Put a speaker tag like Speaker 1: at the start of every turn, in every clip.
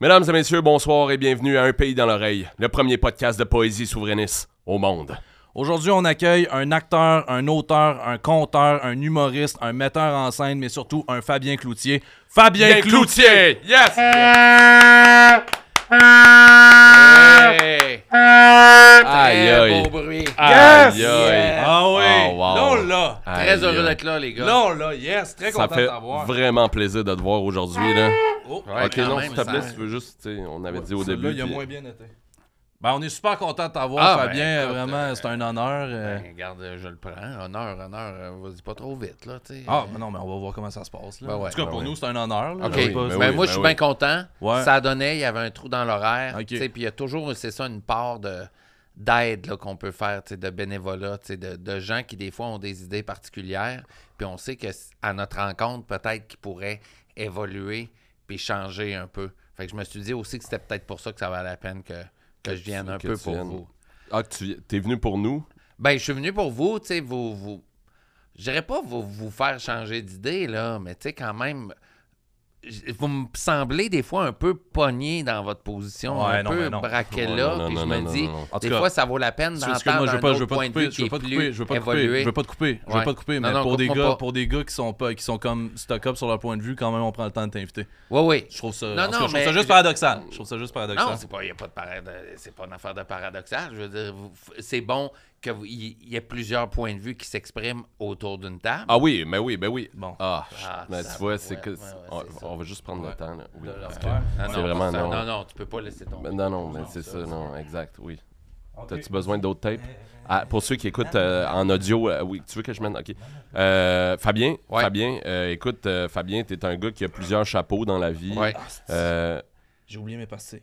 Speaker 1: Mesdames et messieurs, bonsoir et bienvenue à Un pays dans l'oreille, le premier podcast de poésie souverainiste au monde.
Speaker 2: Aujourd'hui, on accueille un acteur, un auteur, un conteur, un humoriste, un metteur en scène, mais surtout un Fabien Cloutier. Fabien
Speaker 1: Bien Cloutier!
Speaker 2: Cloutier!
Speaker 1: Yes!
Speaker 3: Hey!
Speaker 1: Aïe,
Speaker 3: Très
Speaker 1: aïe.
Speaker 3: beau bruit.
Speaker 1: Aïe,
Speaker 3: Yeah.
Speaker 1: aïe.
Speaker 2: Ah
Speaker 1: Oh,
Speaker 2: oui!
Speaker 1: wow.
Speaker 2: Là, on l'a!
Speaker 1: Aïe,
Speaker 3: Ah, Très heureux
Speaker 1: aïe.
Speaker 3: d'être là, les gars.
Speaker 2: Là, on l'a, yes! Très
Speaker 1: Ça
Speaker 2: content de
Speaker 1: fait
Speaker 2: t'avoir.
Speaker 1: vraiment plaisir de te voir aujourd'hui, là.
Speaker 2: Oh.
Speaker 3: Ouais,
Speaker 1: ok,
Speaker 3: quand
Speaker 1: non,
Speaker 3: même,
Speaker 1: s'il te plaît,
Speaker 3: ça-
Speaker 1: si tu veux juste, tu sais, on avait dit au
Speaker 2: Celle-là,
Speaker 1: début.
Speaker 2: il a
Speaker 1: puis-
Speaker 2: moins bien été. Ben, on est super content de t'avoir,
Speaker 3: Ah, ben,
Speaker 2: Fabien.
Speaker 3: écoute,
Speaker 2: vraiment,
Speaker 3: euh,
Speaker 2: c'est un honneur. euh.
Speaker 3: Ben, regarde, je le prends. Honneur, honneur. euh, Vas-y pas trop vite, là, tu sais.
Speaker 2: Ah, ben non, mais on va voir comment ça se passe. Là.
Speaker 3: Ben ouais,
Speaker 2: en tout cas,
Speaker 3: ben
Speaker 2: pour
Speaker 1: ouais.
Speaker 2: nous, c'est un honneur. Là,
Speaker 3: OK.
Speaker 2: Je sais pas,
Speaker 1: ben
Speaker 2: c'est-
Speaker 3: Ben
Speaker 1: oui, ben
Speaker 3: moi, je suis
Speaker 1: oui.
Speaker 3: bien content.
Speaker 2: Ouais.
Speaker 3: Ça donnait, il y avait un trou dans l'horaire.
Speaker 2: OK.
Speaker 3: tu sais, Puis il y a toujours, c'est ça, une part de d'aide là, qu'on peut faire, tu sais, de bénévolat, tu sais, de, de gens qui, des fois, ont des idées particulières. Puis on sait que s- à notre rencontre, peut-être qu'ils pourraient évoluer puis changer un peu. Fait que je me suis dit aussi que c'était peut-être pour ça que ça valait la peine que, que je vienne
Speaker 1: tu-
Speaker 3: un
Speaker 1: que
Speaker 3: peu
Speaker 1: tu
Speaker 3: pour
Speaker 1: viennes.
Speaker 3: vous.
Speaker 1: Ah, tu es venu pour nous?
Speaker 3: Ben, je suis venu pour vous, tu sais, vous, vous... Je dirais pas vous, vous faire changer d'idée, là, mais tu sais, quand même, j- vous me semblez des fois un peu pogné dans votre position,
Speaker 2: Ouais,
Speaker 3: un
Speaker 2: non, mais
Speaker 3: peu
Speaker 2: non.
Speaker 3: braqué
Speaker 1: Non,
Speaker 3: là,
Speaker 1: non,
Speaker 3: puis
Speaker 1: non,
Speaker 3: je
Speaker 1: non,
Speaker 3: me
Speaker 1: non,
Speaker 3: dis,
Speaker 1: non.
Speaker 2: En tout
Speaker 3: des
Speaker 2: cas,
Speaker 3: fois, ça vaut la peine
Speaker 2: Excuse-moi,
Speaker 3: d'entendre
Speaker 2: je veux
Speaker 3: un
Speaker 2: pas, je veux
Speaker 3: autre
Speaker 2: pas
Speaker 3: point
Speaker 2: te
Speaker 3: de
Speaker 2: couper,
Speaker 3: vue
Speaker 2: je veux
Speaker 3: qui
Speaker 2: pas
Speaker 3: est
Speaker 2: te couper, je veux
Speaker 3: plus
Speaker 2: pas te couper,
Speaker 3: évolué.
Speaker 2: je veux pas te couper, je veux
Speaker 3: Ouais.
Speaker 2: pas te couper,
Speaker 3: Non,
Speaker 2: mais
Speaker 3: non,
Speaker 2: pour des
Speaker 3: coupe-moi
Speaker 2: gars,
Speaker 3: pas.
Speaker 2: pour des gars qui sont pas, qui sont comme stock up sur leur point de vue, quand même, on prend le temps de t'inviter.
Speaker 3: Oui, oui.
Speaker 2: Je trouve ça,
Speaker 3: Non,
Speaker 2: en tout cas,
Speaker 3: non,
Speaker 2: je trouve ça
Speaker 3: mais-
Speaker 2: juste paradoxal. Je trouve ça juste
Speaker 3: Non,
Speaker 2: paradoxal.
Speaker 3: c'est pas, y a pas de parad- c'est pas une affaire de paradoxal. Je veux dire, vous- f- c'est bon qu'il y, y ait plusieurs points de vue qui s'expriment autour d'une table.
Speaker 1: Ah oui, mais oui, ben oui.
Speaker 2: Bon.
Speaker 1: Ah,
Speaker 3: Ah,
Speaker 1: ben,
Speaker 3: ça-
Speaker 1: tu vois, c'est
Speaker 3: ouais,
Speaker 1: que...
Speaker 3: ouais, ouais,
Speaker 1: on,
Speaker 3: c'est ça.
Speaker 1: on va juste prendre le temps, là. Oui,
Speaker 3: De leur
Speaker 1: parce que-
Speaker 3: faire. Ah,
Speaker 1: c'est
Speaker 3: non,
Speaker 1: vraiment
Speaker 3: parce que-
Speaker 1: non.
Speaker 3: Non, non, tu peux pas laisser tomber.
Speaker 1: Ben non, non, mais c'est ça, non, exact, oui. T'as-tu besoin d'autres tapes? Ah, pour ceux qui écoutent euh, en audio, euh, oui, tu veux que je mène? OK. Euh, Fabien,
Speaker 3: Ouais.
Speaker 1: Fabien, euh, écoute, euh, Fabien, t'es un gars qui a plusieurs chapeaux dans la vie.
Speaker 3: Ouais.
Speaker 1: Euh,
Speaker 2: J'ai oublié mes pastilles.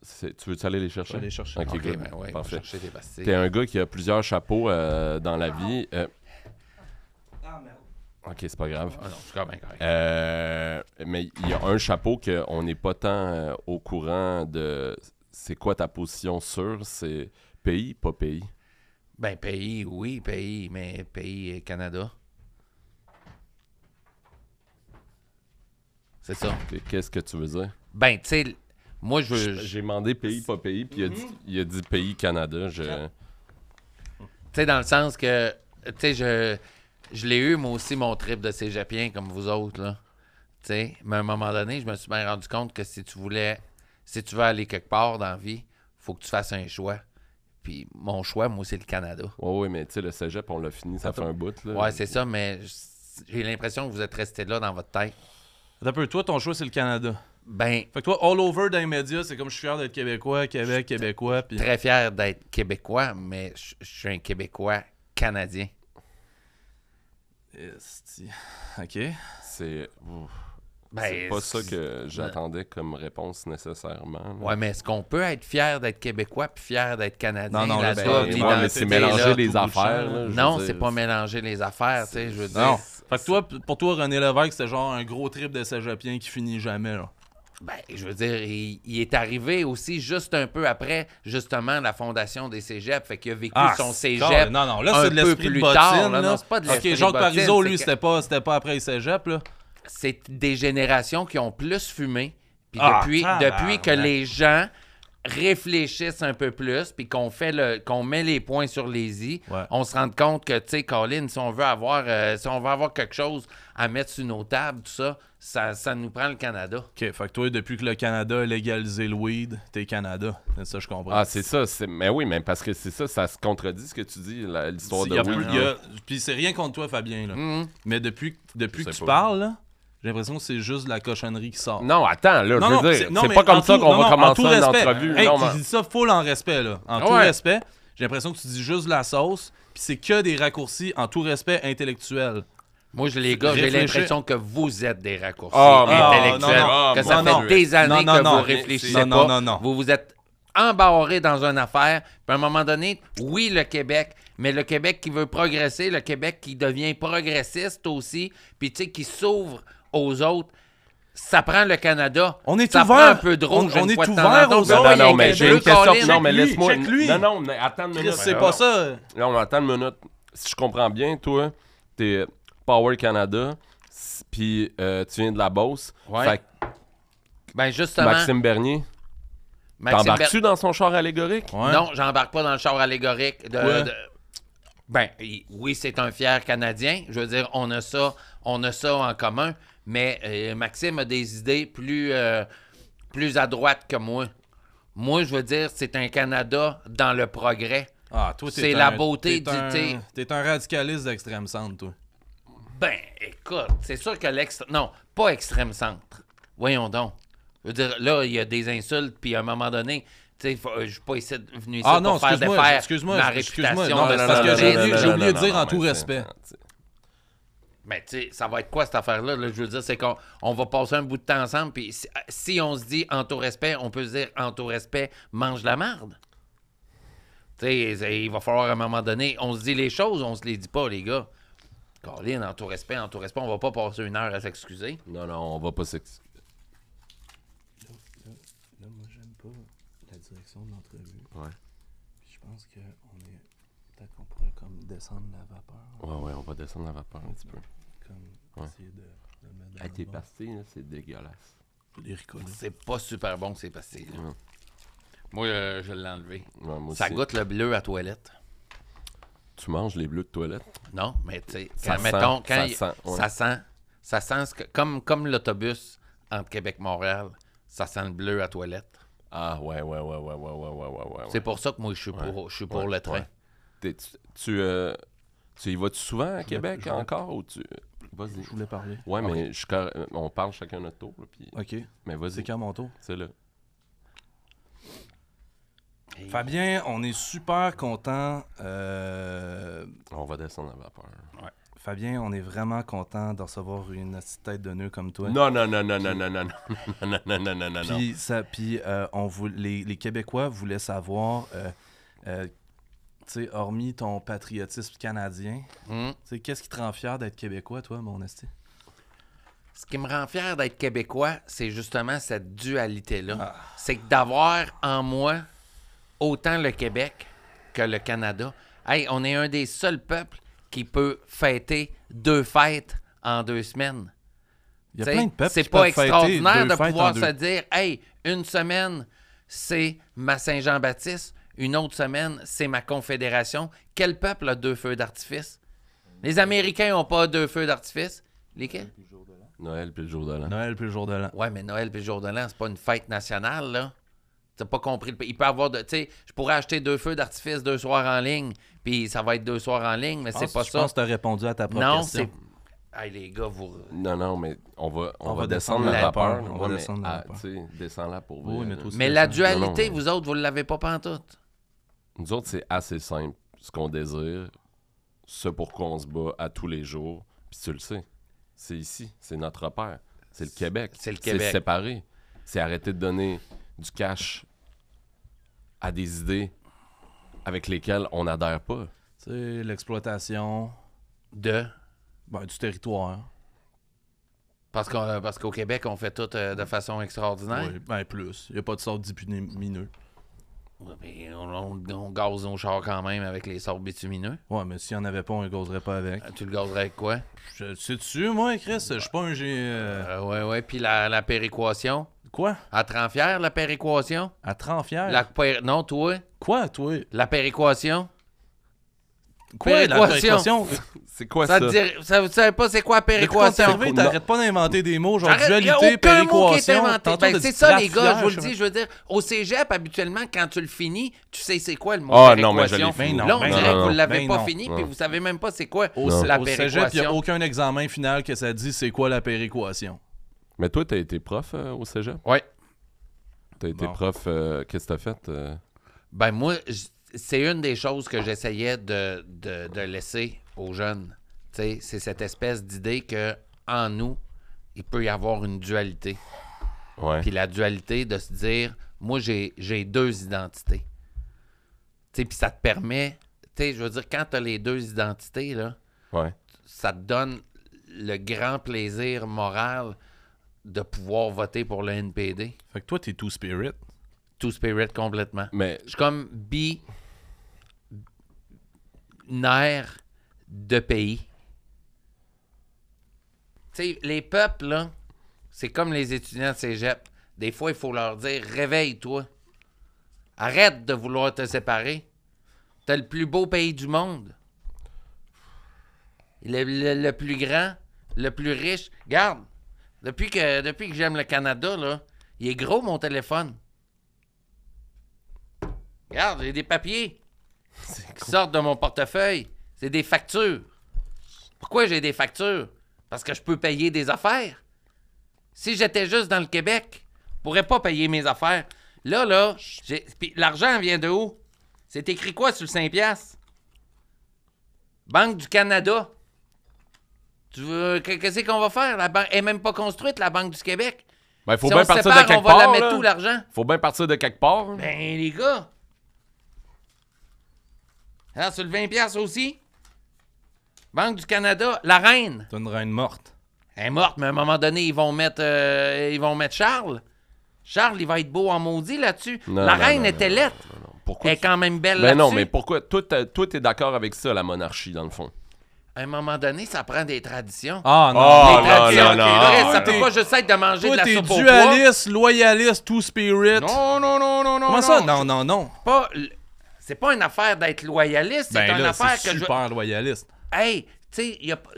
Speaker 1: c'est- tu veux-tu aller les chercher?
Speaker 2: Je vais les chercher.
Speaker 1: OK,
Speaker 3: Ok,
Speaker 1: good.
Speaker 3: ben ouais,
Speaker 1: Parfait.
Speaker 3: Parfait. chercher des pastilles.
Speaker 1: T'es un gars qui a plusieurs chapeaux euh, dans la vie. euh, OK, c'est pas grave.
Speaker 3: Ah non, je suis quand même correct.
Speaker 1: Euh, mais il y a un chapeau qu'on n'est pas tant euh, au courant de c'est quoi ta position sur, c'est pays, pas pays.
Speaker 3: Ben, pays, oui, pays, mais pays euh, Canada. C'est ça.
Speaker 1: Qu- Qu'est-ce que tu veux dire?
Speaker 3: Ben, tu sais, moi, je Mm-hmm. veux. je- Tu
Speaker 1: J'ai demandé pays, pas pays, puis il a dit- il, a dit pays, Canada. Je...
Speaker 3: sais, dans le sens que. Tu sais, je. Je l'ai eu, moi aussi, mon trip de cégepien, comme vous autres, là. Tu sais, mais à un moment donné, je me suis bien rendu compte que si tu voulais. Si tu veux aller quelque part dans la vie, faut que tu fasses un choix. Puis mon choix, moi, c'est le Canada.
Speaker 1: Ouais, ouais, mais tu sais, le cégep, on l'a fini, ça fait un bout. Là.
Speaker 2: Euh,
Speaker 3: Ouais, c'est ça, mais j'ai l'impression que vous êtes resté là dans votre tête.
Speaker 2: Attends un peu, toi, ton choix, c'est le Canada.
Speaker 3: Ben,
Speaker 2: Fait que toi, all over dans les médias, c'est comme je suis fier d'être Québécois, Québec, Québécois, puis...
Speaker 3: très fier d'être québécois, mais je je suis un québécois canadien.
Speaker 2: Esti. OK.
Speaker 1: C'est ouf,
Speaker 3: Ben,
Speaker 1: c'est pas ça
Speaker 3: c'est-
Speaker 1: que j'attendais comme réponse nécessairement. là.
Speaker 3: Ouais, mais est-ce qu'on peut être fier d'être québécois puis fier d'être
Speaker 2: Non,
Speaker 3: canadien
Speaker 2: non, là,
Speaker 3: la
Speaker 2: ben,
Speaker 3: double
Speaker 1: ouais,
Speaker 2: l'identité,
Speaker 1: mais c'est
Speaker 3: identité,
Speaker 1: mélanger
Speaker 3: là?
Speaker 1: les
Speaker 2: tout bout de
Speaker 1: affaires.
Speaker 2: champ.
Speaker 1: là, je veux
Speaker 3: Non,
Speaker 1: dire,
Speaker 3: c'est pas mélanger les affaires, tu sais, je veux dire.
Speaker 2: Non. Fait que toi, p- pour toi, René Lévesque, c'était genre un gros trip de cégepien qui finit jamais, là.
Speaker 3: Ben, je veux dire, il, il est arrivé aussi juste un peu après, justement, la fondation des cégeps. Fait qu'il a vécu son
Speaker 2: Ah, c'est-
Speaker 3: cégep.
Speaker 2: Non, non,
Speaker 3: un
Speaker 2: là, c'est de
Speaker 3: peu
Speaker 2: l'esprit de
Speaker 3: plus
Speaker 2: bottine,
Speaker 3: tard,
Speaker 2: là.
Speaker 3: là. Non, c'est pas de l'esprit
Speaker 2: OK,
Speaker 3: de
Speaker 2: Jacques
Speaker 3: bottine,
Speaker 2: Parizeau,
Speaker 3: c'est
Speaker 2: lui,
Speaker 3: que-
Speaker 2: c'était pas, c'était pas après le cégep, là.
Speaker 3: c'est des générations qui ont plus fumé. Puis
Speaker 2: Ah,
Speaker 3: depuis,
Speaker 2: tabarnak.
Speaker 3: depuis que les gens réfléchissent un peu plus, puis qu'on fait le, qu'on met les points sur les i,
Speaker 2: Ouais.
Speaker 3: on se rend compte que, tu sais, Colin, si on veut avoir, euh, si on veut avoir quelque chose à mettre sur nos tables, tout ça, ça, ça nous prend le Canada.
Speaker 2: OK, fait que toi, depuis que le Canada a légalisé le weed, t'es Canada. Ça, je comprends.
Speaker 1: Ah, c'est ça. c'est- Mais oui, mais parce que c'est ça, ça se contredit ce que tu dis, la- l'histoire
Speaker 2: Il
Speaker 1: de hein.
Speaker 2: y a
Speaker 1: Will.
Speaker 2: plus- il y a- Puis c'est rien contre toi, Fabien. Là. Mais depuis, depuis
Speaker 1: Je
Speaker 2: que
Speaker 1: sais
Speaker 2: tu
Speaker 1: pas.
Speaker 2: parles, là, j'ai l'impression que c'est juste de la cochonnerie qui sort.
Speaker 1: Non, attends, là,
Speaker 2: Non,
Speaker 1: je
Speaker 2: non,
Speaker 1: veux
Speaker 2: c'est-
Speaker 1: dire,
Speaker 2: non,
Speaker 1: c'est
Speaker 2: mais
Speaker 1: pas
Speaker 2: en
Speaker 1: comme ça
Speaker 2: tout-
Speaker 1: qu'on
Speaker 2: non,
Speaker 1: va
Speaker 2: non, en
Speaker 1: commencer
Speaker 2: tout
Speaker 1: une
Speaker 2: respect.
Speaker 1: entrevue. Ah
Speaker 2: Hey,
Speaker 1: non,
Speaker 2: tu
Speaker 1: mais-
Speaker 2: dis ça full en respect, là. En tout
Speaker 3: Ouais.
Speaker 2: respect, j'ai l'impression que tu dis juste de la sauce, puis c'est que des raccourcis en tout respect intellectuel.
Speaker 3: Moi, je, les gars, j'ai
Speaker 2: Réfléchis.
Speaker 3: l'impression que vous êtes des raccourcis
Speaker 1: Ah, mais-
Speaker 3: intellectuels.
Speaker 1: non, non, non,
Speaker 3: que ça
Speaker 1: non,
Speaker 3: fait
Speaker 1: non.
Speaker 3: des
Speaker 2: Non,
Speaker 3: années
Speaker 2: non,
Speaker 3: que
Speaker 2: non,
Speaker 3: vous
Speaker 2: mais-
Speaker 3: réfléchissez
Speaker 2: non,
Speaker 3: pas.
Speaker 2: non, non, non.
Speaker 3: Vous vous êtes embarré dans une affaire. Puis à un moment donné, oui, le Québec, mais le Québec qui veut progresser, le Québec qui devient progressiste aussi, puis tu sais, qui s'ouvre aux autres. Ça prend le Canada.
Speaker 2: On est
Speaker 3: ça
Speaker 2: ouvert.
Speaker 3: prend un peu de rouge
Speaker 2: On- on
Speaker 3: une
Speaker 2: est
Speaker 3: fois de temps
Speaker 2: ouvert
Speaker 3: en temps.
Speaker 2: aux
Speaker 3: Ben
Speaker 2: autres.
Speaker 3: ouais,
Speaker 1: Non,
Speaker 3: il y a
Speaker 1: non, mais
Speaker 3: quelqu'un,
Speaker 1: j'ai une question.
Speaker 3: Colin.
Speaker 1: Non, mais
Speaker 2: Check lui,
Speaker 1: laisse-moi.
Speaker 2: check lui.
Speaker 1: Non, non, mais attends une
Speaker 2: Chris,
Speaker 1: minute.
Speaker 2: c'est
Speaker 1: ben Non,
Speaker 2: pas ça.
Speaker 1: Non, mais attends une minute. Si je comprends bien, toi, t'es Power Canada, s- puis euh, tu viens de la Beauce.
Speaker 3: Ouais.
Speaker 1: Fait que
Speaker 3: Ben justement,
Speaker 1: Maxime Bernier.
Speaker 3: Maxime Ber-
Speaker 1: T'embarques-tu dans son char allégorique?
Speaker 2: Ouais.
Speaker 3: Non, j'embarque pas dans le char allégorique. de-
Speaker 2: Ouais.
Speaker 3: de- Ben, il- oui, c'est un fier Canadien. Je veux dire, on a ça, on a ça en commun. Mais euh, Maxime a des idées plus, euh, plus à droite que moi. Moi, je veux dire, c'est un Canada dans le progrès.
Speaker 2: Ah, toi, t'es
Speaker 3: C'est
Speaker 2: un-
Speaker 3: la beauté
Speaker 2: t'es
Speaker 3: du
Speaker 2: un-
Speaker 3: thé.
Speaker 2: T'es un radicaliste d'extrême centre, toi.
Speaker 3: Ben, écoute, c'est sûr que l'extrême... Non, pas extrême-centre. Voyons donc. Je veux dire, là, il y a des insultes, puis à un moment donné... Tu sais, faut- euh, je suis pas ici, venu ici
Speaker 2: Ah
Speaker 3: pour
Speaker 2: non,
Speaker 3: faire
Speaker 2: excuse-moi,
Speaker 3: défaire
Speaker 2: excuse-moi,
Speaker 3: ma
Speaker 2: excuse-moi.
Speaker 3: réputation.
Speaker 2: Non,
Speaker 3: de
Speaker 2: mais c'est
Speaker 3: fan
Speaker 2: parce que
Speaker 3: de
Speaker 2: j'ai
Speaker 3: Canadien.
Speaker 2: dit- j'ai oublié de dire en
Speaker 1: mais
Speaker 2: tout
Speaker 1: c'est-
Speaker 2: respect.
Speaker 3: Mais tu sais, ça va être quoi cette affaire-là? là? Je veux dire, c'est qu'on on va passer un bout de temps ensemble, puis si, si on se dit en tout respect, on peut se dire en tout respect, mange la marde. Tu sais, c'est- il va falloir à un moment donné, on se dit les choses, on se les dit pas, les gars. Colin, en tout respect, en tout respect, on va pas passer une heure à s'excuser.
Speaker 1: Non, non, on va pas s'ex-
Speaker 4: Là, moi, j'aime pas la direction de l'entrevue.
Speaker 1: Ouais.
Speaker 4: Puis Je pense que on est. Peut-être qu'on pourrait comme descendre la vapeur,
Speaker 1: Ouais, ouais, on va descendre la vapeur un petit peu.
Speaker 4: comme
Speaker 1: Ouais.
Speaker 4: essayer de, de le mettre dans
Speaker 1: Ah,
Speaker 4: le
Speaker 1: tes
Speaker 4: bon-
Speaker 1: pastilles, là, c'est dégueulasse.
Speaker 4: des ricolas.
Speaker 3: C'est pas super bon, ces pastilles-là.
Speaker 1: Mm.
Speaker 3: Moi, euh, je l'ai enlevé.
Speaker 1: Ouais, moi
Speaker 3: Ça
Speaker 1: aussi.
Speaker 3: goûte le bleu à toilette.
Speaker 1: Tu manges les bleus de toilette?
Speaker 3: Non, mais tu sais,
Speaker 1: Ça
Speaker 3: quand,
Speaker 1: sent,
Speaker 3: mettons, quand
Speaker 1: ça
Speaker 3: il-
Speaker 1: sent, ouais.
Speaker 3: ça sent, ça sent ce que- comme, comme l'autobus entre Québec et Montréal, ça sent le bleu à toilette.
Speaker 1: Ah, ouais, ouais, ouais, ouais, ouais, ouais, ouais, ouais, ouais.
Speaker 3: C'est pour ça que moi, je suis pour, je suis pour le train.
Speaker 1: ouais. T'es- tu, tu, euh, tu y vas-tu souvent à Québec
Speaker 4: je voulais-
Speaker 1: encore ou tu. Vas-y.
Speaker 4: Je voulais parler.
Speaker 1: Ouais, mais je cor- euh, on parle chacun notre tour. là, puis-
Speaker 4: Ok.
Speaker 1: Mais
Speaker 4: C'est
Speaker 1: vas-y,
Speaker 4: quand mon tour?
Speaker 1: c'est là.
Speaker 3: Et-
Speaker 2: Fabien, on est super content. euh,
Speaker 1: On va descendre la vapeur.
Speaker 2: Fabien, on est vraiment content de recevoir une petite tête de nœud comme toi.
Speaker 1: Non, non, non, non, non, non, non, non, non, non, non, non, non, non.
Speaker 2: Puis, ça, puis euh, on vou- les, les Québécois voulaient savoir, euh, euh, tu sais, hormis ton patriotisme canadien,
Speaker 3: Hmm.
Speaker 2: tu sais, qu'est-ce qui te rend fier d'être Québécois, toi, mon esti?
Speaker 3: Ce qui me rend fier d'être québécois, c'est justement cette dualité-là.
Speaker 1: Ah.
Speaker 3: C'est que d'avoir en moi autant le Québec que le Canada. Hey, on est un des seuls peuples qui peut fêter deux fêtes en deux semaines.
Speaker 2: Il y a
Speaker 3: T'sais,
Speaker 2: plein de peuples
Speaker 3: C'est
Speaker 2: qui
Speaker 3: pas
Speaker 2: peuvent fêter
Speaker 3: extraordinaire
Speaker 2: deux
Speaker 3: de
Speaker 2: fêtes en
Speaker 3: pouvoir
Speaker 2: deux-
Speaker 3: se dire Hey, une semaine, c'est ma Saint-Jean-Baptiste, une autre semaine, c'est ma Confédération. Quel peuple a deux feux d'artifice Les Américains ont pas deux feux d'artifice. Lesquels
Speaker 1: Noël puis le jour de l'an.
Speaker 2: Noël puis le jour de l'an.
Speaker 3: Ouais, mais Noël puis le jour de l'an, c'est pas une fête nationale, là. T'as pas compris. le- Il peut avoir de. Tu sais, je pourrais acheter deux feux d'artifice deux soirs en ligne, puis ça va être deux soirs en ligne, mais
Speaker 2: Je
Speaker 3: c'est
Speaker 2: pense-
Speaker 3: pas
Speaker 2: Ah, je
Speaker 3: ça.
Speaker 2: pense que t'as répondu à ta propre
Speaker 3: Non, c'est.
Speaker 2: question.
Speaker 3: Hey, les gars, vous.
Speaker 1: Non, non, mais on va, on va descendre, la vapeur. On va descendre la vapeur. Descends-la pour vous.
Speaker 2: Oui, mais toi aussi.
Speaker 3: Mais
Speaker 2: c'est
Speaker 3: la
Speaker 2: ça.
Speaker 3: dualité,
Speaker 1: Non, non,
Speaker 3: vous autres, vous l'avez pas pantoute.
Speaker 1: Nous autres, c'est assez simple. Ce qu'on désire, ce pourquoi on se bat à tous les jours, puis tu le sais. C'est ici, c'est notre repère. C'est le Québec.
Speaker 3: C'est le Québec.
Speaker 1: C'est séparé. C'est arrêter de donner du cash à des idées avec lesquelles on n'adhère pas.
Speaker 2: Tu sais, l'exploitation
Speaker 3: De.
Speaker 2: ben, du territoire.
Speaker 3: Parce qu'on- euh, parce qu'au Québec, on fait tout euh, de façon extraordinaire.
Speaker 2: Ouais, ben, plus. Il n'y a pas de sorte bitumineux.
Speaker 3: Ouais, mais on, on- on gaze nos chars quand même avec les sorts bitumineux.
Speaker 2: Ouais, mais s'il n'y en avait pas, on ne causerait pas avec.
Speaker 3: Euh, Tu le gazerais avec quoi?
Speaker 2: Je- Sais-tu, moi, Chris, je suis pas un G. euh,
Speaker 3: Euh, ouais, ouais. Puis la, la péréquation.
Speaker 2: Quoi
Speaker 3: À Tranfière, la péréquation?
Speaker 2: À Tranfière
Speaker 3: La péré- Non, toi?
Speaker 2: Quoi, toi
Speaker 3: La péréquation?
Speaker 2: Quoi, la
Speaker 3: Péréquation.
Speaker 2: péréquation
Speaker 1: C'est quoi ça?
Speaker 3: Ça, te dirait- ça vous savez pas c'est quoi la
Speaker 2: De quoi
Speaker 3: péréquation?
Speaker 2: conserver,
Speaker 1: Non.
Speaker 2: T'arrêtes pas d'inventer des mots, genre
Speaker 3: Arrête, y a
Speaker 2: dualité,
Speaker 3: aucun mot qui est
Speaker 2: péréquation.
Speaker 3: inventé.
Speaker 2: tantôt
Speaker 3: Ben,
Speaker 2: t'as
Speaker 3: c'est
Speaker 2: dit
Speaker 3: ça,
Speaker 2: la
Speaker 3: les gars,
Speaker 2: fière,
Speaker 3: je vous le
Speaker 2: sais
Speaker 3: dis. Je veux dire, au cégep, habituellement, quand tu le finis, tu sais c'est quoi le mot
Speaker 1: Ah,
Speaker 3: péréquation.
Speaker 1: non, mais je l'ai fini.
Speaker 3: Là,
Speaker 2: Mais
Speaker 3: on
Speaker 2: non, mais
Speaker 3: dirait
Speaker 1: non,
Speaker 3: que vous
Speaker 1: non.
Speaker 3: l'avez
Speaker 2: Mais
Speaker 3: pas
Speaker 2: non.
Speaker 3: fini,
Speaker 1: Non.
Speaker 3: puis vous savez même pas c'est quoi
Speaker 2: pas. au, cé-
Speaker 3: la
Speaker 2: au cégep, il n'y a
Speaker 3: péréquation.
Speaker 2: aucun examen final que ça dit c'est quoi la péréquation.
Speaker 1: Mais toi, t'as été prof euh, au cégep?
Speaker 3: Ouais.
Speaker 1: T'as été
Speaker 2: Bon.
Speaker 1: prof, euh, qu'est-ce que t'as fait? euh?
Speaker 3: Ben moi, j- c'est une des choses que j'essayais de, de- de laisser aux jeunes. Tu sais, C'est cette espèce d'idée que en nous, il peut y avoir une dualité.
Speaker 1: Ouais.
Speaker 3: Puis la dualité de se dire, moi, j'ai j'ai deux identités. Tu sais, puis ça te permet, tu sais, je veux dire, quand tu as les deux identités, là,
Speaker 1: ouais.
Speaker 3: ça te donne le grand plaisir moral de pouvoir voter pour le NPD.
Speaker 2: Fait que toi, t'es tout spirit.
Speaker 3: Tout spirit complètement.
Speaker 1: Mais
Speaker 3: Je suis comme bi nerf de pays. Tu sais, les peuples, là, c'est comme les étudiants de cégep. Des fois, il faut leur dire réveille-toi. Arrête de vouloir te séparer. T'as le plus beau pays du monde. Le, le- le plus grand, le plus riche. Garde, depuis que, depuis que j'aime le Canada, là, il est gros mon téléphone. Regarde, j'ai des papiers qui sortent de mon portefeuille. C'est des factures. Pourquoi j'ai des factures? Parce que je peux payer des affaires. Si j'étais juste dans le Québec, je pourrais pas payer mes affaires. Là, là, j'ai- puis l'argent vient de où? C'est écrit quoi sur le 5 piastres? Banque du Canada. Tu veux... que- Qu'est-ce qu'on va faire? La banque est même pas construite, la Banque du Québec.
Speaker 1: Ben, faut
Speaker 3: si
Speaker 1: bien
Speaker 3: on se
Speaker 1: partir
Speaker 3: sépare,
Speaker 1: de quelque
Speaker 3: on va
Speaker 1: part.
Speaker 3: la mettre
Speaker 1: là.
Speaker 3: où, l'argent?
Speaker 1: Faut bien partir de quelque part. là.
Speaker 3: Ben, les gars. Ah, sur le 20 piastres aussi? Banque du Canada, la reine.
Speaker 2: T'as une reine morte.
Speaker 3: Elle est morte, mais à un moment donné, ils vont mettre, euh, ils vont mettre Charles. Charles, il va être beau en maudit là-dessus.
Speaker 1: Non,
Speaker 3: la
Speaker 1: non,
Speaker 3: reine
Speaker 1: non,
Speaker 3: était
Speaker 1: non,
Speaker 3: lettre.
Speaker 1: Non, non.
Speaker 3: Elle
Speaker 1: Pourquoi?
Speaker 3: est
Speaker 1: tu-
Speaker 3: quand même belle
Speaker 1: Ben
Speaker 3: là-dessus.
Speaker 1: non, mais pourquoi? Toi, t'as- toi, t'es d'accord avec ça, la monarchie, dans le fond.
Speaker 3: À un moment donné, ça prend des traditions.
Speaker 2: Ah non.
Speaker 1: Ah,
Speaker 3: des
Speaker 1: là,
Speaker 3: traditions.
Speaker 1: là, là,
Speaker 3: Chris,
Speaker 1: là,
Speaker 3: ça
Speaker 1: là.
Speaker 3: peut pas juste être de manger
Speaker 2: Toi,
Speaker 3: de la
Speaker 2: t'es
Speaker 3: soupe au
Speaker 2: dualiste, loyaliste, two spirit.
Speaker 3: pois. Non, Oh, non, non, non, non.
Speaker 2: Comment ça? Non, non, non.
Speaker 3: C'est pas, l- c'est pas une affaire d'être loyaliste, c'est
Speaker 2: Ben
Speaker 3: une
Speaker 2: là,
Speaker 3: affaire
Speaker 2: c'est
Speaker 3: que je...
Speaker 2: super loyaliste.
Speaker 3: Hey, tu sais, y a pas-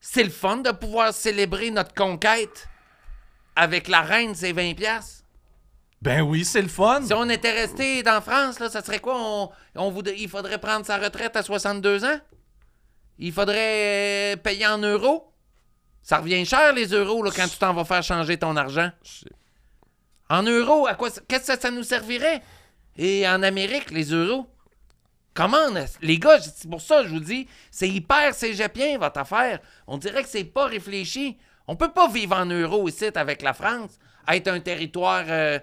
Speaker 3: c'est le fun de pouvoir célébrer notre conquête avec la reine, c'est 20 pièces.
Speaker 2: Ben oui, c'est le fun.
Speaker 3: Si on était resté dans France, là, ça serait quoi? On, on voudrait- il faudrait prendre sa retraite à 62 ans? Il faudrait euh, payer en euros? Ça revient cher, les euros, là, quand tu t'en vas faire changer ton argent.
Speaker 1: Je-
Speaker 3: En euros, à quoi ça- qu'est-ce que ça nous servirait? Et en Amérique, les euros? Comment on a- Les gars, j- c'est pour ça que je vous dis, c'est hyper cégepien, votre affaire. On dirait que c'est pas réfléchi. On peut pas vivre en euros ici avec la France, être un territoire... euh,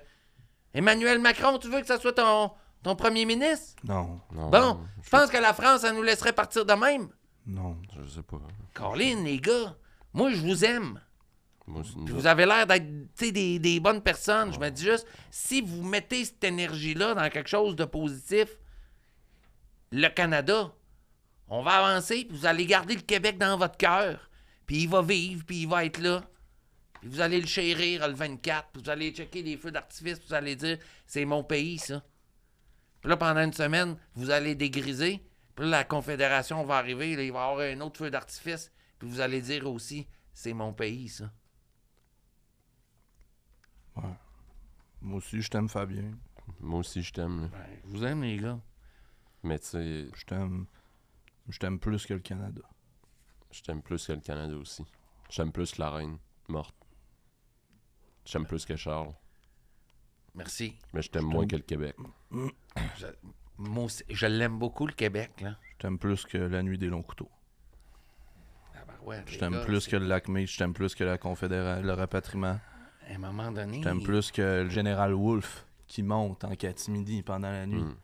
Speaker 3: Emmanuel Macron, tu veux que ça soit ton, ton premier ministre?
Speaker 2: Non,
Speaker 1: Non,
Speaker 3: Bon, je pense que la France, elle nous laisserait partir de même.
Speaker 2: non.
Speaker 1: Je sais pas.
Speaker 3: Colin, les gars, moi, je vous aime.
Speaker 1: Moi, c'est-
Speaker 3: Puis vous avez l'air d'être tu sais, des, des bonnes personnes. Je me dis juste, si vous mettez cette énergie-là dans quelque chose de positif, le Canada, on va avancer, puis vous allez garder le Québec dans votre cœur. Puis il va vivre, puis il va être là. Puis vous allez le chérir le 24, puis vous allez checker les feux d'artifice, puis vous allez dire, c'est mon pays, ça. Puis là, pendant une semaine, vous allez dégriser. Puis là, la Confédération va arriver, là, il va y avoir un autre feu d'artifice. Puis vous allez dire aussi, c'est mon pays, ça.
Speaker 2: Moi aussi, je t'aime, Fabien.
Speaker 1: Moi aussi, je t'aime. là.
Speaker 3: Ben, je vous aime, les gars.
Speaker 1: Mais tu sais,
Speaker 2: Je t'aime. Je t'aime plus que le Canada.
Speaker 1: je t'aime plus que le Canada aussi. J'aime plus que la reine morte. J'aime plus que Charles.
Speaker 3: Merci.
Speaker 1: Mais je t'aime moins que le Québec.
Speaker 3: Moi aussi, je l'aime beaucoup, le Québec, là.
Speaker 2: Je t'aime plus que la nuit des longs couteaux.
Speaker 3: Ah ben ouais, les
Speaker 2: Je t'aime
Speaker 3: gars,
Speaker 2: plus
Speaker 3: c'est-
Speaker 2: que le LACME. Je t'aime plus que la Confédération, le rapatriement.
Speaker 3: À un moment donné...
Speaker 2: Je t'aime plus que le général Wolfe qui monte en catimidi pendant la nuit.
Speaker 1: Mm.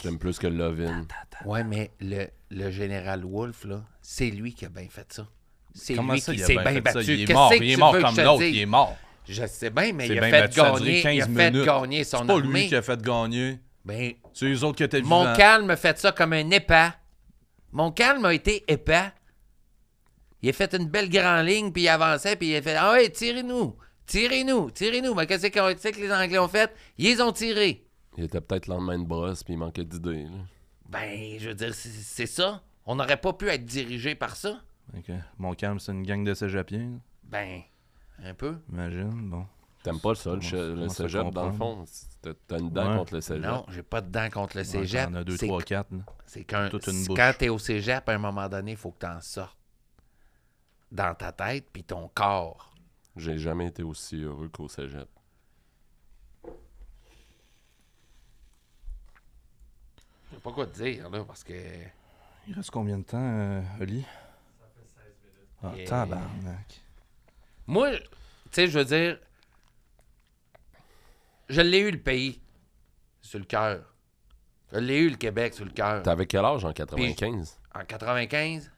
Speaker 1: J'aime plus que Lovin.
Speaker 3: Ouais, mais le, le général Wolfe, là, c'est lui qui a bien fait ça. C'est
Speaker 2: Comment
Speaker 3: lui
Speaker 2: ça,
Speaker 3: qui
Speaker 2: il a
Speaker 3: s'est
Speaker 2: bien
Speaker 3: bien
Speaker 2: fait
Speaker 3: battu.
Speaker 2: ça? Il est
Speaker 3: Qu'est-ce
Speaker 2: mort,
Speaker 3: que
Speaker 2: il est
Speaker 3: tu
Speaker 2: mort
Speaker 3: veux que
Speaker 2: comme
Speaker 3: je te
Speaker 2: l'autre,
Speaker 3: dise?
Speaker 2: il est mort.
Speaker 3: Je sais bien, mais
Speaker 2: C'est
Speaker 3: il a
Speaker 2: bien
Speaker 3: fait
Speaker 2: battu, ça a duré
Speaker 3: gagner,
Speaker 2: 15
Speaker 3: il a fait
Speaker 2: minutes.
Speaker 3: gagner son
Speaker 2: C'est pas
Speaker 3: armée.
Speaker 2: lui qui a fait gagner.
Speaker 3: Ben,
Speaker 2: C'est eux autres qui étaient vivants.
Speaker 3: Mon calme a fait ça comme un épais. Mon calme a été épais. Il a fait une belle grande ligne, puis il avançait, puis il a fait Ah ouais, tirez-nous, tirez-nous, tirez-nous. Mais qu'est-ce qu'on- tu sais que les Anglais ont fait Ils les ont tiré.
Speaker 1: Il était peut-être le lendemain de brosse, puis il manquait d'idées. là.
Speaker 3: Ben, je veux dire, c'est- c'est ça. On n'aurait pas pu être dirigé par ça.
Speaker 2: Ok. Mon calme, c'est une gang de cégepiens. là.
Speaker 3: Ben, un peu.
Speaker 2: Imagine, bon.
Speaker 1: T'aimes pas ça, le, che- le
Speaker 2: Comment ça
Speaker 1: cégep, dans le fond?
Speaker 2: comprendre?
Speaker 1: T'as- T'as une dent
Speaker 2: Ouais.
Speaker 1: contre le cégep.
Speaker 3: Non, j'ai pas de dents contre le
Speaker 2: Ben, Ouais,
Speaker 3: cégep.
Speaker 2: t'en as deux,
Speaker 3: C'est-
Speaker 2: trois, quatre. là.
Speaker 3: C'est qu'un
Speaker 2: Toute une
Speaker 3: c'est
Speaker 2: bouche.
Speaker 3: quand t'es au cégep, à un moment donné, il faut que t'en sortes. Dans ta tête, puis ton corps.
Speaker 1: J'ai jamais été aussi heureux qu'au cégep.
Speaker 3: Je sais pas quoi te dire, là, parce que.
Speaker 2: Il reste combien de temps, euh, Oli? Ça fait
Speaker 3: Yeah.
Speaker 2: 16 minutes. Ah, tabarnak.
Speaker 3: Moi, tu sais, je veux dire, je l'ai eu le pays sur le cœur. Je l'ai eu le Québec sur le cœur.
Speaker 1: T'avais quel âge en 95?
Speaker 3: En 95,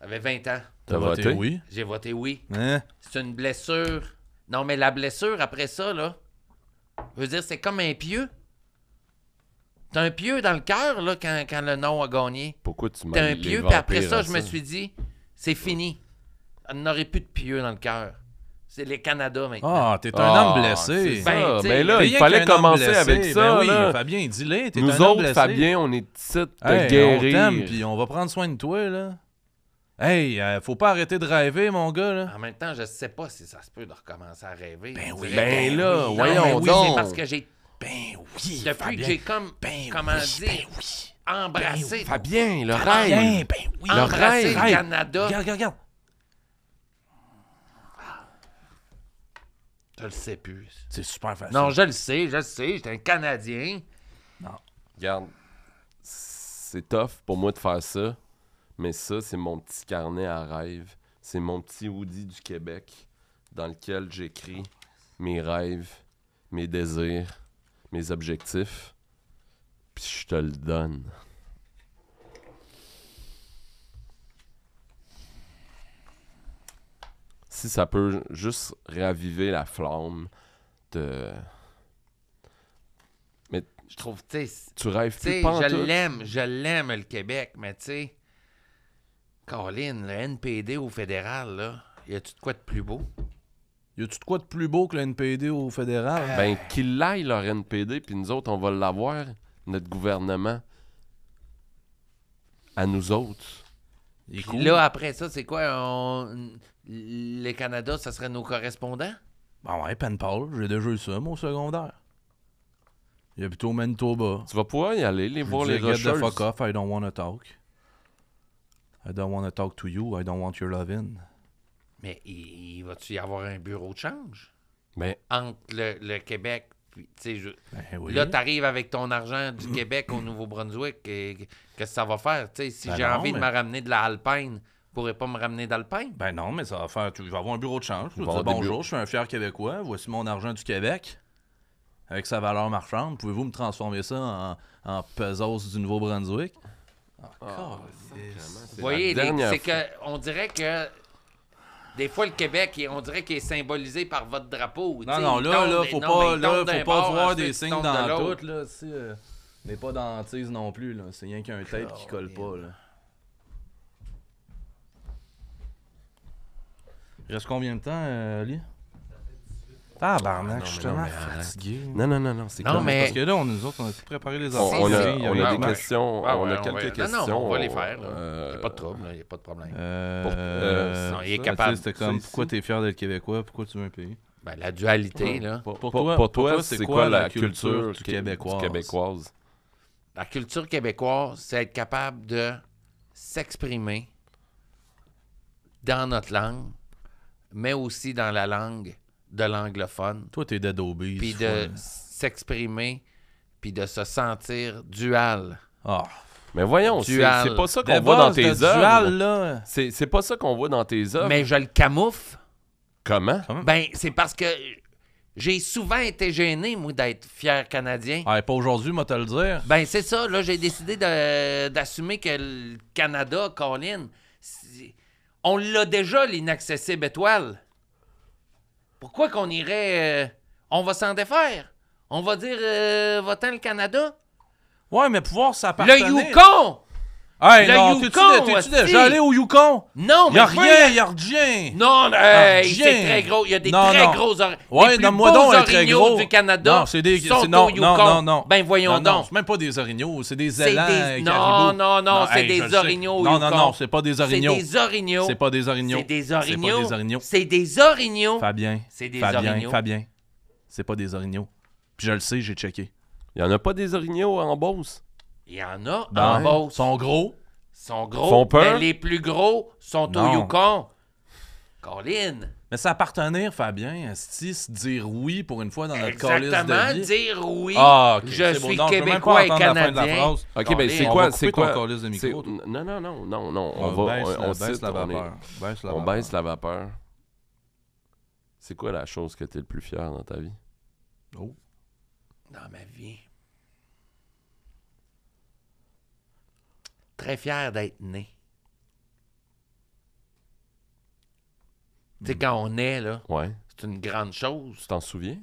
Speaker 3: j'avais 20 ans.
Speaker 1: T'as voté?
Speaker 2: Oui.
Speaker 3: J'ai voté oui.
Speaker 2: Hein?
Speaker 3: C'est une blessure. Non, mais la blessure après ça, là, je veux dire, c'est comme un pieu. T'as un pieu dans le cœur, là, quand, quand le non a gagné.
Speaker 1: Pourquoi tu m'as
Speaker 3: T'as un
Speaker 1: les
Speaker 3: pieu, puis
Speaker 1: vampires
Speaker 3: après
Speaker 1: à
Speaker 3: ça, je me suis dit, c'est fini. On n'aurait plus de pieux dans le cœur. C'est- C'est les Canada maintenant.
Speaker 2: Ah, t'es un
Speaker 1: Ah,
Speaker 2: homme
Speaker 1: c'est
Speaker 2: blessé.
Speaker 3: Ben,
Speaker 1: ça.
Speaker 3: t'sais,
Speaker 1: mais là,
Speaker 2: Rien
Speaker 1: il fallait
Speaker 2: qu'un homme
Speaker 1: commencer
Speaker 2: blessé,
Speaker 1: avec
Speaker 2: ben
Speaker 1: ça.
Speaker 2: oui,
Speaker 1: là.
Speaker 2: Fabien, dis-le, t'es
Speaker 1: Nous
Speaker 2: un homme
Speaker 1: autres,
Speaker 2: blessé.
Speaker 1: Fabien, on est petits de te
Speaker 2: Hey, On t'aime,
Speaker 1: guérir.
Speaker 2: puis on va prendre soin de toi, là. Hey, euh, faut pas arrêter de rêver, mon gars, là.
Speaker 3: En même temps, je sais pas si ça se peut de recommencer à rêver.
Speaker 2: Ben
Speaker 3: On
Speaker 2: oui.
Speaker 3: dirait
Speaker 1: Ben
Speaker 3: que-
Speaker 1: là,
Speaker 3: Non,
Speaker 1: voyons
Speaker 3: ben oui,
Speaker 1: donc.
Speaker 3: C'est parce que j'ai.
Speaker 2: Ben oui, Ben
Speaker 3: Depuis que j'ai comme. comment dire? Embrassé.
Speaker 1: Fabien, le
Speaker 2: Fabien,
Speaker 1: rêve.
Speaker 2: ben oui.
Speaker 1: Le rêve.
Speaker 3: embrassé le Canada.
Speaker 2: Regarde, regarde, regarde.
Speaker 3: Je le sais plus.
Speaker 2: C'est super facile.
Speaker 3: Non, je le sais, je le sais. J'étais un Canadien.
Speaker 1: Regarde, c'est tough pour moi de faire ça, mais ça, c'est mon petit carnet à rêve. C'est mon petit hoodie du Québec dans lequel j'écris mes rêves, mes désirs, mes objectifs. Puis je te le donne. Si ça peut juste raviver la flamme de...
Speaker 3: Je trouve, tu sais,
Speaker 1: Tu rêves
Speaker 3: Tu sais,
Speaker 1: plus
Speaker 3: je
Speaker 1: pantoute.
Speaker 3: l'aime, je l'aime le Québec, mais tu sais, Colin, le NPD au fédéral, là, y a-tu de quoi de plus beau?
Speaker 2: Y a-tu de quoi de plus beau que le NPD au fédéral?
Speaker 3: Euh.
Speaker 2: hein?
Speaker 1: Ben, qu'ils l'aillent, leur NPD, puis nous autres, on va l'avoir, notre gouvernement, à nous autres.
Speaker 2: Il est
Speaker 3: Puis
Speaker 2: cool.
Speaker 3: Là, après ça, c'est quoi? On... Les Canada, ça serait nos correspondants?
Speaker 2: Ah ouais, Pen Paul, j'ai déjà eu ça, mon secondaire. Il y a plutôt Manitoba.
Speaker 1: Tu vas pouvoir y aller, les
Speaker 2: Je
Speaker 1: voir,
Speaker 2: dis,
Speaker 1: les
Speaker 2: Get the
Speaker 1: Rocheuses.
Speaker 2: fuck off, I don't wanna talk. I don't wanna talk to you, I don't want your lovin'.
Speaker 3: Mais il, il va-tu y avoir un bureau de change?
Speaker 1: Mais
Speaker 3: Entre le, le Québec, puis, tu sais, je-
Speaker 2: Ben oui.
Speaker 3: là, t'arrives avec ton argent du Québec au Nouveau-Brunswick, et qu'est-ce que ça va faire? Tu sais, si
Speaker 2: Ben
Speaker 3: j'ai
Speaker 2: non,
Speaker 3: envie de
Speaker 2: mais-
Speaker 3: me ramener de la Alpine, pourrais pas me ramener d'Alpine?
Speaker 2: Ben non, mais ça va faire. Tu vas avoir un bureau de change. Tu
Speaker 1: Il va
Speaker 2: vas dire
Speaker 1: avoir des
Speaker 2: bonjour,
Speaker 1: bureaux.
Speaker 2: je suis un fier Québécois, voici mon argent du Québec. Avec sa valeur marchande, pouvez-vous me transformer ça en, en pesos du Nouveau-Brunswick?
Speaker 1: c'est
Speaker 3: Vous voyez,
Speaker 1: la
Speaker 3: les-
Speaker 1: dernière
Speaker 3: c'est
Speaker 1: fois.
Speaker 3: que on dirait que des fois le Québec, il- on dirait qu'il est symbolisé par votre drapeau.
Speaker 2: Non, non, là, là, faut pas, là, faut pas voir des signes dans
Speaker 3: l'autre.
Speaker 2: tout, là. Si, euh, mais pas dentiste non plus, là. C'est rien qu'un tape qui colle pas, là. Il reste combien de temps, euh, Ah, Ali? Tabarnak, je suis tellement fatigué.
Speaker 1: Non, non, non, non, c'est
Speaker 3: Non,
Speaker 1: correct.
Speaker 3: mais-
Speaker 2: Parce que là, on, nous autres, on a tout préparé les
Speaker 1: On, on a,
Speaker 2: affaires.
Speaker 1: on a des
Speaker 3: Ouais.
Speaker 1: questions,
Speaker 3: Ah
Speaker 1: on
Speaker 3: ouais,
Speaker 1: a
Speaker 3: on
Speaker 1: quelques
Speaker 3: va- non,
Speaker 1: questions.
Speaker 3: non, on va les faire, là.
Speaker 1: euh,
Speaker 3: Y'a pas de trouble, là, y a pas de problème.
Speaker 2: Euh,
Speaker 1: Pour- euh,
Speaker 3: non, il est
Speaker 2: ça,
Speaker 3: capable.
Speaker 2: tu sais, C'était comme,
Speaker 1: C'est
Speaker 2: pourquoi t'es fier d'être québécois, pourquoi tu veux un pays?
Speaker 3: Ben, la dualité, là.
Speaker 1: Pour,
Speaker 2: Pour
Speaker 1: pour-
Speaker 2: toi-
Speaker 1: pour
Speaker 2: pour
Speaker 1: toi,
Speaker 2: toi,
Speaker 1: c'est quoi la culture
Speaker 2: du
Speaker 1: qué-
Speaker 2: québécoise?
Speaker 1: québécoise?
Speaker 3: La culture québécoise, c'est être capable de s'exprimer dans notre langue, mais aussi dans la langue de l'anglophone.
Speaker 2: Toi, t'es d'Adobe.
Speaker 3: puis
Speaker 2: ce
Speaker 3: de
Speaker 2: fois.
Speaker 3: s'exprimer, puis de se sentir dual.
Speaker 2: Ah,
Speaker 1: Mais voyons, c'est
Speaker 3: Dual.
Speaker 1: c'est pas ça qu'on
Speaker 2: on
Speaker 1: voit dans tes œuvres.
Speaker 2: là.
Speaker 1: C'est c'est pas ça qu'on voit dans tes œuvres.
Speaker 3: Mais je le camoufle.
Speaker 1: Comment?
Speaker 3: Ben, c'est parce que j'ai souvent été gêné, moi, d'être fier canadien.
Speaker 2: Ah, pas aujourd'hui, moi, te le dire.
Speaker 3: Ben, c'est ça, là, j'ai décidé de- d'assumer que le Canada, Colin, c'est- on l'a déjà, l'inaccessible étoile. Pourquoi qu'on irait. euh, on va s'en défaire? On va dire, euh, va-t'en le Canada?
Speaker 2: Ouais, mais pouvoir s'appartenir...
Speaker 3: Le Yukon!
Speaker 2: Hey,
Speaker 3: Le
Speaker 2: non, t'es-tu
Speaker 3: Yukon,
Speaker 2: de- t'es-tu
Speaker 3: aussi.
Speaker 2: déjà allé au Yukon?
Speaker 3: Non, mais
Speaker 2: Y'a
Speaker 3: je veux
Speaker 2: rien, y'a rien!
Speaker 3: Non, euh,
Speaker 2: Argent.
Speaker 3: c'est très gros. Il y a des
Speaker 2: Non,
Speaker 3: très
Speaker 2: non.
Speaker 3: gros oreilles.
Speaker 2: Ouais,
Speaker 3: les plus
Speaker 2: nomme-moi
Speaker 3: beaux
Speaker 2: donc un très
Speaker 3: orignaux
Speaker 2: gros.
Speaker 3: du Canada.
Speaker 2: Non, c'est des.
Speaker 3: sont
Speaker 2: c'est- non,
Speaker 3: au
Speaker 2: non,
Speaker 3: Yukon.
Speaker 2: non, non.
Speaker 3: Ben voyons
Speaker 2: Non, non,
Speaker 3: donc.
Speaker 2: c'est même pas des orignaux, c'est des
Speaker 3: C'est
Speaker 2: élans.
Speaker 3: des-
Speaker 2: euh,
Speaker 3: non,
Speaker 2: caribous.
Speaker 3: non, non, c'est
Speaker 2: hey,
Speaker 3: des
Speaker 2: je le sais.
Speaker 3: orignaux au
Speaker 2: Non, non,
Speaker 3: Yukon.
Speaker 2: non, c'est pas des
Speaker 3: C'est
Speaker 2: orignaux.
Speaker 3: des orignaux.
Speaker 2: C'est pas des orignaux.
Speaker 3: C'est des
Speaker 2: C'est pas
Speaker 3: orignaux.
Speaker 2: des orignaux.
Speaker 3: C'est des orignaux.
Speaker 2: Fabien.
Speaker 3: C'est des
Speaker 2: Fabien,
Speaker 3: orignaux.
Speaker 2: Fabien. C'est pas des orignaux. Puis je le sais, j'ai checké.
Speaker 1: Il y en a pas des orignaux en Beauce?
Speaker 3: Il y en a
Speaker 2: Ben,
Speaker 3: en Beauce.
Speaker 2: Ils sont gros.
Speaker 3: sont gros.
Speaker 1: Font peur.
Speaker 3: Mais les plus gros sont
Speaker 2: Non.
Speaker 3: au Yukon. Colin.
Speaker 2: Mais s'appartenir, Fabien, si se dire oui pour une fois dans notre calice
Speaker 3: Exactement.
Speaker 2: de vie.
Speaker 3: dire oui.
Speaker 2: Ah, ok,
Speaker 3: Je
Speaker 2: c'est bon.
Speaker 3: suis
Speaker 2: Non, je veux même pas
Speaker 3: québécois et
Speaker 2: entendre la fin de la
Speaker 3: canadien.
Speaker 2: phrase.
Speaker 1: Ok,
Speaker 3: Colin,
Speaker 1: ben c'est
Speaker 3: on
Speaker 1: quoi?
Speaker 2: va
Speaker 1: C'est
Speaker 2: couper ton
Speaker 1: quoi?
Speaker 2: calice de micro,
Speaker 1: c'est-
Speaker 2: toi.
Speaker 1: Non, non, non, non, non. On va.
Speaker 2: baisse
Speaker 1: on-
Speaker 2: la-
Speaker 1: on
Speaker 2: baisse
Speaker 1: cite,
Speaker 2: la
Speaker 1: on est-
Speaker 2: vapeur. Baisse la
Speaker 1: On
Speaker 2: vapeur.
Speaker 1: baisse la vapeur. C'est quoi la chose que t'es le plus fier dans ta vie?
Speaker 3: dans ma vie. Très fier d'être né. Tu
Speaker 2: Mm.
Speaker 3: sais, quand on est, là,
Speaker 1: Ouais.
Speaker 3: c'est une grande chose.
Speaker 1: Tu t'en souviens?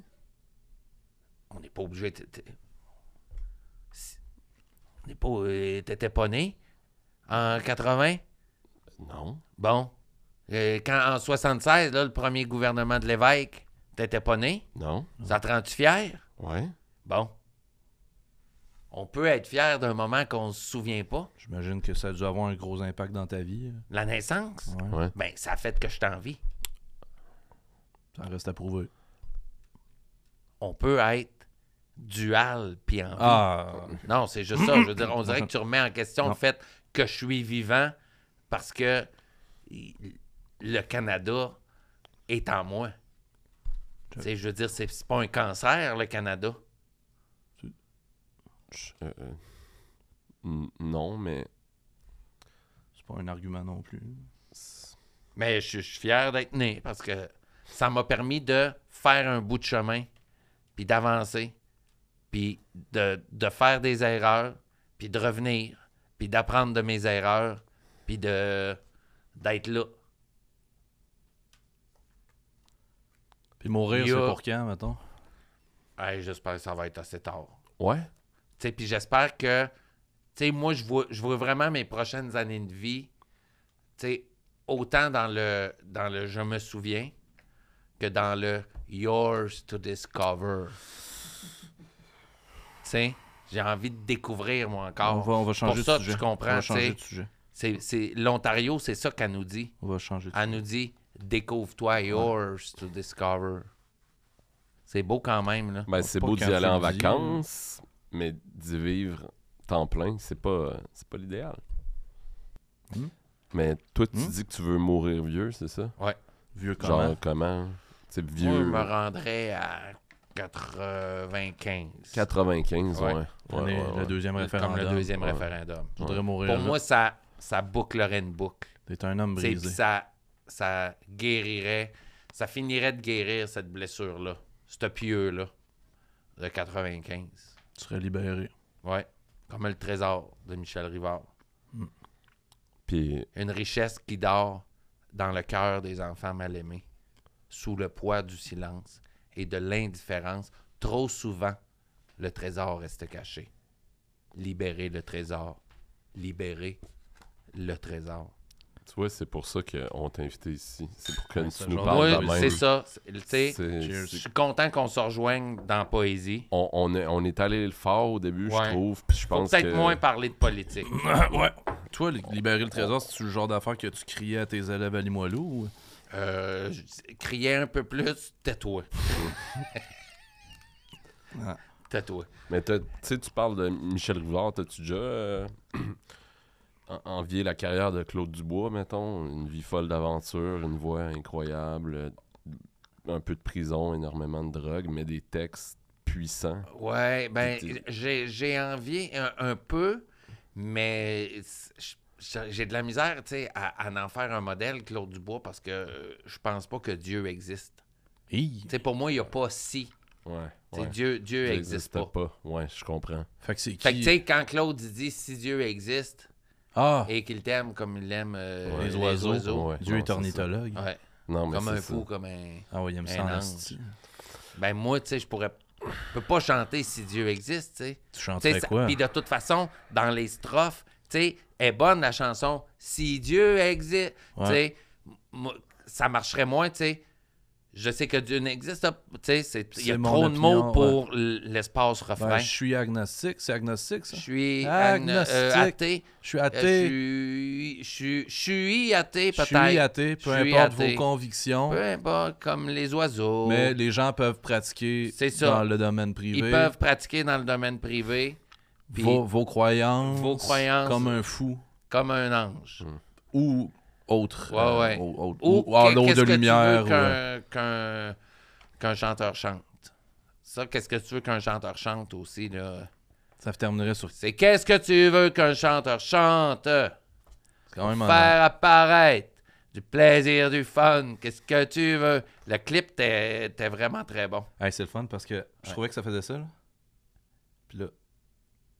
Speaker 3: On n'est pas obligé. de- de- Si- On n'est pas. euh, T'étais pas né en 80?
Speaker 1: Non.
Speaker 3: Bon. Euh, quand en 76, là, le premier gouvernement de l'évêque, t'étais pas né.
Speaker 1: Non?
Speaker 3: Ça te rend-tu fier?
Speaker 1: Ouais?
Speaker 3: Bon. On peut être fier d'un moment qu'on se souvient pas.
Speaker 2: J'imagine que ça a dû avoir un gros impact dans ta vie.
Speaker 3: La naissance,
Speaker 2: Ouais.
Speaker 1: Ouais.
Speaker 3: ben, ça a fait que je t'envie.
Speaker 2: Ça reste à prouver.
Speaker 3: On peut être dual puis envie.
Speaker 2: Ah,
Speaker 3: Non, c'est juste ça. Je veux dire, on dirait que tu remets en question
Speaker 2: Non.
Speaker 3: le fait que je suis vivant parce que i- le Canada est en moi. Tu sais, je veux dire, c'est c'est pas un cancer, le Canada.
Speaker 1: Je- euh, euh, n- non, mais...
Speaker 2: c'est pas un argument non plus.
Speaker 1: c'est-
Speaker 3: Mais je, je suis fier d'être né parce que ça m'a permis de faire un bout de chemin, puis d'avancer, puis de, de faire des erreurs, puis de revenir, puis d'apprendre de mes erreurs, puis de d'être là.
Speaker 2: Puis mourir,
Speaker 3: Il y a-
Speaker 2: c'est pour quand, mettons?
Speaker 3: Hey, J'espère que ça va être assez tard.
Speaker 1: Ouais?
Speaker 3: Tu sais, puis j'espère que, tu sais, moi, je vois, je vois vraiment mes prochaines années de vie, tu sais, autant dans le, dans le je me souviens que dans le yours to discover. Tu sais, j'ai envie de découvrir, moi, encore.
Speaker 2: on, va, on va changer
Speaker 3: ça,
Speaker 2: de sujet.
Speaker 3: tu comprends,
Speaker 2: On va
Speaker 3: tu sais.
Speaker 2: changer de sujet.
Speaker 3: C'est, c'est- L'Ontario, c'est ça qu'elle nous dit.
Speaker 2: On va changer de
Speaker 3: Elle nous dit découvre-toi yours to discover. C'est beau quand même, là.
Speaker 1: Ben, c'est
Speaker 2: pas
Speaker 1: beau d'y
Speaker 2: quand tu
Speaker 1: aller en
Speaker 2: le dis,
Speaker 1: vacances, mais d'y vivre temps plein, c'est pas, c'est pas l'idéal.
Speaker 2: Hmm.
Speaker 1: Mais toi, tu
Speaker 2: Hmm.
Speaker 1: dis que tu veux mourir vieux, c'est ça?
Speaker 2: vieux
Speaker 1: Genre
Speaker 2: comment?
Speaker 1: comment? Tu sais,
Speaker 3: Moi, je
Speaker 1: vieux,
Speaker 3: me rendrais à 95.
Speaker 1: 95, ouais.
Speaker 3: Ouais.
Speaker 1: ouais,
Speaker 2: Année-
Speaker 1: ouais, ouais.
Speaker 2: Le deuxième référendum.
Speaker 3: Comme le deuxième
Speaker 1: Ouais.
Speaker 3: référendum.
Speaker 2: Je voudrais mourir
Speaker 3: Pour
Speaker 2: là.
Speaker 3: moi, ça, ça bouclerait une boucle.
Speaker 2: T'es un homme
Speaker 3: Tu sais, puis
Speaker 2: brisé.
Speaker 3: ça, ça guérirait, ça finirait de guérir cette blessure-là, ce pieu-là, de 95.
Speaker 2: Tu serais libéré.
Speaker 3: Ouais. Comme le trésor de Michel Rivard.
Speaker 1: Puis,
Speaker 3: Une richesse qui dort dans le cœur des enfants mal aimés, sous le poids du silence et de l'indifférence. Trop souvent, le trésor reste caché. Libérez le trésor. Libérez le trésor.
Speaker 1: tu vois, c'est pour ça qu'on t'a invité ici. C'est pour que
Speaker 2: Ouais, ce
Speaker 1: tu nous
Speaker 2: genre
Speaker 1: parles de
Speaker 2: de-
Speaker 3: Oui,
Speaker 1: même.
Speaker 3: c'est ça. C'est- tu sais,
Speaker 1: C'est-
Speaker 2: Cheers.
Speaker 3: Je
Speaker 1: c'est-
Speaker 3: suis content qu'on se rejoigne dans Poésie.
Speaker 1: On, on est, on est allé fort au début,
Speaker 3: Ouais.
Speaker 1: je trouve. Puis je
Speaker 3: Faut
Speaker 1: pense
Speaker 3: peut-être
Speaker 1: que...
Speaker 3: moins parler de politique.
Speaker 2: ouais. Toi, li- libérer le trésor, c'est-tu le genre d'affaire que tu criais à tes élèves à Limoilou? ou-
Speaker 3: Euh, je- crier un peu plus, tais-toi.
Speaker 2: Ah.
Speaker 3: tais-toi.
Speaker 1: Mais t'as- tu sais, tu parles de Michel Rivard, t'as-tu déjà euh, en- envié la carrière de Claude Dubois, mettons? Une vie folle d'aventure, une voix incroyable, euh, un peu de prison, énormément de drogue, mais des textes puissants.
Speaker 3: Ouais, ben,
Speaker 1: T'es-
Speaker 3: j'ai j'ai envie un, un peu, mais c'est- j- j- j'ai de la misère, tu sais, à, à en faire un modèle, Claude Dubois, parce que euh, je pense pas que Dieu existe.
Speaker 2: Hi!
Speaker 3: Tu sais, pour moi, il n'y a pas si.
Speaker 1: Ouais.
Speaker 3: Tu sais,
Speaker 1: ouais.
Speaker 3: Dieu, Dieu
Speaker 1: Ça
Speaker 3: existe
Speaker 1: existe euh,
Speaker 3: pas.
Speaker 1: Ouais, je comprends.
Speaker 2: Fait que c'est qui?
Speaker 3: Fait que, tu sais, quand Claude il dit si Dieu existe
Speaker 2: ah!
Speaker 3: et qu'il t'aime comme il aime euh,
Speaker 1: Ouais.
Speaker 2: les oiseaux.
Speaker 1: Ouais,
Speaker 2: Dieu
Speaker 1: non,
Speaker 2: est
Speaker 1: c'est
Speaker 2: ornithologue.
Speaker 3: Ouais.
Speaker 1: Non, mais
Speaker 3: Comme un
Speaker 1: c'est ça.
Speaker 3: fou, comme un.
Speaker 2: Ah oui, il aime ça
Speaker 3: Ah, Un
Speaker 2: en
Speaker 3: ange.
Speaker 2: asti.
Speaker 3: Ben, moi, tu sais, je pourrais. Je peux pas chanter si Dieu existe, tu sais.
Speaker 2: Tu
Speaker 3: Tu
Speaker 2: chanterais
Speaker 3: sais, ça-
Speaker 2: quoi?
Speaker 3: Puis de toute façon, dans les strophes, tu sais, est bonne la chanson. Si Dieu existe, tu sais, moi, ça marcherait moins, tu sais. Je sais que Dieu n'existe pas. Tu sais, c'est- il y a
Speaker 2: C'est mon
Speaker 3: trop de mots
Speaker 2: opinion,
Speaker 3: pour l- l'espace
Speaker 2: Ben,
Speaker 3: refrain.
Speaker 2: je suis agnostique. C'est agnostique, ça?
Speaker 3: je suis agno- euh,
Speaker 2: Agnostique.
Speaker 3: athée.
Speaker 2: Je suis
Speaker 3: Euh,
Speaker 2: athée.
Speaker 3: Je suis- je suis- je suis athée,
Speaker 2: Je
Speaker 3: peut-être.
Speaker 2: suis athée, peu
Speaker 3: Je suis
Speaker 2: importe
Speaker 3: athée.
Speaker 2: vos convictions.
Speaker 3: Peu importe, comme les oiseaux.
Speaker 2: Mais les gens peuvent pratiquer
Speaker 3: C'est ça.
Speaker 2: dans le domaine privé
Speaker 3: Ils peuvent pratiquer dans le domaine privé puis
Speaker 2: vos, vos croyances,
Speaker 3: Vos croyances.
Speaker 2: comme un fou
Speaker 3: comme un ange.
Speaker 2: ou autre.
Speaker 3: Ouais,
Speaker 2: euh,
Speaker 3: ouais.
Speaker 2: au- au-
Speaker 3: Ou,
Speaker 2: ou- ou en
Speaker 3: que-
Speaker 2: eau
Speaker 3: qu'est-ce
Speaker 2: de
Speaker 3: que tu
Speaker 2: lumière.
Speaker 3: veux
Speaker 2: ou, euh,
Speaker 3: qu'un, qu'un- qu'un chanteur chante. Ça, qu'est-ce que tu veux qu'un chanteur chante aussi, là?
Speaker 2: Ça terminerait sur.
Speaker 3: C'est qu'est-ce que tu veux qu'un chanteur chante?
Speaker 2: C'est quand même en-
Speaker 3: Faire apparaître du plaisir, du fun. Qu'est-ce que tu veux? Le clip, t'es, t'es vraiment très bon.
Speaker 2: Hey, c'est le fun parce que je
Speaker 3: Ouais.
Speaker 2: trouvais que ça faisait ça. Là. Puis là,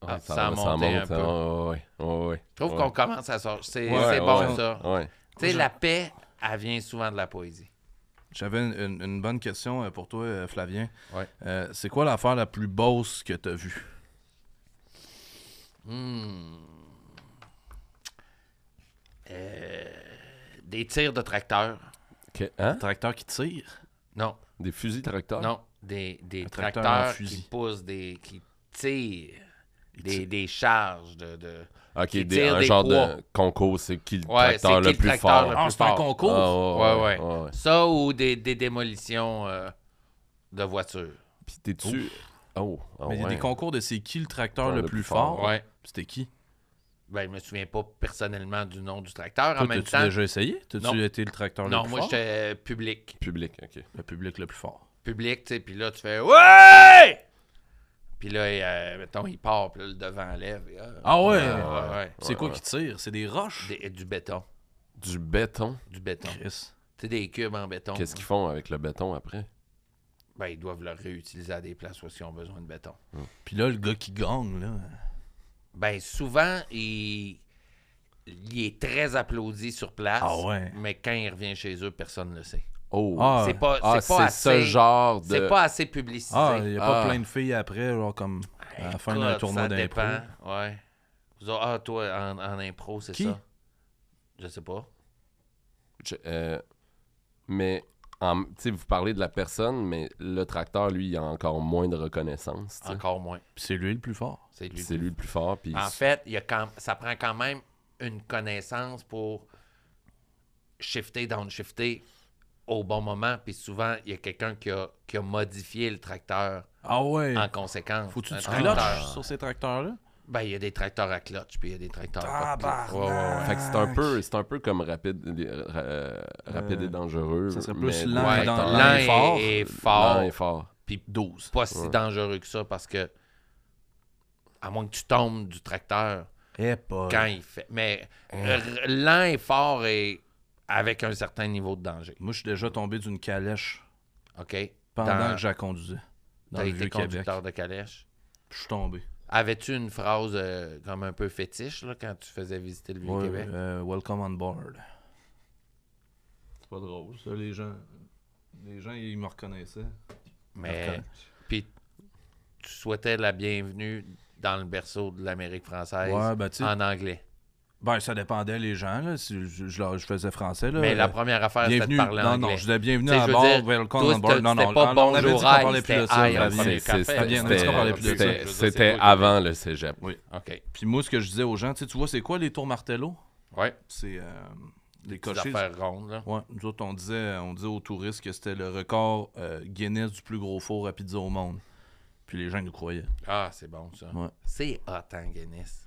Speaker 3: Ah,
Speaker 1: Ouais,
Speaker 3: ça a
Speaker 1: va,
Speaker 3: monté un
Speaker 1: monte,
Speaker 3: peu.
Speaker 1: hein, ouais, ouais, ouais.
Speaker 3: Je trouve
Speaker 1: ouais.
Speaker 3: qu'on commence à sortir. C'est,
Speaker 1: Ouais,
Speaker 3: c'est bon,
Speaker 1: ouais.
Speaker 3: ça.
Speaker 1: Ouais.
Speaker 3: Tu sais, la paix, elle vient souvent de la poésie.
Speaker 2: j'avais une, une- une bonne question euh, pour toi, euh, Flavien.
Speaker 3: Ouais.
Speaker 2: Euh, c'est quoi l'affaire la plus bosse que t'as vue?
Speaker 3: Hmm. Euh, Des tirs de tracteur.
Speaker 1: Que- hein?
Speaker 2: Tracteur qui tire.
Speaker 3: Non,
Speaker 1: Des fusils tracteurs?
Speaker 3: non. Des, des
Speaker 2: Un tracteur
Speaker 3: tracteurs
Speaker 2: en
Speaker 3: qui
Speaker 2: fusil.
Speaker 3: poussent, des, qui tirent. Des, des charges de. de-
Speaker 1: Ok,
Speaker 3: Qui
Speaker 1: des-
Speaker 3: tirent
Speaker 1: un
Speaker 3: des
Speaker 1: genre
Speaker 3: poids.
Speaker 1: de concours, c'est qui le
Speaker 3: Ouais, c'est
Speaker 1: tracteur
Speaker 3: qui
Speaker 1: le
Speaker 3: le
Speaker 1: plus
Speaker 3: tracteur
Speaker 1: fort?
Speaker 3: le
Speaker 2: Ah,
Speaker 3: plus
Speaker 2: c'est un
Speaker 3: fort.
Speaker 2: concours.
Speaker 1: Ah,
Speaker 3: Ouais, ouais.
Speaker 1: ouais.
Speaker 3: Ça ou des, des démolitions euh, de voitures.
Speaker 1: Puis t'es-tu. Oh, ah
Speaker 2: Mais il y a
Speaker 1: ouais.
Speaker 2: des concours de c'est qui le tracteur
Speaker 1: Ouais,
Speaker 2: le, plus fort.
Speaker 3: Ouais.
Speaker 2: C'était qui
Speaker 3: Ben, je me souviens pas personnellement du nom du tracteur. en
Speaker 2: Toi,
Speaker 3: même
Speaker 2: T'as-tu
Speaker 3: temps.
Speaker 2: déjà essayé
Speaker 3: Non.
Speaker 2: T'as-tu été le tracteur le
Speaker 3: Non,
Speaker 2: plus
Speaker 3: moi,
Speaker 2: fort
Speaker 3: j'étais euh, public.
Speaker 1: public, ok.
Speaker 2: Le public le plus fort.
Speaker 3: Public, tu sais, puis là, tu fais Ouais! Puis là, il, euh, mettons, il part, puis là, le devant lève. et, euh,
Speaker 2: Ah ouais
Speaker 3: ouais, ouais.
Speaker 2: C'est quoi qui tire C'est des roches
Speaker 3: Des- du béton.
Speaker 1: Du béton.
Speaker 3: Du béton. Tu
Speaker 2: Chris.
Speaker 3: sais, des cubes en béton.
Speaker 1: Qu'est-ce qu'ils font avec le béton après?
Speaker 3: Ben, ils doivent le réutiliser à des places où ils ont besoin de béton.
Speaker 2: Puis là, le gars qui gagne, là.
Speaker 3: Ben, souvent, il... il est très applaudi sur place.
Speaker 2: Ah ouais.
Speaker 3: Mais quand il revient chez eux, personne ne le sait.
Speaker 1: Oh,
Speaker 2: Ah,
Speaker 3: C'est pas,
Speaker 1: Ah,
Speaker 3: c'est pas
Speaker 1: c'est ce
Speaker 3: assez.
Speaker 1: genre de.
Speaker 3: C'est pas assez publicisé.
Speaker 2: Ah, il n'y a pas
Speaker 1: Ah.
Speaker 2: plein de filles après, genre comme à la fin d'un
Speaker 3: Écoute,
Speaker 2: tournoi
Speaker 3: ça
Speaker 2: d'impro.
Speaker 3: dépend, Ouais. Vous autres- ah, toi, en, en impro, c'est
Speaker 2: Qui?
Speaker 3: ça? Je sais pas.
Speaker 1: Je- euh, mais, en- tu sais, vous parlez de la personne, mais le tracteur, lui, il a encore moins de reconnaissance. tu sais.
Speaker 3: Encore moins.
Speaker 2: Puis c'est lui le plus fort.
Speaker 3: C'est lui.
Speaker 1: C'est lui le plus fort. Puis
Speaker 3: En fait, il y a quand- ça prend quand même une connaissance pour shifter, downshifter au bon moment. Puis souvent, il y a quelqu'un qui a, qui a modifié le tracteur
Speaker 2: Ah ouais.
Speaker 3: en conséquence.
Speaker 2: Faut-tu
Speaker 3: Un
Speaker 2: du
Speaker 3: tracteur-
Speaker 2: clutch sur ces tracteurs-là
Speaker 3: Ben, il y a des tracteurs à clutch, puis il y a des tracteurs pas de clutch.
Speaker 2: Tabarnak.
Speaker 3: Ouais, ouais, ouais.
Speaker 1: Fait que c'est
Speaker 2: Ah,
Speaker 1: un peu, c'est un peu comme rapide, euh, rapide et dangereux.
Speaker 2: ça serait plus
Speaker 1: mais
Speaker 2: lent
Speaker 1: le
Speaker 3: et
Speaker 1: tracteur-
Speaker 3: dans- lent et-
Speaker 1: fort.
Speaker 3: et fort.
Speaker 1: Lent et fort.
Speaker 3: Puis
Speaker 2: 12.
Speaker 3: pas si dangereux que ça parce que à moins que tu tombes du tracteur
Speaker 2: Eh pas.
Speaker 3: quand il fait mais r- lent et fort et avec un certain niveau de danger
Speaker 2: Moi, je suis déjà tombé d'une calèche
Speaker 3: ok
Speaker 2: pendant
Speaker 3: Dans-
Speaker 2: que je la conduisais. Dans
Speaker 3: t'as
Speaker 2: le
Speaker 3: été
Speaker 2: vieux Québec.
Speaker 3: conducteur de calèche
Speaker 2: Je suis tombé.
Speaker 3: avais-tu une phrase euh, comme un peu fétiche là, quand tu faisais visiter le vieux
Speaker 2: Ouais,
Speaker 3: Québec
Speaker 2: euh, welcome on board.
Speaker 1: C'est pas drôle.
Speaker 2: Ça, les gens, les gens, ils me reconnaissaient.
Speaker 3: mais puis tu souhaitais la bienvenue dans le berceau de l'Amérique française
Speaker 2: Ouais, ben, tu sais-
Speaker 3: en anglais
Speaker 2: Ben, ça dépendait les gens, là. Si je, je leur- je faisais français, là.
Speaker 3: mais
Speaker 2: Euh,
Speaker 3: la première affaire c'était de
Speaker 2: bienvenue.
Speaker 3: parler
Speaker 2: Non,
Speaker 3: anglais
Speaker 2: non, je disais bienvenue
Speaker 3: Tu sais,
Speaker 2: à
Speaker 3: je veux
Speaker 2: bord,
Speaker 3: dire,
Speaker 2: welcome
Speaker 3: toi,
Speaker 2: on board.
Speaker 3: c'était-
Speaker 2: Non, non,
Speaker 3: c'était pas
Speaker 2: on- on avait dit qu'on
Speaker 3: bonjour, hi,
Speaker 2: parlait plus de
Speaker 3: c'était
Speaker 2: ça.
Speaker 3: hi, on
Speaker 2: Fabien.
Speaker 3: parlait-
Speaker 2: Fabien, on a dit qu'on parlait plus de ça.
Speaker 1: C'était
Speaker 3: Je sais,
Speaker 1: c'était
Speaker 3: c'est toi qui-
Speaker 1: avant le cégep.
Speaker 3: ok
Speaker 2: Puis moi, ce que je disais aux gens, tu sais, tu vois, c'est quoi les tours Martello?
Speaker 3: ouais
Speaker 2: C'est euh, les
Speaker 3: des
Speaker 2: cochers.
Speaker 3: affaires rondes là
Speaker 2: Ouais, nous autres, on disait, euh, on disait aux touristes que c'était le record euh, Guinness du plus gros four à pizza au monde. Puis les gens nous croyaient.
Speaker 3: Ah, c'est bon ça.
Speaker 2: Ouais.
Speaker 3: C'est hot en Guinness.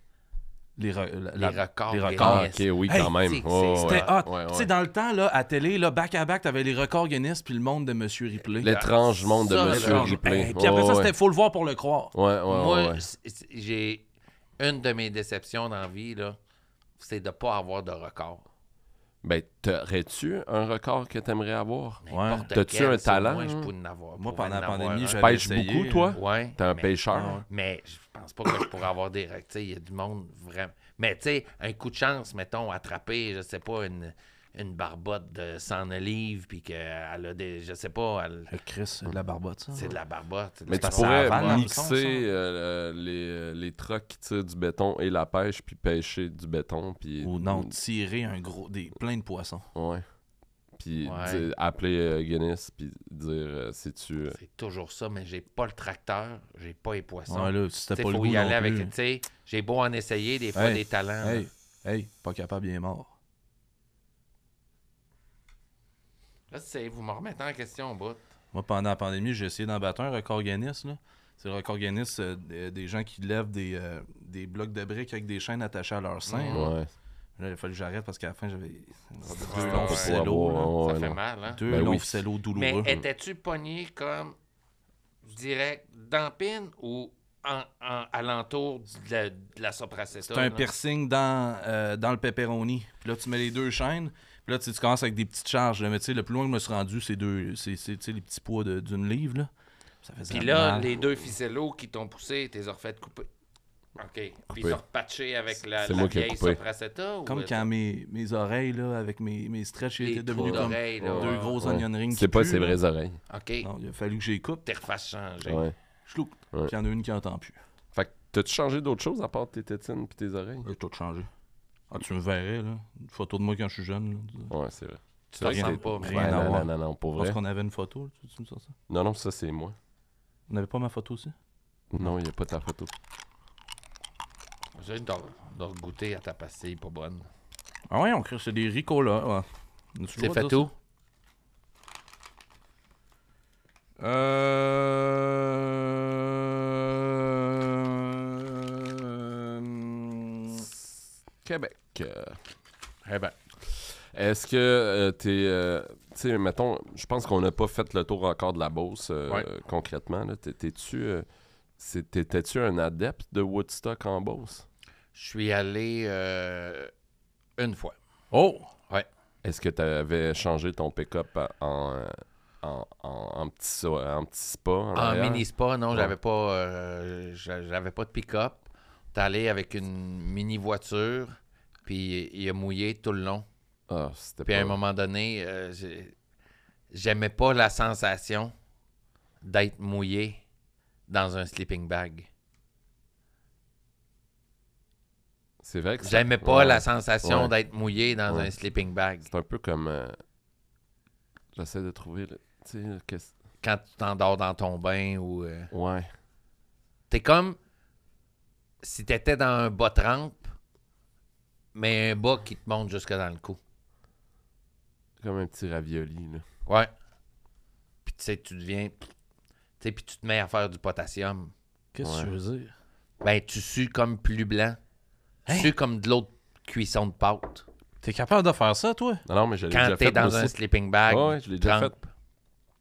Speaker 2: Les, re- la-
Speaker 3: Les
Speaker 2: la-
Speaker 3: records
Speaker 2: Les
Speaker 3: Guinness.
Speaker 2: records.
Speaker 1: Ah, ok, oui,
Speaker 2: Hey,
Speaker 1: quand même. Ouais,
Speaker 3: c'est- c'est-
Speaker 1: ouais,
Speaker 2: C'était hot.
Speaker 1: ouais, ouais.
Speaker 2: Tu sais, dans le temps, là, à télé, là, back à back, t'avais les records Guinness puis le monde de Monsieur Ripley. Ah,
Speaker 1: L'étrange monde de
Speaker 3: Ça,
Speaker 1: Monsieur
Speaker 3: l'étrange-
Speaker 1: Ripley.
Speaker 2: Hey, puis après
Speaker 1: Ouais,
Speaker 2: ça,
Speaker 1: ouais.
Speaker 2: c'était faut le voir pour le croire.
Speaker 1: Ouais, ouais, ouais,
Speaker 3: Moi,
Speaker 1: ouais.
Speaker 3: c'est- c'est- j'ai une de mes déceptions dans la vie, là, c'est de ne pas avoir de record.
Speaker 1: Ben, t'aurais-tu un record que t'aimerais avoir?
Speaker 3: N'importe
Speaker 1: T'as-tu
Speaker 3: quel,
Speaker 1: un
Speaker 3: c'est au
Speaker 1: talent,
Speaker 3: moins, je
Speaker 1: hein?
Speaker 3: pourrais en avoir.
Speaker 2: Moi,
Speaker 3: pourrais
Speaker 2: pendant la
Speaker 3: en avoir
Speaker 2: pandémie,
Speaker 3: un.
Speaker 2: j'avais
Speaker 1: Pêches
Speaker 2: essayé,
Speaker 1: beaucoup, toi?
Speaker 3: Ouais,
Speaker 1: T'es un
Speaker 3: mais-
Speaker 1: pêcheur?
Speaker 3: Mais je pense pas que je pourrais avoir des records. Tu sais, Il y a du monde vraiment. Mais tu sais, un coup de chance, mettons, attraper, je sais pas, une, une barbotte de 100 olives, puis qu'elle a des. Je sais pas, elle-
Speaker 2: Euh, Chris, c'est de la barbotte, ça.
Speaker 3: c'est de la barbotte. c'est de
Speaker 1: Mais
Speaker 3: la
Speaker 1: tu
Speaker 2: ça
Speaker 1: pourrais
Speaker 2: avale,
Speaker 3: barbotte.
Speaker 2: dans le
Speaker 1: mixer
Speaker 2: fond, ça.
Speaker 1: euh, euh, les, les trucks qui tirent du béton et la pêche, puis pêcher du béton, puis...
Speaker 2: Ou non, tirer un gros, des, plein de poissons.
Speaker 1: Ouais. Puis
Speaker 3: Ouais.
Speaker 1: dire- appeler euh, Guinness, puis dire euh, si tu... euh,
Speaker 3: C'est toujours ça, mais j'ai pas le tracteur, j'ai pas les poissons.
Speaker 2: Ouais, là, c'était
Speaker 3: T'sais,
Speaker 2: pas le
Speaker 3: faut
Speaker 2: goût
Speaker 3: y
Speaker 2: non
Speaker 3: aller avec.
Speaker 2: plus.
Speaker 3: Tu sais, j'ai beau en essayer, des fois
Speaker 2: Hey,
Speaker 3: des talents.
Speaker 2: Hey, hey, pas capable, bien mort.
Speaker 3: Là, c'est vous me remettez en question, bout.
Speaker 2: Moi, pendant la pandémie, j'ai essayé d'en battre un record Guinness. là. C'est le record Guinness euh, des- des gens qui lèvent des, euh, des blocs de briques avec des chaînes attachées à leur sein. là.
Speaker 1: Ouais.
Speaker 2: Là, il a fallu que j'arrête parce qu'à la fin, j'avais
Speaker 3: ouais,
Speaker 2: deux
Speaker 3: ouais.
Speaker 2: longs
Speaker 1: Pour
Speaker 2: ficellos. là.
Speaker 1: avoir,
Speaker 3: ça
Speaker 1: ouais,
Speaker 3: fait
Speaker 1: non.
Speaker 3: mal, hein?
Speaker 2: Deux
Speaker 1: Ben
Speaker 2: longs
Speaker 1: oui.
Speaker 2: ficellos
Speaker 3: Mais
Speaker 2: douloureux.
Speaker 3: étais-tu pogné comme, je dirais, dans pin ou en, en- alentour de la, de la sopracétone,
Speaker 2: T'as un
Speaker 3: là?
Speaker 2: piercing dans, euh, dans le pepperoni. Puis là, tu mets les deux chaînes. Puis là, tu sais, tu commences avec des petites charges. là. Mais tu sais, le plus loin que je me suis rendu, c'est deux, c'est, c'est, tu sais, les petits poids de- d'une livre. Là. Ça faisait
Speaker 3: Puis là,
Speaker 2: mal.
Speaker 3: les deux ficellos qui t'ont poussé, t'es refait couper. OK. Puis
Speaker 1: Coupé.
Speaker 3: t'as repatché avec la,
Speaker 1: C'est
Speaker 3: la
Speaker 1: moi qui ai
Speaker 3: vieille
Speaker 1: coupé.
Speaker 3: sopracéta, ou- euh,
Speaker 2: Comme quand mes, mes oreilles, là, avec mes, mes stretch,
Speaker 3: Les
Speaker 2: étaient devenues
Speaker 3: trous
Speaker 2: comme
Speaker 3: d'oreilles, là,
Speaker 2: deux
Speaker 3: ouais.
Speaker 2: gros
Speaker 1: Ouais.
Speaker 2: onion rings.
Speaker 1: C'est
Speaker 2: qui
Speaker 1: pas
Speaker 2: puent,
Speaker 1: ses
Speaker 2: là.
Speaker 1: vraies oreilles.
Speaker 3: OK.
Speaker 2: Non, il a fallu que j'y coupe.
Speaker 3: T'es refasse changer.
Speaker 1: Ouais.
Speaker 2: Chloup.
Speaker 1: Ouais.
Speaker 2: Puis il y en a une qui entend plus.
Speaker 1: Fait que t'as-tu changé d'autres choses à part tes tétines puis tes oreilles?
Speaker 2: J'ai tout changé. Ah, tu me verrais, là. Une photo de moi quand je suis jeune. Là.
Speaker 1: Ouais, c'est vrai.
Speaker 3: Tu
Speaker 1: C'est
Speaker 3: te
Speaker 1: vrai que
Speaker 3: ressembles
Speaker 1: t'es-
Speaker 3: pas,
Speaker 2: rien
Speaker 3: mais-
Speaker 1: Ouais,
Speaker 2: à
Speaker 1: non,
Speaker 2: voir.
Speaker 1: non, non, non, pour
Speaker 2: Parce
Speaker 1: vrai.
Speaker 2: qu'on avait une photo, là, tu tu me sens ça?
Speaker 1: Non, non, ça, c'est moi.
Speaker 2: On n'avait pas ma photo aussi?
Speaker 1: Non, il n'y a pas ta photo.
Speaker 3: J'ai de, de goûter à ta pastille pas bonne.
Speaker 2: Ah ouais, on crée, c'est des Ricola. Ouais. Tu
Speaker 3: C'est
Speaker 2: dois
Speaker 3: fait
Speaker 2: dire ça?
Speaker 3: tout?
Speaker 2: Euh...
Speaker 1: Québec. euh,
Speaker 3: Eh ben,
Speaker 1: Est-ce que euh, t'es. euh, tu sais, mettons, je pense qu'on n'a pas fait le tour encore de la Beauce euh,
Speaker 3: Ouais.
Speaker 1: concrètement. là. T'es- T'es-tu. euh, c'est- T'étais-tu un adepte de Woodstock en Beauce?
Speaker 3: je suis allé euh, une fois.
Speaker 2: Oh!
Speaker 1: Est-ce que tu avais changé ton pick-up à- en, euh, en, en- en petit, so- en petit spa? En,
Speaker 3: En
Speaker 1: arrière?
Speaker 3: mini spa, non,
Speaker 1: Ouais. hein?
Speaker 3: j'avais pas, euh, j'a- j'avais pas de pick-up. T'es allé avec une mini voiture, puis il a mouillé tout le long.
Speaker 1: Ah, c'était
Speaker 3: Puis à
Speaker 1: pas...
Speaker 3: un moment donné, euh, j'ai- j'aimais pas la sensation d'être mouillé dans un sleeping bag.
Speaker 1: C'est vrai que ça-
Speaker 3: J'aimais pas
Speaker 1: ouais.
Speaker 3: la sensation
Speaker 1: Ouais.
Speaker 3: d'être mouillé dans
Speaker 1: Ouais.
Speaker 3: un sleeping bag.
Speaker 1: C'est un peu comme. euh, J'essaie de trouver. le- Tu sais, le- qu'est-ce-
Speaker 3: Quand tu t'endors dans ton bain ou. euh,
Speaker 1: Ouais.
Speaker 3: T'es comme si t'étais dans un bas trempe, mais un bas qui te monte jusque dans le cou.
Speaker 1: Comme un petit ravioli, là.
Speaker 3: Ouais. Puis tu sais, tu deviens. Tu sais, puis tu te mets à faire du potassium.
Speaker 2: Qu'est-ce
Speaker 1: Ouais.
Speaker 2: que tu veux dire?
Speaker 3: Ben, tu sues comme plus blanc. Tu
Speaker 2: Hein?
Speaker 3: sues comme de l'autre cuisson de pâte.
Speaker 2: T'es capable de faire ça, toi?
Speaker 1: Non, non, mais je l'ai
Speaker 3: Quand
Speaker 1: déjà
Speaker 3: t'es
Speaker 1: fait.
Speaker 3: dans
Speaker 1: moi
Speaker 3: un
Speaker 1: aussi.
Speaker 3: sleeping bag,
Speaker 1: Ouais, ouais, je l'ai déjà fait.
Speaker 3: trempe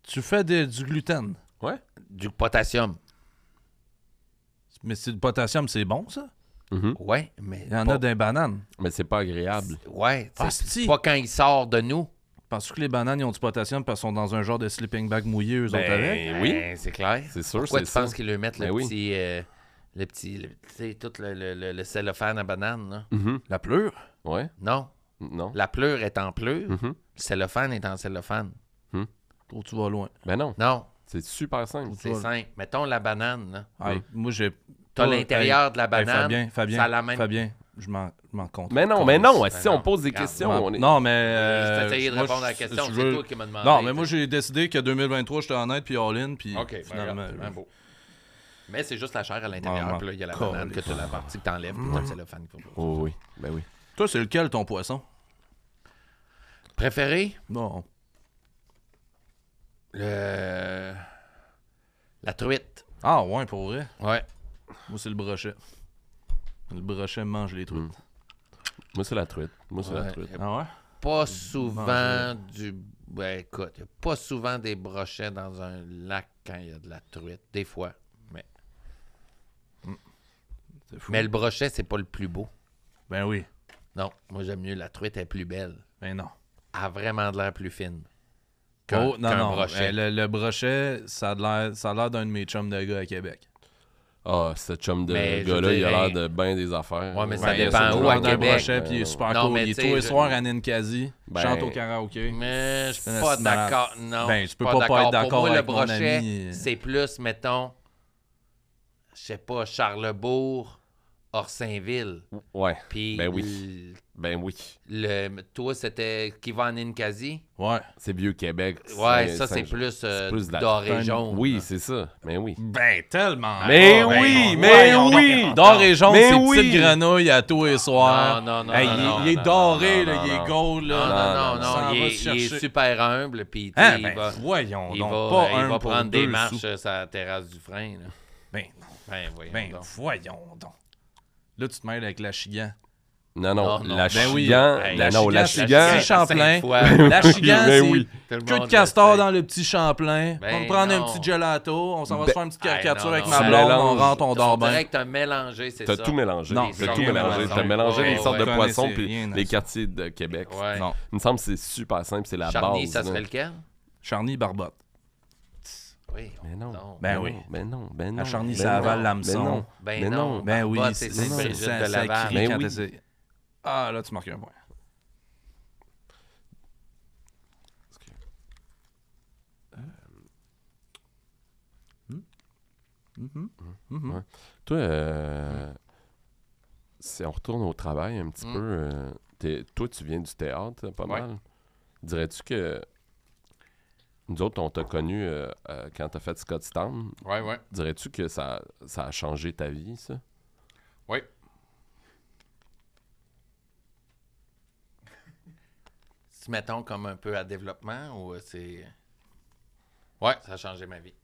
Speaker 2: Tu fais des- du gluten.
Speaker 1: Ouais.
Speaker 3: du potassium.
Speaker 2: Mais c'est du potassium, c'est bon, ça?
Speaker 1: Mhm.
Speaker 3: Ouais, mais.
Speaker 2: Il y en
Speaker 3: pas-
Speaker 2: a des bananes.
Speaker 1: Mais c'est pas agréable.
Speaker 3: Ouais, tu sais,
Speaker 2: Asti.
Speaker 3: pas quand il sort de nous.
Speaker 2: Penses-tu que les bananes ils ont du potassium parce qu'elles sont dans un genre de sleeping bag mouillé, eux autres avec?
Speaker 1: Ben oui.
Speaker 3: Ben, c'est clair.
Speaker 1: C'est sûr,
Speaker 3: Pourquoi
Speaker 1: c'est
Speaker 3: tu
Speaker 1: ça.
Speaker 3: penses qu'ils lui mettent le
Speaker 1: Ben oui.
Speaker 3: petit. euh, le petit. le- Tu sais, tout le, le- le- le cellophane à banane, là?
Speaker 1: Mhm.
Speaker 2: La pleure?
Speaker 1: Ouais.
Speaker 3: Non.
Speaker 1: Non.
Speaker 3: La pleure est en pleure,
Speaker 1: Mhm.
Speaker 3: le cellophane est en cellophane.
Speaker 2: Oh, tu vas loin.
Speaker 1: Ben non.
Speaker 3: Non,
Speaker 1: C'est super simple.
Speaker 3: c'est
Speaker 2: Toi.
Speaker 3: simple. Mettons la banane, là.
Speaker 2: Hey, Ah, Moi, j'ai.
Speaker 3: T'as
Speaker 2: Toi,
Speaker 3: l'intérieur de la
Speaker 2: hey, hey,
Speaker 3: banane.
Speaker 2: Fabien, Fabien,
Speaker 3: ça a la même-
Speaker 2: Fabien, je m'en, je m'en compte.
Speaker 1: Mais non, mais non.
Speaker 3: Ben
Speaker 1: Si on
Speaker 3: non.
Speaker 1: pose des
Speaker 3: Regarde,
Speaker 1: questions,
Speaker 2: Non,
Speaker 1: on est.
Speaker 2: non, mais.
Speaker 3: Je vais
Speaker 2: euh,
Speaker 3: essayer de
Speaker 2: moi,
Speaker 3: répondre à la
Speaker 2: je-
Speaker 3: question.
Speaker 2: je
Speaker 3: C'est
Speaker 2: veux-
Speaker 3: toi qui m'as demandé.
Speaker 2: Non, mais moi, j'ai décidé que 2023, j'étais honnête, puis all-in, puis
Speaker 3: OK, ben,
Speaker 2: finalement.
Speaker 3: regarde, ben
Speaker 2: je-
Speaker 3: beau. Mais c'est juste la chair à
Speaker 2: Ah,
Speaker 3: l'intérieur,
Speaker 2: ma
Speaker 3: puis là, il y a la
Speaker 2: colère.
Speaker 3: banane que tu la partie que t'enlèves, puis
Speaker 2: Mm.
Speaker 3: t'as le cellophane. qu'il faut-
Speaker 1: Oh oui. Ben oui.
Speaker 2: Toi, c'est lequel ton poisson?
Speaker 3: Préféré?
Speaker 2: Non.
Speaker 3: Le- La truite.
Speaker 2: Ah, ouais, pour vrai.
Speaker 3: Ouais.
Speaker 2: Moi, c'est le brochet. Le brochet mange les trucs.
Speaker 1: Mm. Moi, c'est la truite. Moi, c'est la
Speaker 3: Ouais.
Speaker 1: truite.
Speaker 2: Ah ouais?
Speaker 3: Pas souvent
Speaker 2: Manger.
Speaker 3: du. Ben écoute, y a pas souvent des brochets dans un lac quand il y a de la truite. Des fois.
Speaker 2: C'est fou.
Speaker 3: Mais le brochet, c'est pas le plus beau.
Speaker 2: Ben oui.
Speaker 3: Non, moi j'aime mieux la truite, elle est plus belle.
Speaker 2: Ben non.
Speaker 3: Elle a vraiment de l'air plus fine. Qu'un-
Speaker 2: Oh, non,
Speaker 3: qu'un
Speaker 2: non.
Speaker 3: brochet.
Speaker 2: Eh, Le, le brochet, ça a de l'air ça a l'air d'un de mes chums de gars à Québec.
Speaker 1: Ah, ce chum de
Speaker 3: Mais, je
Speaker 1: gars-là,
Speaker 3: veux
Speaker 1: il a
Speaker 3: dire,
Speaker 1: l'air
Speaker 3: hey.
Speaker 1: de bien des affaires.
Speaker 3: Ouais, mais ça
Speaker 1: il y a
Speaker 3: dépend
Speaker 1: ce
Speaker 3: où,
Speaker 2: Il
Speaker 1: genre
Speaker 3: à
Speaker 2: mange
Speaker 1: de-
Speaker 2: d'un
Speaker 3: Québec. Euh,
Speaker 2: brochet, puis il est super
Speaker 3: Non,
Speaker 2: cool.
Speaker 3: mais
Speaker 2: Il est
Speaker 3: tu
Speaker 2: tous
Speaker 3: sais,
Speaker 2: les
Speaker 3: je-
Speaker 2: soirs à Ninkasi.
Speaker 1: Ben,
Speaker 2: chante au karaoké.
Speaker 3: Mais je suis
Speaker 2: C'est
Speaker 3: pas
Speaker 2: un malade.
Speaker 3: d'accord. Non.
Speaker 2: Ben,
Speaker 3: je
Speaker 2: tu
Speaker 3: suis
Speaker 2: peux pas pas être d'accord
Speaker 3: Pour moi,
Speaker 2: avec
Speaker 3: le
Speaker 2: mon
Speaker 3: brochet,
Speaker 2: ami. euh.
Speaker 3: c'est plus, mettons, je sais pas, Charlebourg, Orsainville.
Speaker 1: Ouais.
Speaker 3: Puis
Speaker 1: Ben oui. Ben oui.
Speaker 3: le, le- toi, c'était qui va en Ninkasi?
Speaker 2: Ouais.
Speaker 1: C'est vieux Québec.
Speaker 3: Ouais, ça, c'est
Speaker 1: Saint-
Speaker 3: plus, euh,
Speaker 1: c'est plus de la-
Speaker 3: doré
Speaker 2: Ben,
Speaker 3: jaune.
Speaker 1: Oui, c'est ça. Ben oui.
Speaker 2: Ben, tellement.
Speaker 1: Mais
Speaker 3: Ah, ben,
Speaker 1: oui,
Speaker 3: on-
Speaker 1: mais
Speaker 3: voyons donc.
Speaker 1: oui.
Speaker 2: D'or et jaune,
Speaker 1: Mais
Speaker 2: c'est
Speaker 1: oui.
Speaker 2: petite grenouille à tous les soirs.
Speaker 3: Non, non, non,
Speaker 2: Hey,
Speaker 3: non,
Speaker 2: il,
Speaker 3: non,
Speaker 2: il est
Speaker 1: non,
Speaker 2: doré,
Speaker 1: non,
Speaker 2: là, il
Speaker 1: non.
Speaker 2: est gold.
Speaker 3: Non,
Speaker 2: Là.
Speaker 3: non, non,
Speaker 2: Ça
Speaker 3: non,
Speaker 2: va
Speaker 3: Il,
Speaker 2: se
Speaker 3: est, il est
Speaker 2: chercher.
Speaker 3: super humble, puis tu sais,
Speaker 2: Ah,
Speaker 3: il
Speaker 2: ben,
Speaker 3: va,
Speaker 2: voyons
Speaker 3: il
Speaker 2: donc,
Speaker 3: va- euh,
Speaker 2: pas
Speaker 3: il
Speaker 2: un
Speaker 3: va
Speaker 2: pour
Speaker 3: prendre des
Speaker 2: deux
Speaker 3: marches
Speaker 2: sous.
Speaker 3: euh, sur la terrasse du frein. là.
Speaker 2: Ben,
Speaker 3: Ben, voyons
Speaker 2: ben,
Speaker 3: donc.
Speaker 2: voyons donc. Là, tu te mêles avec la chigan.
Speaker 1: Non, non.
Speaker 3: Non, non.
Speaker 1: La
Speaker 2: Ben oui.
Speaker 1: chigan.
Speaker 3: Hey,
Speaker 1: la-
Speaker 2: la
Speaker 1: Non, la
Speaker 2: chigan,
Speaker 1: chigan.
Speaker 2: c'est Champlain.
Speaker 3: Cinq fois.
Speaker 2: La chigan,
Speaker 1: Ben
Speaker 2: c'est
Speaker 1: oui.
Speaker 3: Tout le
Speaker 2: queue de
Speaker 3: monde
Speaker 2: castor
Speaker 3: le sait.
Speaker 2: dans le petit Champlain.
Speaker 3: Ben
Speaker 2: on va prendre
Speaker 3: non.
Speaker 2: un petit gelato. On s'en va
Speaker 1: Ben-
Speaker 2: se faire une petite
Speaker 3: Hey,
Speaker 2: caricature
Speaker 3: non,
Speaker 2: avec
Speaker 3: non.
Speaker 2: ma
Speaker 1: Tu
Speaker 2: blonde. On
Speaker 1: mélanges.
Speaker 2: rentre, on dort
Speaker 3: On dirait
Speaker 2: bien.
Speaker 3: que t'as mélangé, c'est
Speaker 1: T'as
Speaker 3: ça.
Speaker 1: tout mélangé.
Speaker 2: Non,
Speaker 1: T'as
Speaker 3: c'est
Speaker 1: tout
Speaker 3: rien
Speaker 1: mélangé.
Speaker 3: à
Speaker 1: T'as
Speaker 3: voir.
Speaker 1: mélangé
Speaker 3: Ouais,
Speaker 1: les sortes
Speaker 3: ouais.
Speaker 1: de
Speaker 2: Je
Speaker 1: poissons
Speaker 2: connaissais
Speaker 1: puis
Speaker 2: rien à
Speaker 1: les
Speaker 2: ça.
Speaker 1: quartiers de Québec.
Speaker 3: Ouais.
Speaker 2: Non,
Speaker 1: Il me semble que c'est super simple, c'est la
Speaker 3: Charny,
Speaker 1: base.
Speaker 3: ça
Speaker 1: là.
Speaker 3: serait lequel?
Speaker 2: Charny Barbotte.
Speaker 3: Oui.
Speaker 1: Mais non.
Speaker 3: Non.
Speaker 2: Ben oui.
Speaker 1: Ben non, ben non.
Speaker 2: À Charny,
Speaker 1: ben
Speaker 2: ça
Speaker 1: non,
Speaker 2: avale
Speaker 1: ben
Speaker 2: l'hameçon.
Speaker 1: non,
Speaker 3: Ben
Speaker 1: ben
Speaker 3: non.
Speaker 2: Ben oui,
Speaker 3: Barbotte,
Speaker 2: c'est
Speaker 3: c'est
Speaker 2: ça,
Speaker 3: Brigitte
Speaker 2: ça,
Speaker 3: de
Speaker 2: ça
Speaker 3: Laval.
Speaker 2: crie
Speaker 1: Ben
Speaker 2: quand
Speaker 1: oui.
Speaker 2: t'essayes. Ah, là, tu marques un point. Mhm.
Speaker 1: Hmm. Toi, euh, si on retourne au travail un petit
Speaker 3: Mm.
Speaker 1: peu, euh, t'es- toi, tu viens du théâtre, hein, pas
Speaker 3: Ouais.
Speaker 1: mal. Dirais-tu que nous autres, on t'a connu euh, euh, quand t'as fait Scott Storm.
Speaker 3: Ouais, ouais.
Speaker 1: Dirais-tu que ça, ça a changé ta vie, ça?
Speaker 3: Oui. Si mettons comme un peu à développement ou euh, c'est. Ouais, ça a changé ma vie.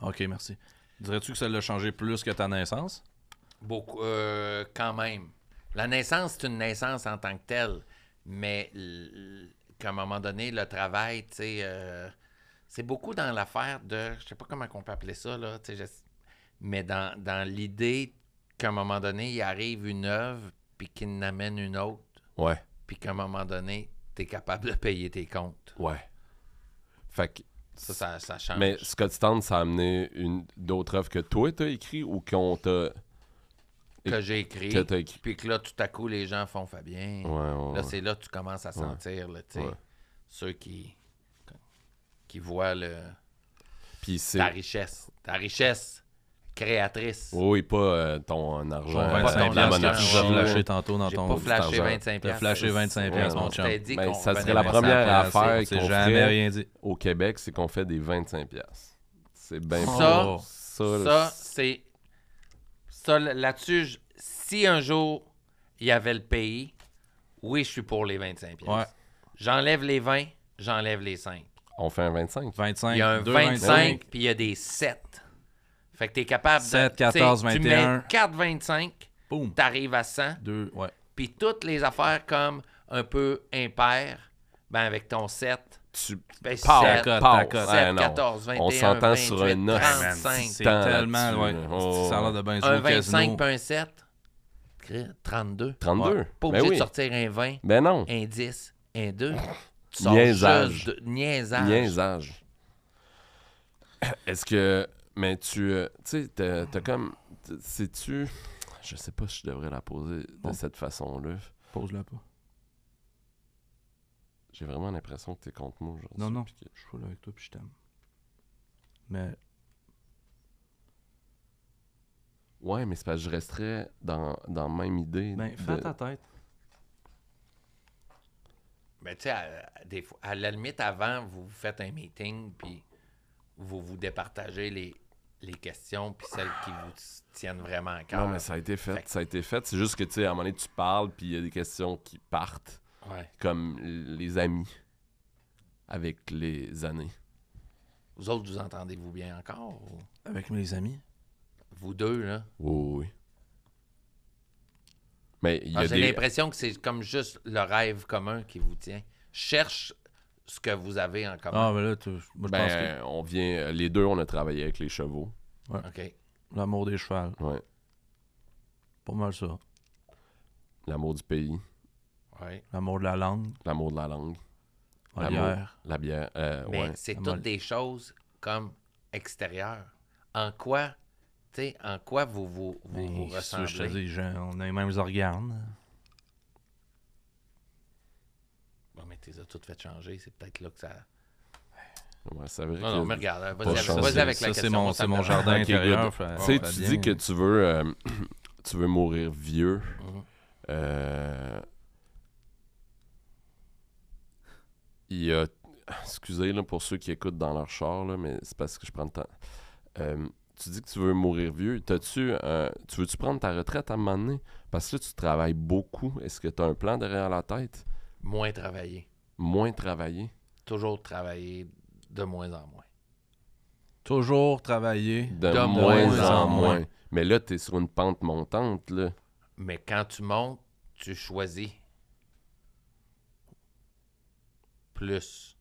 Speaker 2: Ok, merci. Dirais-tu que ça l'a changé plus que ta naissance?
Speaker 3: Beaucoup. euh, quand même. La naissance, c'est une naissance en tant que telle. Mais l- qu'à un moment donné, le travail, tu sais, euh, c'est beaucoup dans l'affaire de. Je sais pas comment on peut appeler ça, là. tu sais, je- mais dans, dans l'idée qu'à un moment donné, il arrive une œuvre, puis qu'il n'amène une autre.
Speaker 1: Ouais,
Speaker 3: puis qu'à un moment donné, tu es capable de payer tes comptes.
Speaker 1: ouais. Ah, Fait que,
Speaker 3: Ça, ça, ça change.
Speaker 1: mais Scott Storm, ça a amené une d'autres œuvres que toi, t'as écrit ou qu'on t'a...
Speaker 3: que j'ai écrit,
Speaker 1: que t'as écrit.
Speaker 3: puis que là, tout à coup, les gens font Fabien.
Speaker 1: Ouais, ouais,
Speaker 3: Là,
Speaker 1: ouais.
Speaker 3: c'est là que tu commences à sentir, là, tu sais,
Speaker 1: Ouais.
Speaker 3: ceux qui, qui voient le,
Speaker 1: Puis c'est...
Speaker 3: ta richesse, ta richesse créatrice.
Speaker 1: Oui, oui, pas euh, ton argent.
Speaker 2: Ton
Speaker 1: euh, la
Speaker 2: 25 piastres
Speaker 1: monarchie,
Speaker 2: que tu vas
Speaker 1: là.
Speaker 2: flasher tantôt dans
Speaker 3: J'ai
Speaker 2: ton...
Speaker 3: pas flashé
Speaker 1: argent.
Speaker 3: 25
Speaker 2: T'as
Speaker 3: piastres.
Speaker 2: flashé 25
Speaker 1: piastres,
Speaker 2: mon
Speaker 3: On
Speaker 2: chum.
Speaker 3: s'était dit
Speaker 1: Ben,
Speaker 3: qu'on
Speaker 1: ça serait
Speaker 3: revenait
Speaker 1: la
Speaker 3: pas
Speaker 1: première
Speaker 3: sans
Speaker 1: affaire
Speaker 2: On
Speaker 1: Faire
Speaker 2: s'est
Speaker 1: qu'on
Speaker 2: jamais
Speaker 1: ferait-
Speaker 2: rien dit.
Speaker 1: au Québec, c'est qu'on fait des 25 pièces. C'est bien
Speaker 3: Ça,
Speaker 1: plus- ça, là,
Speaker 3: Ça, c'est. Ça, là- là-dessus, je- si un jour il y avait le pays, oui, je suis pour les 25 piastres.
Speaker 2: Ouais.
Speaker 3: J'enlève les 20, j'enlève les 5.
Speaker 1: on fait un 25.
Speaker 2: 25,
Speaker 3: Il y a un
Speaker 2: 2,
Speaker 3: 25, puis il y a des 7. Fait que t'es capable
Speaker 2: Sept,
Speaker 3: de.
Speaker 2: 14,
Speaker 3: tu sais,
Speaker 2: 21.
Speaker 3: Tu mets 4, 25,
Speaker 2: Boum.
Speaker 3: t'arrives à 100,
Speaker 2: 2, ouais.
Speaker 3: puis toutes les affaires comme un peu impaires, ben avec ton 7,
Speaker 1: Tu
Speaker 3: ben
Speaker 1: pars,
Speaker 3: 7,
Speaker 2: cote,
Speaker 1: pars.
Speaker 2: ta cote.
Speaker 1: Ouais,
Speaker 3: 7,
Speaker 1: non.
Speaker 3: 14, 21,
Speaker 1: On s'entend sur
Speaker 3: 28,
Speaker 1: un os.
Speaker 3: 35.
Speaker 2: Ah, C'est
Speaker 1: Tant
Speaker 2: tellement, ouais.
Speaker 1: là-dessus, là. Oh.
Speaker 2: Ça a l'air de bien
Speaker 3: Un
Speaker 2: jouer au
Speaker 3: 25
Speaker 2: casino.
Speaker 3: puis un 7, crée 32.
Speaker 1: 32. ben
Speaker 3: Pas obligé
Speaker 1: oui.
Speaker 3: de sortir un 20,
Speaker 1: Ben non.
Speaker 3: un 10, un 2. Tu
Speaker 1: Niaisage.
Speaker 3: juste de- niaisage.
Speaker 1: Niaisage. Est-ce que. Mais tu. euh, Tu sais, t'as t'as comme. t- Sais-tu. Je sais pas si je devrais la poser de
Speaker 2: Bon.
Speaker 1: cette façon-là.
Speaker 2: Pose-la pas.
Speaker 1: J'ai vraiment l'impression que t'es contre moi aujourd'hui.
Speaker 2: Non, non.
Speaker 1: puis que-
Speaker 2: Je suis pas là avec toi, puis je t'aime. Mais
Speaker 1: Ouais, mais c'est parce que je resterais dans, dans la même idée.
Speaker 2: ben, fais
Speaker 1: de-
Speaker 2: ta tête.
Speaker 3: Mais Ben, tu sais, à, à des fois- à la limite, avant, vous vous faites un meeting, puis vous vous départagez les, les questions, puis celles qui vous tiennent vraiment à cœur.
Speaker 1: Non, mais ça a été fait.
Speaker 3: Fait que-
Speaker 1: Ça a été fait. C'est juste que, tu sais, à un moment donné, tu parles, puis il y a des questions qui partent,
Speaker 3: Ouais.
Speaker 1: comme les amis, avec les années.
Speaker 3: Vous autres, vous entendez-vous bien encore? ou-
Speaker 2: Avec mes amis.
Speaker 3: Vous deux, là?
Speaker 1: Oui, oui. Mais il y a
Speaker 3: Ah, J'ai
Speaker 1: des.
Speaker 3: l'impression que c'est comme juste le rêve commun qui vous tient. Cherche ce que vous avez en
Speaker 2: Ah,
Speaker 3: commun.
Speaker 2: mais là, tu- moi, je pense que
Speaker 1: Ben, on vient. Les deux, on a travaillé avec les chevaux.
Speaker 3: OK.
Speaker 2: l'amour des chevals,
Speaker 1: Ouais.
Speaker 2: pas mal ça.
Speaker 1: L'amour du pays,
Speaker 3: Ouais.
Speaker 2: L'amour de la langue,
Speaker 1: l'amour de la langue,
Speaker 2: la
Speaker 1: L'amour.
Speaker 2: bière.
Speaker 1: la bière. euh,
Speaker 3: Mais
Speaker 1: ouais.
Speaker 3: c'est
Speaker 2: la
Speaker 3: toutes
Speaker 2: molle.
Speaker 3: des choses comme extérieures. En quoi, tu sais, en quoi vous vous, vous, vous
Speaker 2: Ben, qu'est-ce que
Speaker 3: ressemblez?
Speaker 2: je te dis, j'ai- on a les mêmes organes.
Speaker 3: Bon, mais t'es toutes fait changer, c'est peut-être là que ça.
Speaker 1: Ouais, c'est vrai.
Speaker 3: Non,
Speaker 1: que-
Speaker 3: non, mais regarde, hein,
Speaker 1: Pas
Speaker 3: vas-y avec,
Speaker 1: changer.
Speaker 3: vas-y avec la
Speaker 2: Ça, c'est
Speaker 3: question.
Speaker 2: mon,
Speaker 3: on
Speaker 2: c'est
Speaker 3: s'en
Speaker 2: mon
Speaker 3: va.
Speaker 2: jardin
Speaker 1: Ok, good.
Speaker 2: intérieur.
Speaker 1: Tu sais, tu dis que tu veux, euh, tu veux mourir vieux.
Speaker 3: Mhm.
Speaker 1: Euh, Il y a. Excusez là, pour ceux qui écoutent dans leur char, là, mais c'est parce que je prends le temps. Euh, tu dis que tu veux mourir vieux. T'as-tu, euh, tu veux-tu prendre ta retraite à un moment donné? Parce que là, tu travailles beaucoup. Est-ce que tu as un plan derrière la tête?
Speaker 3: Moins travailler.
Speaker 1: Moins travailler.
Speaker 3: Toujours travailler de moins en moins.
Speaker 2: Toujours travailler.
Speaker 1: De,
Speaker 3: De
Speaker 1: moins,
Speaker 3: moins
Speaker 1: en
Speaker 2: en
Speaker 1: moins.
Speaker 2: moins.
Speaker 1: Mais là, tu es sur une pente montante. Là.
Speaker 3: Mais quand tu montes, tu choisis plus.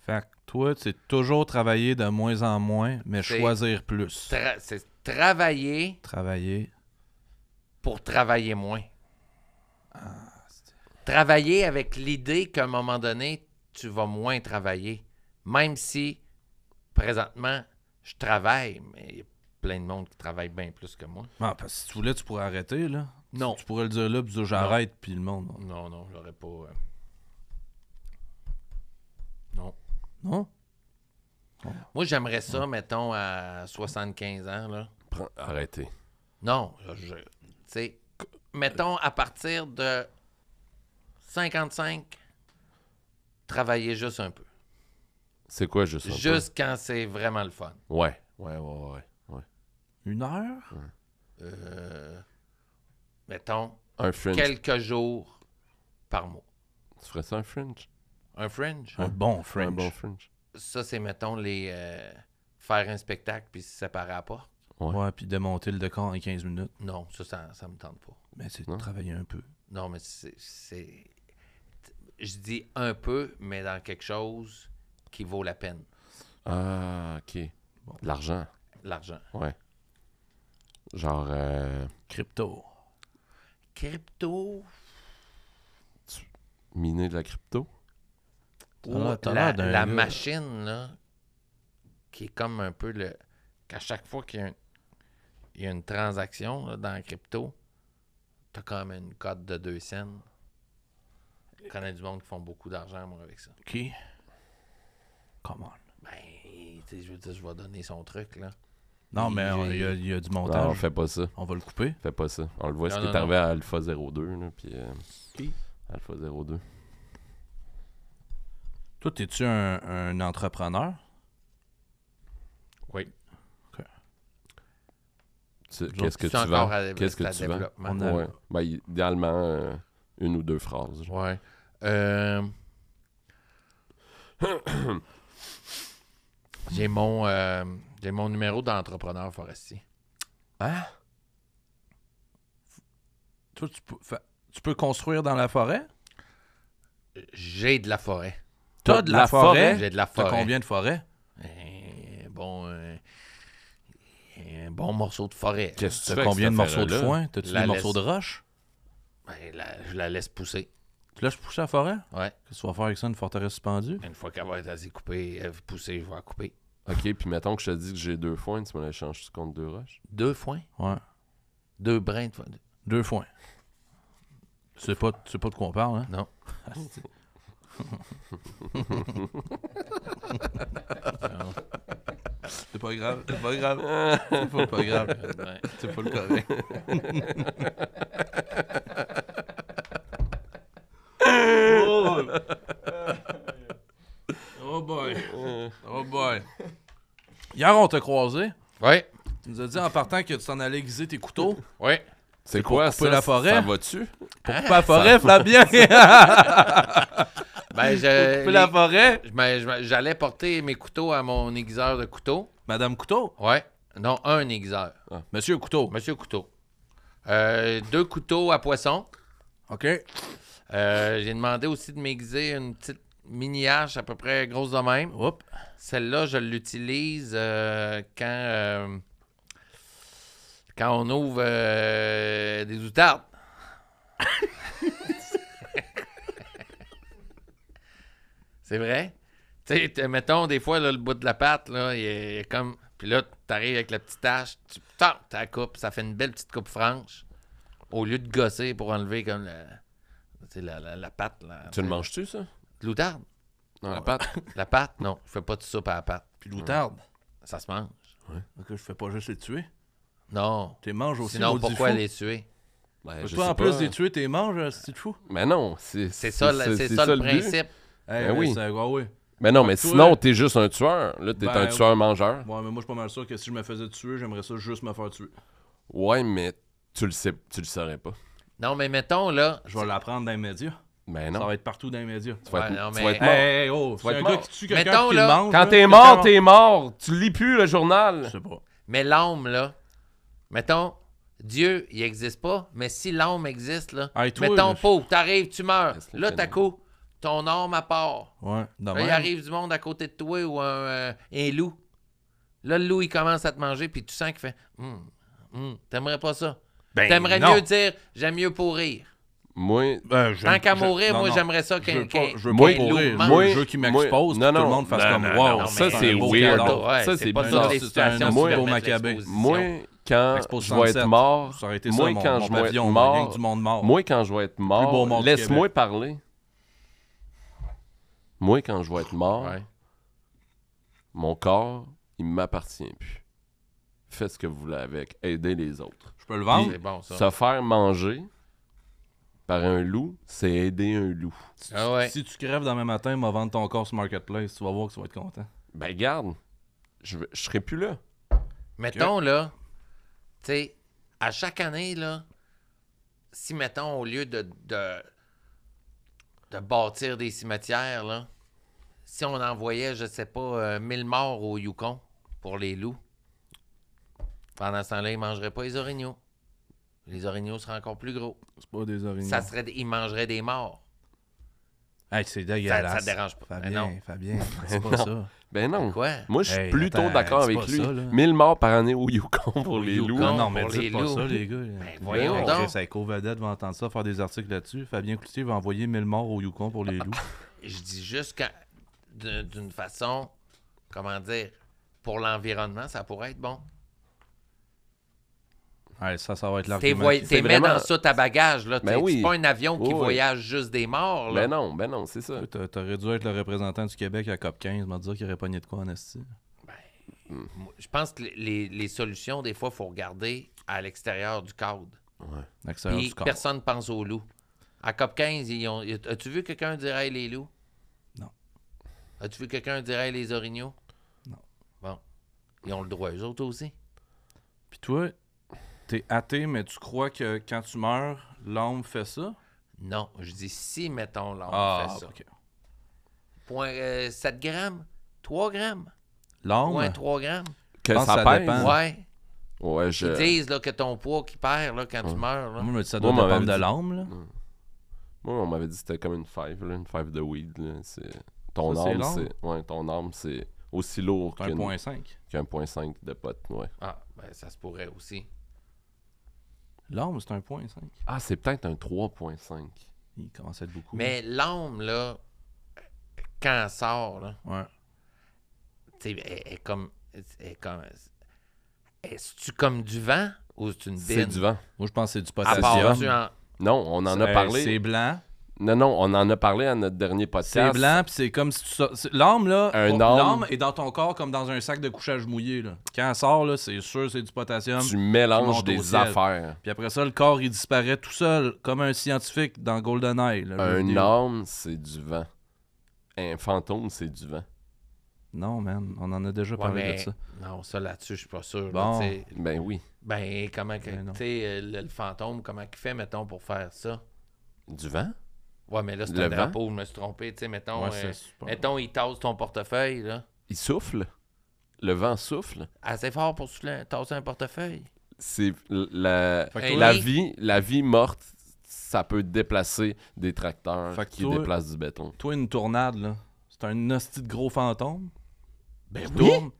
Speaker 2: Fait que toi, c'est toujours travailler de moins en moins, mais
Speaker 3: C'est-
Speaker 2: choisir plus.
Speaker 3: Tra- c'est travailler
Speaker 2: Travailler.
Speaker 3: pour travailler moins. Travailler avec l'idée qu'à un moment donné, tu vas moins travailler. Même si, présentement, je travaille, mais il y a plein de monde qui travaille bien plus que moi.
Speaker 2: Ah, parce que si tu voulais, tu pourrais arrêter, là.
Speaker 3: Non.
Speaker 2: Tu pourrais le dire là, puis dire j'arrête, puis le monde.
Speaker 3: Non, non, j'aurais pas. euh, Non.
Speaker 2: Non?
Speaker 3: Moi, j'aimerais ça, mettons, à 75 ans, là.
Speaker 1: Prends- Arrêtez.
Speaker 3: Non, je- sais, mettons à partir de 55, travailler juste un peu.
Speaker 1: C'est quoi juste un peu?
Speaker 3: Juste quand c'est vraiment le fun.
Speaker 1: Ouais. Ouais, ouais, ouais, ouais.
Speaker 2: Une heure?
Speaker 3: Euh, mettons
Speaker 1: Un fringe.
Speaker 3: quelques jours par mois.
Speaker 1: Tu ferais ça un fringe?
Speaker 3: Un fringe.
Speaker 2: Un bon
Speaker 1: Un
Speaker 2: French.
Speaker 1: bon fringe.
Speaker 3: Ça, c'est, mettons, les euh, faire un spectacle puis se séparer à la porte.
Speaker 1: Ouais.
Speaker 2: Ouais, puis démonter le décor en 15 minutes.
Speaker 3: Non, ça, ça, ça me tente pas.
Speaker 2: Mais c'est
Speaker 1: Non.
Speaker 2: de travailler un peu.
Speaker 3: Non, mais c'est, c'est- Je dis un peu, mais dans quelque chose qui vaut la peine.
Speaker 1: Ah, ok.
Speaker 2: Bon.
Speaker 1: L'argent.
Speaker 3: L'argent.
Speaker 1: Ouais. Genre, euh,
Speaker 2: Crypto.
Speaker 3: Crypto
Speaker 1: miner de la crypto?
Speaker 2: T'as
Speaker 3: ou
Speaker 1: Ah,
Speaker 2: l'air- t'as
Speaker 3: la,
Speaker 2: l'air d'un
Speaker 3: la
Speaker 2: gars.
Speaker 3: machine, là, qui est comme un peu le. Qu'à chaque fois qu'il y a, un- il y a une transaction là, dans la crypto, t'as comme une cote de 2 cents. Je connais du monde qui font beaucoup d'argent, moi, avec ça.
Speaker 2: OK. Come on.
Speaker 3: Ben, tu sais, je veux dire, je vais donner son truc, là.
Speaker 2: Non,
Speaker 3: Il-
Speaker 2: mais on- il y, a- il y a du montage.
Speaker 1: Non, fais pas ça.
Speaker 2: On va le couper.
Speaker 1: Fais pas ça. On le voit, ce
Speaker 3: Non,
Speaker 1: qui
Speaker 3: non,
Speaker 1: est arrivé à Alpha 02, là, puis... euh,
Speaker 2: Qui?
Speaker 1: Alpha 02.
Speaker 2: Toi, es-tu un, un entrepreneur?
Speaker 3: Oui.
Speaker 1: Tu-
Speaker 2: Genre,
Speaker 1: Qu'est-ce que tu vends? Qu'est-ce que tu vends?
Speaker 2: On a-
Speaker 1: Ouais. Ben, idéalement, euh, une ou deux phrases. genre.
Speaker 3: Ouais. Euh, J'ai mon, euh, j'ai mon numéro d'entrepreneur forestier.
Speaker 2: Hein? Toi, tu peux, fa- tu peux construire dans la forêt?
Speaker 3: J'ai de la forêt.
Speaker 2: T'as de la forêt?
Speaker 3: J'ai de la
Speaker 2: T'as
Speaker 3: forêt.
Speaker 2: combien de forêts?
Speaker 3: Un bon, euh, un bon morceau de forêt.
Speaker 1: Qu'est-ce que tu
Speaker 2: T'as
Speaker 1: fais avec
Speaker 2: combien
Speaker 1: cette
Speaker 2: de morceaux de
Speaker 1: affaire-là?
Speaker 2: foin? T'as-tu
Speaker 3: La
Speaker 2: des morceaux
Speaker 3: laisse-
Speaker 2: de roche?
Speaker 3: Ben, la- je la laisse pousser.
Speaker 2: Tu lâches pousser la forêt?
Speaker 3: Ouais.
Speaker 2: Qu'est-ce que tu vas faire avec ça, une forteresse suspendue?
Speaker 3: Une fois qu'elle va être assez coupée, euh, poussée, je vais la couper.
Speaker 1: OK, puis mettons que je te dis que j'ai deux foins, tu me les changes contre deux roches?
Speaker 3: Deux foins,
Speaker 2: Ouais.
Speaker 3: deux brins de foin.
Speaker 2: Deux foins. Tu sais pas, tu sais pas de quoi on parle, hein?
Speaker 3: Non.
Speaker 2: C'est pas grave, c'est pas grave. C'est pas, pas grave.
Speaker 3: Ouais.
Speaker 2: C'est pas le correct. oh. boy. Oh boy. Hier, on t'a croisé.
Speaker 3: Ouais,
Speaker 2: Tu nous as dit en partant que tu t'en allais aiguiser tes couteaux.
Speaker 3: ouais.
Speaker 1: C'est quoi
Speaker 2: couper
Speaker 1: ça?
Speaker 2: la forêt?
Speaker 1: Ça va-tu?
Speaker 2: Pour couper la forêt, Fabien.
Speaker 3: Ben, je-
Speaker 2: couper la
Speaker 3: les-
Speaker 2: forêt.
Speaker 3: je- ben, je- J'allais porter mes couteaux à mon aiguiseur de couteau.
Speaker 2: Madame Couteau.
Speaker 3: Ouais. Non, un aiguiseur.
Speaker 2: Monsieur Couteau.
Speaker 3: Monsieur Couteau. Euh, deux couteaux à poisson.
Speaker 2: OK.
Speaker 3: Euh, J'ai demandé aussi de m'aiguiser une petite mini hache à peu près grosse de même.
Speaker 2: Oups.
Speaker 3: Celle-là, je l'utilise euh, quand, euh, quand on ouvre euh, des outardes. C'est vrai? Tu sais, t- mettons, des fois, là, le bout de la patte, là, il est, il est comme. Puis là, t'arrives avec la petite tache, tu tentes ta coupe, ça fait une belle petite coupe franche. Au lieu de gosser pour enlever comme le- tu sais, la, la, la patte. Là,
Speaker 1: Tu le manges-tu, ça? Ah,
Speaker 3: De L'outarde.
Speaker 2: Ah
Speaker 1: Non, la pâte?
Speaker 3: La pâte, non, je fais pas de soupe à la pâte.
Speaker 2: Puis l'outarde.
Speaker 3: Ça se mange.
Speaker 2: OK, je fais pas juste les tuer.
Speaker 3: Non.
Speaker 2: T'es manges aussi,
Speaker 3: Sinon,
Speaker 2: maudit
Speaker 3: pourquoi
Speaker 2: fou.
Speaker 3: les tuer?
Speaker 1: Ben,
Speaker 2: Parce
Speaker 1: je
Speaker 2: que Toi,
Speaker 1: sais
Speaker 2: en plus
Speaker 1: pas.
Speaker 2: des tuer, t'es euh, manges, c'est fou.
Speaker 1: Mais non, c'est
Speaker 3: C'est ça, la- c'est ça le
Speaker 1: but.
Speaker 3: principe.
Speaker 2: Eh
Speaker 1: Ben oui.
Speaker 2: c'est- ouais, ouais.
Speaker 1: Mais non, mais
Speaker 2: Toi,
Speaker 1: sinon, t'es juste un tueur. Là, t'es
Speaker 2: Ben,
Speaker 1: un tueur mangeur.
Speaker 2: Ouais, mais moi, je suis pas mal sûr que si je me faisais tuer, j'aimerais ça juste me faire tuer.
Speaker 1: Ouais, mais tu le sais, tu le saurais pas.
Speaker 3: Non, mais mettons, là,
Speaker 2: Je vais l'apprendre dans les médias.
Speaker 1: Mais
Speaker 2: Ça
Speaker 1: Ben non.
Speaker 2: va être partout dans les médias.
Speaker 1: Tu vas être,
Speaker 3: Ouais, non,
Speaker 1: tu
Speaker 3: mais-
Speaker 1: vas être
Speaker 2: Hey,
Speaker 1: mort.
Speaker 2: hey, oh, c'est
Speaker 1: vas
Speaker 2: un
Speaker 1: être
Speaker 2: gars
Speaker 1: mort.
Speaker 2: qui tue quelqu'un
Speaker 3: Mettons,
Speaker 2: qui le
Speaker 3: là,
Speaker 2: mange.
Speaker 1: Quand
Speaker 2: là,
Speaker 1: t'es
Speaker 2: quelqu'un
Speaker 1: mort,
Speaker 2: mange.
Speaker 1: t'es mort. Tu lis plus le journal.
Speaker 2: Je sais pas.
Speaker 3: mais l'âme, là, mettons, Dieu, il existe pas, mais si l'âme existe, là,
Speaker 2: Hey, toi,
Speaker 3: mettons,
Speaker 2: là,
Speaker 3: pauvre, t'arrives, tu meurs.
Speaker 1: Laisse-le
Speaker 3: Là,
Speaker 1: traîner.
Speaker 3: t'as coup, ton âme à part.
Speaker 2: Ah Ouais, de
Speaker 3: Là, Ben, il
Speaker 2: même.
Speaker 3: arrive du monde à côté de toi ou un, euh, un loup. Là, le loup, il commence à te manger, puis tu sens qu'il fait Hum, hum, T'aimerais pas ça.
Speaker 2: Ben,
Speaker 3: T'aimerais
Speaker 2: non.
Speaker 3: mieux dire J'aime mieux pourrir.
Speaker 1: Moi,
Speaker 2: Ben, j'aime-
Speaker 3: Tant qu'à
Speaker 2: je-
Speaker 3: mourir,
Speaker 2: non,
Speaker 3: moi,
Speaker 2: non.
Speaker 3: j'aimerais ça
Speaker 2: Je
Speaker 3: qu'un.
Speaker 2: veux pas,
Speaker 3: qu'un-
Speaker 2: je veux
Speaker 1: Moi,
Speaker 2: pas mourir.
Speaker 3: moi-
Speaker 2: Je veux- je veux qu'il m'expose,
Speaker 1: moi-
Speaker 2: puis que tout
Speaker 1: non,
Speaker 2: le monde fasse
Speaker 3: Ah,
Speaker 1: non,
Speaker 2: comme
Speaker 1: non,
Speaker 2: wow,
Speaker 1: non,
Speaker 2: ça
Speaker 1: mais-
Speaker 2: c'est
Speaker 1: non,
Speaker 2: beau
Speaker 1: mais-
Speaker 2: cadeau.
Speaker 1: non,
Speaker 3: Ouais,
Speaker 1: ça,
Speaker 3: c'est
Speaker 1: c'est
Speaker 3: pas
Speaker 1: plus-
Speaker 3: ça
Speaker 2: non,
Speaker 3: les
Speaker 2: c'est un
Speaker 3: situations
Speaker 1: moi-
Speaker 3: qui permettent
Speaker 2: Maccabée.
Speaker 3: l'exposition.
Speaker 1: moi, quand
Speaker 2: Expo
Speaker 1: je vais
Speaker 2: 67,
Speaker 1: être mort,
Speaker 2: Ça aurait été
Speaker 1: moi,
Speaker 2: ça, mon-
Speaker 1: quand
Speaker 2: mon
Speaker 1: je vais
Speaker 2: pavillon,
Speaker 1: être
Speaker 2: mon gang
Speaker 1: mort,
Speaker 2: du monde mort.
Speaker 1: Moi, quand je vais être
Speaker 2: beau
Speaker 1: mort,
Speaker 2: mort du
Speaker 1: laisse-moi
Speaker 2: Québec.
Speaker 1: parler. Moi, quand je vais être mort,
Speaker 3: Ouais.
Speaker 1: mon corps, il m'appartient plus. Faites ce que vous voulez avec. Aidez les autres.
Speaker 2: Je peux le vendre?
Speaker 3: C'est bon, ça.
Speaker 1: Se faire manger par un loup, c'est aider un loup.
Speaker 3: Ah ouais.
Speaker 2: Si tu crèves demain matin, m'a vendre ton corps sur Marketplace, tu vas voir que tu vas être content.
Speaker 1: Ben garde, je, vais- je serai plus là.
Speaker 3: Mettons, là, tu sais, à chaque année, là, si, mettons, au lieu de, de, de bâtir des cimetières, là, si on envoyait, je sais pas, euh, 1000 morts au Yukon pour les loups, pendant ce temps-là, ils mangeraient pas les orignaux. Les orignaux seraient encore plus gros.
Speaker 2: C'est pas des orignaux.
Speaker 3: Ça serait, ils mangeraient des morts.
Speaker 2: Hey, c'est dégueulasse.
Speaker 3: Ça- ça dérange pas.
Speaker 2: Fabien,
Speaker 3: Mais non.
Speaker 2: Fabien, c'est pas ça.
Speaker 1: Ben non.
Speaker 3: Quoi?
Speaker 1: Moi, je suis
Speaker 2: Hey,
Speaker 1: plutôt
Speaker 2: attends,
Speaker 1: d'accord
Speaker 2: dis
Speaker 1: avec
Speaker 2: pas
Speaker 1: lui.
Speaker 2: ça, là.
Speaker 1: 1000 morts par année au Yukon pour les
Speaker 3: Yukon.
Speaker 1: loups.
Speaker 2: Non, non, mais
Speaker 3: pour les
Speaker 2: dites pas
Speaker 3: loups. Ben,
Speaker 2: ça, les gars.
Speaker 3: voyons
Speaker 2: Hey,
Speaker 3: donc.
Speaker 2: Chris, hey, Covedette va entendre ça, faire des articles là-dessus. Fabien Cloutier va envoyer 1000 morts au Yukon pour les loups.
Speaker 3: Je dis juste que de- d'une façon, comment dire, pour l'environnement, ça pourrait être bon.
Speaker 2: Hey, ça, ça va être
Speaker 3: T'es
Speaker 2: l'argument.
Speaker 3: voy-
Speaker 1: c'est
Speaker 3: t'es mets
Speaker 1: vraiment-
Speaker 3: dans ça ta bagage, là.
Speaker 1: Ben
Speaker 3: T'es-
Speaker 1: oui.
Speaker 3: C'est pas un avion qui
Speaker 1: Oui, oui.
Speaker 3: voyage juste des morts, là.
Speaker 1: Ben non, ben non, c'est ça.
Speaker 2: T'a- T'aurais dû être le représentant du Québec à COP15, m'a dire qu'il aurait pogné de quoi en esti.
Speaker 3: Moi, Je pense que les, les solutions, des fois, il faut regarder à l'extérieur du cadre.
Speaker 1: Ben,
Speaker 2: L'extérieur
Speaker 3: Puis
Speaker 2: du corps.
Speaker 3: personne pense aux loups. À COP15, ils ont- as-tu vu quelqu'un dire hey, les loups?
Speaker 2: Non.
Speaker 3: As-tu vu quelqu'un dire hey, les orignaux?
Speaker 2: Non.
Speaker 3: Bon. Ils ont le droit, eux autres aussi.
Speaker 2: Puis toi, t'es athée, mais tu crois que quand tu meurs, l'âme fait ça? Ah,
Speaker 3: Non, je dis si, mettons, là, on Ah,
Speaker 1: Ah,
Speaker 3: fait ça.
Speaker 2: ok.
Speaker 3: Point, euh, 7 grammes? 3 grammes? Point
Speaker 2: L'âme?
Speaker 3: 3 grammes?
Speaker 1: Que
Speaker 2: pense
Speaker 1: ça,
Speaker 2: que ça
Speaker 1: pèse.
Speaker 2: dépend.
Speaker 3: Ouais.
Speaker 1: Ouais,
Speaker 3: Qui
Speaker 1: je.
Speaker 2: Euh.
Speaker 3: disent là, que ton poids qui perd là, quand tu meurs. là.
Speaker 2: Moi, je me dis, ça doit
Speaker 1: Moi, on
Speaker 2: dépendre
Speaker 1: m'avait
Speaker 2: de
Speaker 1: dit- Mm,
Speaker 2: l'âme, là.
Speaker 1: Moi, on m'avait dit que c'était comme une five, là, une five de weed. Là. C'est... Ton
Speaker 2: Ça, c'est
Speaker 1: arme,
Speaker 2: long.
Speaker 1: c'est. Ouais, ton arme, c'est aussi lourd
Speaker 2: C'est un
Speaker 1: qu'une-
Speaker 2: point 5.
Speaker 1: qu'un point 5 de pote. Ouais.
Speaker 3: Ah, ben ça se pourrait aussi.
Speaker 2: L'âme, c'est un point 5.
Speaker 1: Ah, c'est peut-être un 3.5.
Speaker 2: Il commence à être beaucoup.
Speaker 3: Mais l'âme, là, quand elle sort, là,
Speaker 2: Ouais.
Speaker 3: tu sais, elle, elle est comme. Elle, est comme Est-ce-tu comme du vent ou c'est une bine?
Speaker 1: C'est du vent.
Speaker 2: Moi, je pense que c'est du
Speaker 3: À part tu
Speaker 2: potassium.
Speaker 3: en.
Speaker 1: Non, on en a
Speaker 2: Hey, Ben, C'est
Speaker 1: parlé.
Speaker 2: blanc.
Speaker 1: Non, non, on en a parlé à notre dernier
Speaker 2: C'est
Speaker 1: podcast.
Speaker 2: blanc, puis c'est comme si tu sors- c'est- L'âme, là,
Speaker 1: Un
Speaker 2: oh,
Speaker 1: homme-
Speaker 2: l'âme est dans ton corps comme dans un sac de couchage mouillé, là. Quand elle sort, là, c'est sûr, c'est du potassium.
Speaker 1: Tu
Speaker 2: Tu
Speaker 1: mélanges
Speaker 2: montes au
Speaker 1: des
Speaker 2: ciel.
Speaker 1: affaires.
Speaker 2: Puis après ça, le corps, il disparaît tout seul, comme un scientifique dans GoldenEye. le jeu
Speaker 1: Un
Speaker 2: vidéo.
Speaker 1: homme, c'est du vent. Un fantôme, c'est du vent.
Speaker 2: Non, man, on en a déjà
Speaker 3: Ouais,
Speaker 2: parlé
Speaker 3: mais-
Speaker 2: de ça.
Speaker 3: Non, ça là-dessus, je suis pas sûr. là,
Speaker 2: Bon.
Speaker 3: tu sais.
Speaker 1: Ben oui,
Speaker 3: ben, comment que.
Speaker 2: Ben non.
Speaker 3: Tu sais, euh, le, le fantôme, comment qu'il fait, mettons, pour faire ça?
Speaker 1: du vent.
Speaker 3: Ouais, mais là, c'est
Speaker 1: Le
Speaker 3: un
Speaker 1: vent?
Speaker 3: drapeau, je me suis trompé. Tu sais, mettons,
Speaker 2: Ouais,
Speaker 3: euh,
Speaker 2: c'est super.
Speaker 3: mettons, il tasse ton portefeuille, là.
Speaker 1: Il souffle. Le vent souffle.
Speaker 3: Assez fort pour souffler un- tasser un portefeuille.
Speaker 1: C'est l- la,
Speaker 2: Fait
Speaker 3: que toi-
Speaker 1: la
Speaker 3: Hey.
Speaker 1: vie, la vie morte, ça peut déplacer des tracteurs
Speaker 2: Fait que
Speaker 1: qui
Speaker 2: toi-
Speaker 1: déplacent du béton.
Speaker 2: Toi, une tournade, là, c'est un hostie de gros fantôme.
Speaker 3: Ben
Speaker 2: qui tourne.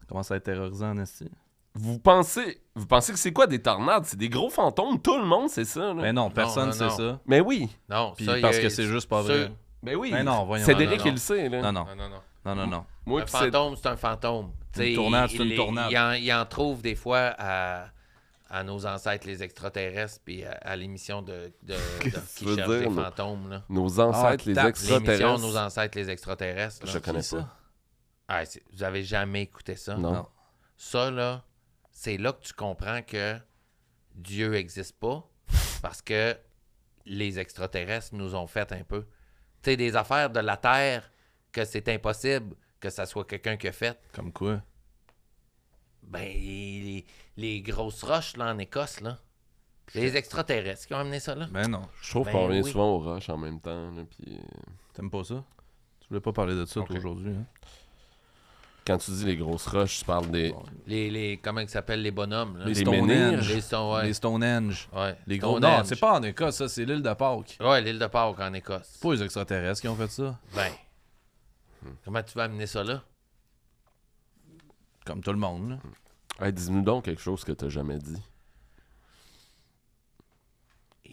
Speaker 2: Ça commence à être terrorisant, en esti.
Speaker 1: Vous pensez, vous pensez que c'est quoi des tornades C'est des gros fantômes. Tout le monde, c'est ça. là.
Speaker 2: Mais Ben non, personne
Speaker 3: non,
Speaker 2: sait
Speaker 3: non.
Speaker 2: ça.
Speaker 1: Mais oui,
Speaker 3: Non,
Speaker 2: Puis
Speaker 3: ça, il y
Speaker 2: parce
Speaker 3: a-
Speaker 2: que c'est juste pas
Speaker 3: ceux-
Speaker 2: vrai.
Speaker 1: mais oui.
Speaker 2: Mais Ben non, voyons.
Speaker 1: Cédric,
Speaker 3: non, non.
Speaker 1: il le sait. Là.
Speaker 2: Non, non,
Speaker 3: Non, non, non.
Speaker 2: non, non, non.
Speaker 1: Moi,
Speaker 3: un
Speaker 1: pis Céd-
Speaker 3: fantôme, c'est un fantôme. T'sais,
Speaker 2: tournade, c'est
Speaker 3: il-
Speaker 2: une
Speaker 3: il-
Speaker 2: tournade.
Speaker 3: Il en, il en trouve des fois à, à nos ancêtres, les extraterrestres, puis à, à l'émission de, de, de-
Speaker 1: Qu'est-ce que tu
Speaker 3: qui
Speaker 1: veux
Speaker 3: cherche
Speaker 1: dire,
Speaker 3: les
Speaker 1: nous?
Speaker 3: fantômes. là.
Speaker 1: nos ancêtres,
Speaker 2: Ah,
Speaker 1: les
Speaker 2: tape,
Speaker 3: L'émission
Speaker 1: extraterrestres.
Speaker 3: Nos ancêtres, les extraterrestres. là.
Speaker 1: Je connais
Speaker 2: C'est
Speaker 1: pas.
Speaker 2: ça.
Speaker 3: Ah, c'est- vous avez jamais écouté ça?
Speaker 1: Non.
Speaker 2: Non.
Speaker 3: Ça, là, c'est là que tu comprends que Dieu n'existe pas parce que les extraterrestres nous ont fait un peu. Tu sais, des affaires de la Terre que c'est impossible que ça soit quelqu'un qui a fait.
Speaker 2: Comme quoi?
Speaker 3: Ben, les, les grosses roches, là, en Écosse, là. Les extraterrestres qui ont amené ça, là.
Speaker 2: Ben non.
Speaker 1: Je trouve
Speaker 3: Ben
Speaker 1: qu'on revient
Speaker 3: oui.
Speaker 1: souvent aux roches en même temps. là, puis, euh,
Speaker 2: T'aimes pas ça? Tu voulais pas parler de ça, toi,
Speaker 3: Ok.
Speaker 2: aujourd'hui. hein?
Speaker 1: quand tu dis les grosses roches, tu parles des.
Speaker 3: Les, les, comment ils s'appellent, les bonhommes, là.
Speaker 1: Les
Speaker 2: Stone
Speaker 1: méninges.
Speaker 3: Les sont, ouais.
Speaker 2: Les Stonehenge.
Speaker 3: ouais.
Speaker 2: Les gros.
Speaker 3: Stonehenge.
Speaker 2: Non, c'est pas en Écosse, ça, c'est l'île de Pâques.
Speaker 3: Ouais, l'île de Pâques, en Écosse.
Speaker 2: C'est pas les extraterrestres qui ont fait ça.
Speaker 3: Ben. Comment tu vas amener ça, là?
Speaker 2: Comme tout le monde, là.
Speaker 1: Hey, Dis-nous donc quelque chose que t'as jamais dit.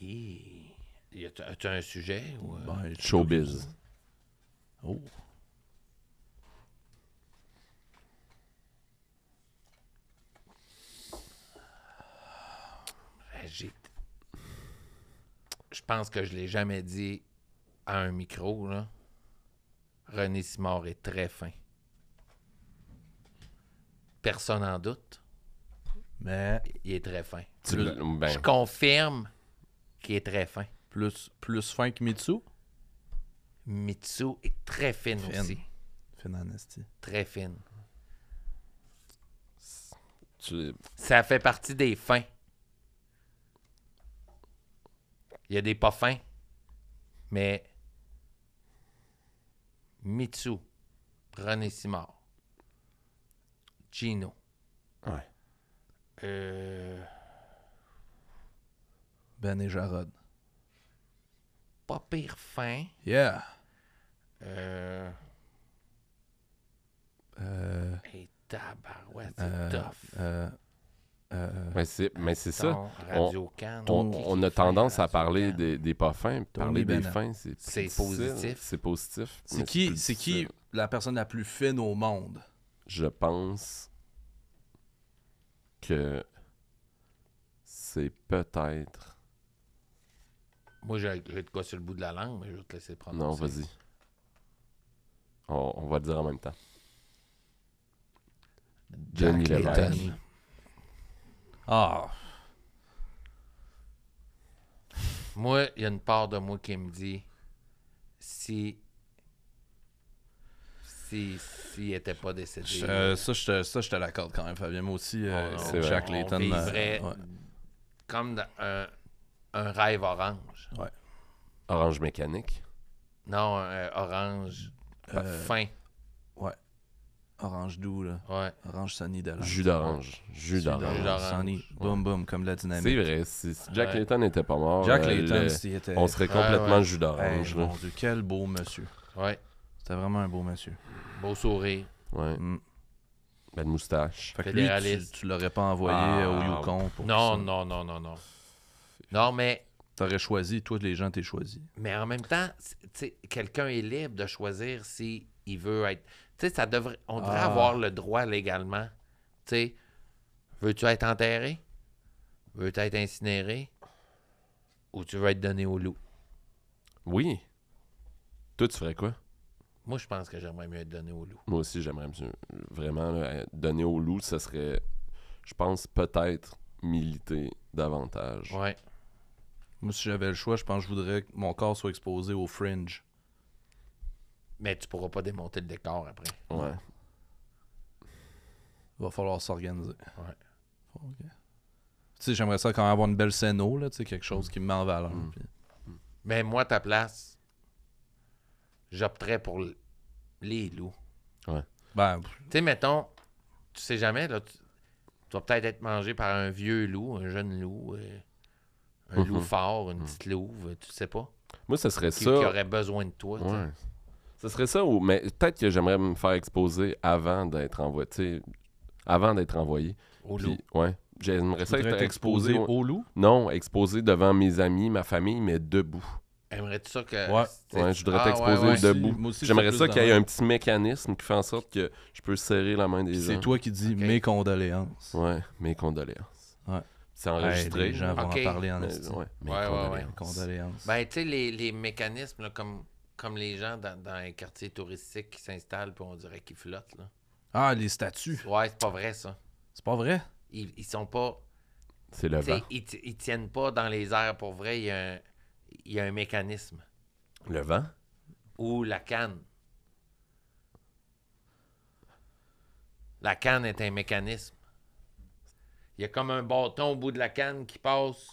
Speaker 3: Et... Y a- as-tu un sujet? ou, euh?
Speaker 2: Ben,
Speaker 1: Showbiz.
Speaker 2: Oh.
Speaker 3: Ben, j'ai- Je pense que je l'ai jamais dit à un micro, là. René Simard est très fin. Personne en doute.
Speaker 2: Mais
Speaker 3: Il est très fin.
Speaker 1: Tu
Speaker 2: Plus-
Speaker 1: l'as- ben,
Speaker 3: Je confirme qu'il est très fin.
Speaker 2: plus, plus fin que Mitsu.
Speaker 3: Mitsu est très fine,
Speaker 2: Fine.
Speaker 3: aussi.
Speaker 2: Fin en esti.
Speaker 3: Très fine.
Speaker 1: tu-
Speaker 3: Ça fait partie des fins. Il y a des pas fins. Mais Mitsu, René Simard, Gino.
Speaker 1: Ouais.
Speaker 3: Euh,
Speaker 2: Ben et Jarod.
Speaker 3: pas pire fin.
Speaker 2: Yeah.
Speaker 3: Euh,
Speaker 2: Euh,
Speaker 3: et tabarouette, c'est
Speaker 2: euh,
Speaker 3: tough.
Speaker 2: euh, euh,
Speaker 1: Mais ben, c'est mais c'est ça.
Speaker 3: Ton Radio Can,
Speaker 1: On,
Speaker 3: qui
Speaker 1: on
Speaker 3: qui
Speaker 1: a
Speaker 3: fait
Speaker 1: tendance à
Speaker 3: Radio
Speaker 1: parler
Speaker 3: Can?
Speaker 1: des, des pas fins. puis Parler des
Speaker 2: Bennett.
Speaker 1: fins, c'est plus
Speaker 3: C'est
Speaker 1: difficile.
Speaker 3: positif.
Speaker 1: C'est positif. mais
Speaker 2: c'est qui,
Speaker 1: plus
Speaker 2: c'est qui
Speaker 1: difficile.
Speaker 2: la personne la plus fine au monde?
Speaker 1: Je pense que c'est peut-être.
Speaker 3: Moi, j'ai j'ai de quoi sur le bout de la langue, mais je vais te laisser prendre.
Speaker 1: Non, vas-y. On, on va le dire en même temps. Johnny Lévesque.
Speaker 2: Ah,
Speaker 3: Moi, il y a une part de moi qui me dit si. Si. S'il n'était pas décédé.
Speaker 2: je- euh, ça, je te, ça, je te l'accorde quand même, Fabien. Moi aussi, euh,
Speaker 3: on-
Speaker 1: c'est
Speaker 2: Jack
Speaker 3: on
Speaker 2: Layton. euh,
Speaker 3: vivrait
Speaker 2: ouais.
Speaker 3: Comme dans un, un rêve orange.
Speaker 1: Orange Mécanique.
Speaker 3: Non, un orange
Speaker 2: Euh,
Speaker 3: fin.
Speaker 2: Orange doux, là.
Speaker 3: Ouais.
Speaker 2: Orange Sunny de
Speaker 1: Jus d'orange. Jus
Speaker 3: Jus
Speaker 1: d'orange.
Speaker 3: d'orange.
Speaker 2: Sunny, boum boum, comme la
Speaker 1: C'est
Speaker 2: dynamique.
Speaker 1: vrai. Si si Jack
Speaker 3: Ouais.
Speaker 1: Layton n'était pas mort,
Speaker 2: Jack
Speaker 1: euh,
Speaker 2: Layton,
Speaker 1: le-
Speaker 2: s'il était.
Speaker 1: on serait
Speaker 3: Ouais,
Speaker 1: complètement
Speaker 3: ouais.
Speaker 1: jus
Speaker 2: Hey,
Speaker 1: d'orange. là.
Speaker 2: mon Dieu, quel beau monsieur.
Speaker 3: Ouais.
Speaker 2: C'était vraiment un beau monsieur.
Speaker 3: Beau sourire.
Speaker 1: Ouais.
Speaker 2: Mm.
Speaker 1: Belle moustache.
Speaker 2: Fait que lui, tu,
Speaker 3: Fédéraliste.
Speaker 2: tu l'aurais pas envoyé
Speaker 1: Ah.
Speaker 2: euh, au Yukon pour
Speaker 3: Non,
Speaker 2: ça.
Speaker 3: non, non, non, non. Non, mais.
Speaker 2: T'aurais choisi, toi, les gens, t'es choisi.
Speaker 3: Mais en même temps, c'est- tu sais, quelqu'un est libre de choisir si il veut être. Tu sais, ça devrait. On devrait
Speaker 2: Ah.
Speaker 3: avoir le droit légalement. Tu sais, veux-tu être enterré? Veux-tu être incinéré? Ou tu veux être donné au loup?
Speaker 1: Oui. Toi, tu ferais quoi?
Speaker 3: Moi, je pense que j'aimerais mieux être donné au loup.
Speaker 1: Moi aussi, j'aimerais mieux- vraiment là, donner au loup, ça serait, je pense, peut-être militer davantage.
Speaker 3: Ouais.
Speaker 2: Moi, si j'avais le choix, je pense que je voudrais que mon corps soit exposé au fringe.
Speaker 3: Mais tu pourras pas démonter le décor après.
Speaker 1: Ouais.
Speaker 2: Il va falloir s'organiser.
Speaker 3: Ouais.
Speaker 2: Faut que- Tu sais, j'aimerais ça quand même avoir une belle scène haut, là, tu sais, quelque
Speaker 1: Mm.
Speaker 2: chose qui me met en valeur. puis-
Speaker 3: Mais moi, ta place, j'opterais pour l- les loups.
Speaker 2: Ben,
Speaker 3: Tu sais, mettons, tu sais jamais, là, tu, tu vas peut-être être mangé par un vieux loup, un jeune loup, euh, un
Speaker 1: Mhm.
Speaker 3: loup fort, une petite louve, tu sais pas,
Speaker 1: Moi, ça serait
Speaker 3: qui, qui
Speaker 1: ça.
Speaker 3: aurait besoin de toi. tu sais.
Speaker 1: Ouais. Ça serait ça, ou... mais peut-être que j'aimerais me faire exposer avant d'être envoyé. tu sais, Avant d'être envoyé.
Speaker 3: Au
Speaker 1: Puis,
Speaker 3: loup.
Speaker 1: ouais. J'aimerais
Speaker 2: tu
Speaker 1: ça
Speaker 2: voudrais
Speaker 1: être exposé. au-
Speaker 2: au loup?
Speaker 1: Non, exposé devant mes amis, ma famille, mais debout.
Speaker 3: Aimerais-tu ça que.
Speaker 2: Ouais.
Speaker 3: tu sais,
Speaker 1: Ouais,
Speaker 3: tu-
Speaker 1: je voudrais
Speaker 3: Ah,
Speaker 1: t'exposer
Speaker 3: ouais, ouais.
Speaker 2: de-
Speaker 1: debout.
Speaker 2: Moi aussi,
Speaker 1: J'aimerais
Speaker 2: c'est
Speaker 1: ça
Speaker 2: plus
Speaker 1: qu'il y ait
Speaker 2: dans-
Speaker 1: un petit mécanisme qui fait en sorte que je peux serrer la main des
Speaker 2: Puis
Speaker 1: gens.
Speaker 2: C'est toi qui dis
Speaker 3: Ok.
Speaker 2: mes condoléances.
Speaker 1: Ouais, mes condoléances.
Speaker 2: Ouais.
Speaker 1: C'est
Speaker 2: Hey,
Speaker 1: enregistré.
Speaker 2: les gens vont
Speaker 3: Ok.
Speaker 2: en parler en
Speaker 1: mais-
Speaker 2: esti.
Speaker 1: ouais, mes
Speaker 3: Ouais, ouais, ouais.
Speaker 1: condoléances.
Speaker 2: Condoléances.
Speaker 3: Ben, tu sais, les, les mécanismes, là, comme, comme les gens dans, dans les quartiers touristiques qui s'installent, puis on dirait qu'ils flottent. Là.
Speaker 2: Ah, les statues.
Speaker 3: Ouais, c'est pas vrai, ça.
Speaker 2: C'est pas vrai?
Speaker 3: Ils, ils sont pas.
Speaker 1: C'est le
Speaker 3: tu sais,
Speaker 1: vent.
Speaker 3: Ils, ti- ils tiennent pas dans les airs pour vrai. Il y a un, il y a un mécanisme.
Speaker 1: Le vent?
Speaker 3: ou la canne. La canne est un mécanisme. Il y a comme un bâton au bout de la canne qui passe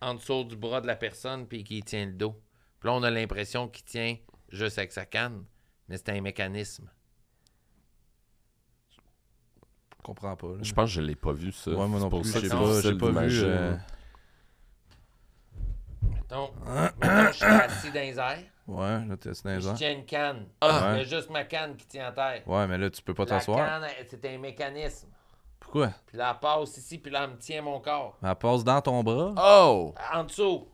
Speaker 3: en dessous du bras de la personne puis qui tient le dos. Puis là, on a l'impression qu'il tient juste avec sa canne, mais c'est un mécanisme.
Speaker 2: Je comprends pas. là.
Speaker 1: Je pense que je l'ai pas vu, ça.
Speaker 2: Ouais, moi
Speaker 1: C'est
Speaker 2: non
Speaker 1: pour
Speaker 2: plus.
Speaker 1: ça
Speaker 2: J'ai
Speaker 1: que c'est
Speaker 2: pas,
Speaker 1: difficile
Speaker 2: j'ai pas vu.
Speaker 1: d'imaginer.
Speaker 2: euh,
Speaker 3: Mettons, mettons, je suis assis dans les airs,
Speaker 2: Ouais, là, t'es assis dans les
Speaker 3: je
Speaker 2: airs.
Speaker 3: tiens une canne. Il y a
Speaker 2: Ah. Ouais.
Speaker 3: juste ma canne qui tient en terre.
Speaker 2: Ouais, mais là, tu peux pas
Speaker 3: La
Speaker 2: t'asseoir.
Speaker 3: canne, c'est un mécanisme.
Speaker 2: Pourquoi?
Speaker 3: Puis là, elle passe ici, puis là, elle me tient mon corps.
Speaker 2: Elle passe dans ton bras.
Speaker 1: Oh!
Speaker 3: En dessous.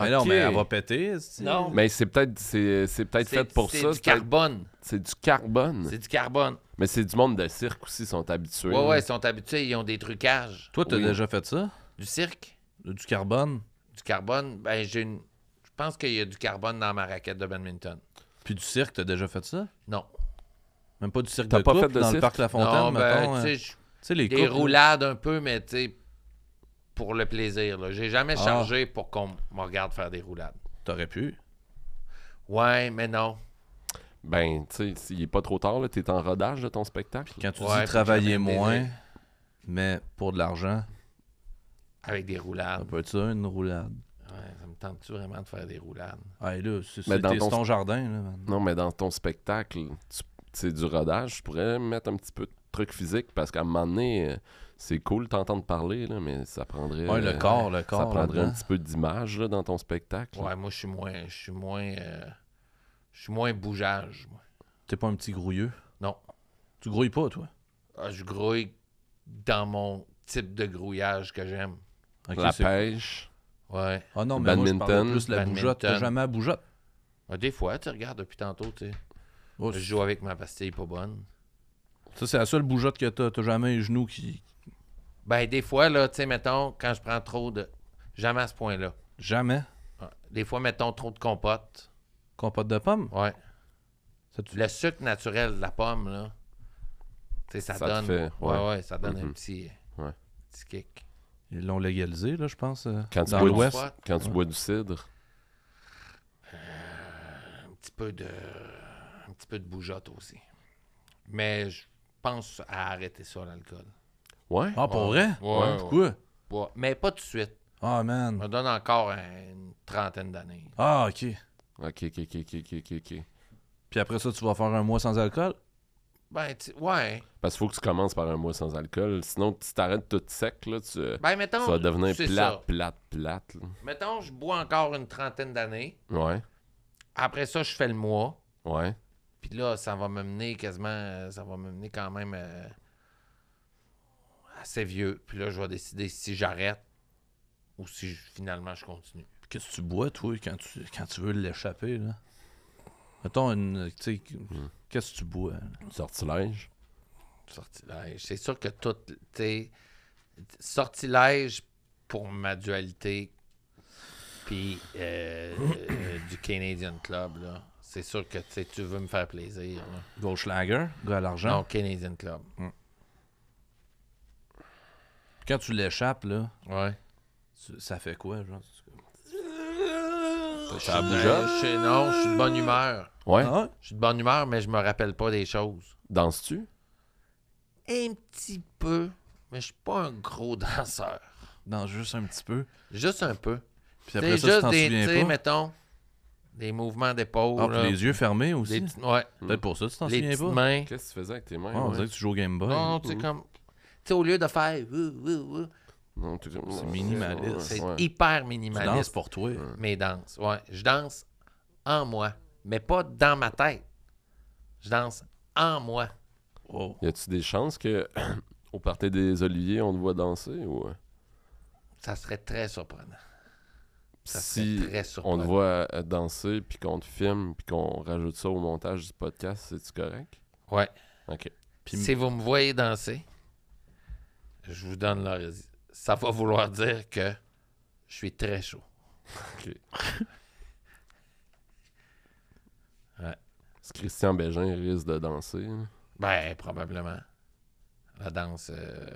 Speaker 2: Mais non,
Speaker 1: Ah, Ok.
Speaker 2: mais elle va péter. esti.
Speaker 3: Non.
Speaker 1: Mais c'est peut-être c'est, c'est peut-être
Speaker 3: C'est-
Speaker 1: fait pour
Speaker 3: c'est
Speaker 1: ça.
Speaker 3: du
Speaker 1: c'est peut-être-
Speaker 3: carbone.
Speaker 1: C'est du carbone.
Speaker 3: C'est du carbone.
Speaker 1: Mais c'est du monde de cirque aussi, ils sont habitués.
Speaker 3: Ouais, ouais, ils sont habitués, ils ont des trucages.
Speaker 2: Toi, t'as
Speaker 1: Oui.
Speaker 2: déjà fait ça?
Speaker 3: Du cirque,
Speaker 2: Du carbone,
Speaker 3: du carbone, ben j'ai une. Je pense qu'il y a du carbone dans ma raquette de badminton.
Speaker 2: puis du cirque, t'as déjà fait ça?
Speaker 3: Non.
Speaker 2: Même pas du cirque
Speaker 1: T'as
Speaker 2: de
Speaker 1: pas
Speaker 2: couple,
Speaker 1: fait de
Speaker 2: dans le
Speaker 1: cirque?
Speaker 2: parc La Fontaine,
Speaker 3: non, ben,
Speaker 2: mettons, euh,
Speaker 3: tu
Speaker 1: hein.
Speaker 3: sais, je-
Speaker 2: sais, les
Speaker 3: Des
Speaker 2: couples,
Speaker 3: roulades un peu, mais tu sais, pour le plaisir. là. J'ai jamais
Speaker 2: Ah.
Speaker 3: chargé pour qu'on me regarde faire des roulades.
Speaker 2: T'aurais pu.
Speaker 3: Ouais, mais non.
Speaker 1: Ben, tu sais, il est pas trop tard, là. T'es en rodage de ton spectacle.
Speaker 2: Quand tu
Speaker 3: Ouais,
Speaker 2: dis
Speaker 3: faut
Speaker 2: travailler
Speaker 3: jamais
Speaker 2: moins,
Speaker 3: délai.
Speaker 2: mais pour de l'argent,
Speaker 3: Avec des
Speaker 2: ça
Speaker 3: roulades.
Speaker 2: peut être ça, une roulade.
Speaker 3: Ouais, ça me tente-tu vraiment de faire des roulades?
Speaker 2: Hey, là, c'est
Speaker 1: Mais
Speaker 2: c'est
Speaker 1: dans
Speaker 2: tes-
Speaker 1: ton-
Speaker 2: c'est ton jardin, là, man.
Speaker 1: Non, mais dans ton spectacle, tu- c'est du rodage. Je pourrais mettre un petit peu de truc physique parce qu'à un moment donné, euh, c'est cool de t'entendre parler, là, mais ça prendrait.
Speaker 2: Ouais,
Speaker 1: euh,
Speaker 2: le corps, le corps.
Speaker 1: Ça prendrait un
Speaker 2: là-dedans.
Speaker 1: petit peu d'image là, dans ton spectacle.
Speaker 3: Ouais, moi, je suis moins. Je suis moins. euh, je suis moins bougeage, moi.
Speaker 2: T'es pas un petit grouilleux.
Speaker 3: Non.
Speaker 2: Tu grouilles pas, toi.
Speaker 3: Ah, je grouille dans mon type de grouillage que j'aime.
Speaker 2: Ok,
Speaker 1: La
Speaker 2: c'est-
Speaker 1: pêche.
Speaker 3: Ouais.
Speaker 2: Ah non, mais moi, je parlais
Speaker 1: Badminton.
Speaker 2: plus de la
Speaker 3: Badminton.
Speaker 2: bougeotte. T'as jamais à bougeotte.
Speaker 3: Ah, Des fois, tu regardes depuis tantôt, tu sais.
Speaker 2: Oh,
Speaker 3: Je joue avec ma pastille pas bonne.
Speaker 2: ça, c'est la seule bougeotte que t'as. T'as jamais les genoux qui.
Speaker 3: Ben, des fois, là, tu sais, mettons, quand je prends trop de. Jamais à ce point-là.
Speaker 2: Jamais.
Speaker 3: Ouais. Des fois, mettons trop de compote.
Speaker 2: Compote de pomme.
Speaker 3: Ouais.
Speaker 2: Ça, tu-
Speaker 3: Le sucre naturel de la pomme, là. Tu sais, ça,
Speaker 1: Ça te
Speaker 3: donne.
Speaker 1: fait-
Speaker 3: ouais. ouais, Mm-hmm.
Speaker 1: ouais.
Speaker 3: ça donne un
Speaker 1: Mhm.
Speaker 3: petit.
Speaker 1: Ouais.
Speaker 3: petit kick.
Speaker 2: Ils l'ont légalisé, là, je pense. euh,
Speaker 1: Quand tu
Speaker 2: dans
Speaker 1: bois du-
Speaker 2: l'Ouest.
Speaker 3: Soit
Speaker 1: Quand tu bois du cidre.
Speaker 3: un petit peu de. un petit peu de bougeotte aussi. Mais je pense à arrêter ça, l'alcool.
Speaker 1: Ouais.
Speaker 2: Ah, pour vrai?
Speaker 3: Ouais, ouais.
Speaker 2: Pourquoi?
Speaker 3: Ouais. Mais pas tout de suite.
Speaker 2: Ah,
Speaker 3: Ça
Speaker 2: man.
Speaker 3: me donne encore une trentaine d'années.
Speaker 2: Ah, ok.
Speaker 1: Ok, ok, ok, ok, ok, ok, ok.
Speaker 2: Puis après ça, tu vas faire un mois sans alcool?
Speaker 3: Ben, tu- ouais.
Speaker 1: Parce qu'il faut que tu commences par un mois sans alcool. Sinon, si t'arrêtes tout sec, là, tu,
Speaker 3: Ben, mettons.
Speaker 1: tu vas devenir
Speaker 3: c'est
Speaker 1: plate,
Speaker 3: ça.
Speaker 1: plate, plate, là.
Speaker 3: Mettons, je bois encore une trentaine d'années.
Speaker 1: Ouais.
Speaker 3: Après ça, je fais le mois.
Speaker 1: Ouais.
Speaker 3: Puis là, ça va me mener quasiment. euh, Ça va me mener quand même euh, assez vieux. Puis là, je vais décider si j'arrête ou si je- finalement je continue.
Speaker 2: Qu'est-ce que tu bois, toi, quand tu, quand tu veux l'échapper, là? Mettons, une, tu sais,
Speaker 1: Hmm.
Speaker 2: qu'est-ce que tu bois? là?
Speaker 1: Sortilège.
Speaker 3: Sortilège. C'est sûr que tout. Tu sais, sortilège pour ma dualité. Puis euh, euh, du Canadian Club, là. C'est sûr que tu sais, tu veux me faire plaisir. là.
Speaker 2: Goldschlager, gars à l'argent.
Speaker 3: Non, Canadian Club.
Speaker 2: Mm. Quand tu l'échappes, là,
Speaker 3: Ouais.
Speaker 2: tu- ça fait quoi, genre?
Speaker 1: Ça
Speaker 3: Ben,
Speaker 1: bougeotte.
Speaker 3: je suis- non, je suis de bonne humeur.
Speaker 1: Ouais.
Speaker 2: Ah, ouais?
Speaker 3: Je suis de bonne humeur, mais je me rappelle pas des choses.
Speaker 1: Danses-tu?
Speaker 3: Un petit peu, mais je suis pas un gros danseur.
Speaker 2: Non, juste un petit peu.
Speaker 3: Juste un peu.
Speaker 2: Puis
Speaker 3: C'est
Speaker 2: après ça, tu
Speaker 3: juste
Speaker 2: t'en
Speaker 3: des, tu sais,
Speaker 2: souviens pas.
Speaker 3: mettons, des mouvements d'épaule.
Speaker 2: Ah, puis
Speaker 3: là,
Speaker 2: les yeux fermés
Speaker 3: euh, des
Speaker 2: aussi.
Speaker 3: petites- ouais,
Speaker 2: Peut-être pour ça, tu t'en
Speaker 3: les
Speaker 2: souviens
Speaker 3: petites
Speaker 2: pas.
Speaker 3: mains.
Speaker 1: Qu'est-ce que tu faisais avec tes mains?
Speaker 2: Ah, on
Speaker 1: ouais?
Speaker 2: dirait que tu joues au Game Boy.
Speaker 3: Non, non, tu sais, comme. Tu sais, au lieu de faire. ouh, ouh, ouh,
Speaker 1: Non, tu-
Speaker 2: C'est minimaliste.
Speaker 3: c'est
Speaker 1: Ouais.
Speaker 3: hyper
Speaker 2: tu danses
Speaker 3: minimaliste.
Speaker 2: pour toi.
Speaker 3: Mes danses. Ouais, je danse en moi, mais pas dans ma tête. Je danse en moi.
Speaker 2: Oh.
Speaker 1: Y a-tu des chances que au party des Oliviers, on te voit danser ou euh,
Speaker 3: Ça serait très surprenant. Ça
Speaker 1: si
Speaker 3: serait très
Speaker 1: on
Speaker 3: surprenant.
Speaker 1: te voit euh, danser puis qu'on te filme puis qu'on rajoute ça au montage du podcast, c'est tu correct
Speaker 3: Ouais.
Speaker 1: Ok.
Speaker 2: Puis-
Speaker 3: si vous me voyez danser, je vous donne la Ça va vouloir dire que je suis très chaud.
Speaker 1: Ok.
Speaker 3: Ouais.
Speaker 1: Si Christian Bégin risque de danser, là.
Speaker 3: Ben, probablement. La danse. euh,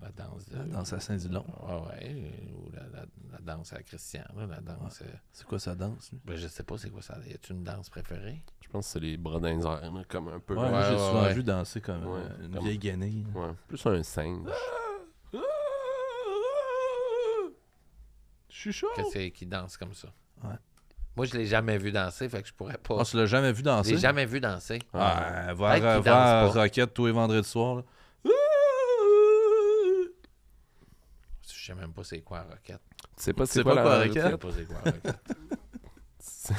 Speaker 3: la danse. de-
Speaker 2: Dans sa Saint-Dilon.
Speaker 3: Ouais, ouais. Ou la, la- la danse à Christian, là, la danse. euh,
Speaker 2: C'est quoi sa danse, lui?
Speaker 3: ben, je sais pas c'est quoi ça. Y a-tu une danse préférée?
Speaker 1: je pense que c'est les bras d'un comme un peu.
Speaker 2: Ouais,
Speaker 1: là.
Speaker 2: moi,
Speaker 3: ouais,
Speaker 2: j'ai
Speaker 3: ouais,
Speaker 2: souvent
Speaker 3: ouais.
Speaker 2: vu danser comme
Speaker 1: Ouais,
Speaker 2: euh, une
Speaker 1: comme-
Speaker 2: vieille guenille. là.
Speaker 1: Ouais, Plus un singe.
Speaker 2: Je suis chaud.
Speaker 3: Que c'est qui danse comme ça?
Speaker 2: Oh! Ouais.
Speaker 3: Moi, je l'ai jamais vu danser, fait que je pourrais pas.
Speaker 2: On se l'a jamais vu
Speaker 3: je l'ai
Speaker 2: danser.
Speaker 3: jamais vu danser.
Speaker 2: Ah,
Speaker 3: Peut-être
Speaker 2: voir,
Speaker 3: qu'il danse
Speaker 2: voir
Speaker 3: pas.
Speaker 2: Rocket tous les vendredis soirs. là.
Speaker 3: Je sais même pas c'est quoi la roquette.
Speaker 1: Tu sais pas
Speaker 2: sais
Speaker 1: c'est quoi,
Speaker 2: pas hein?
Speaker 1: la
Speaker 2: quoi,
Speaker 1: requête?
Speaker 3: Je sais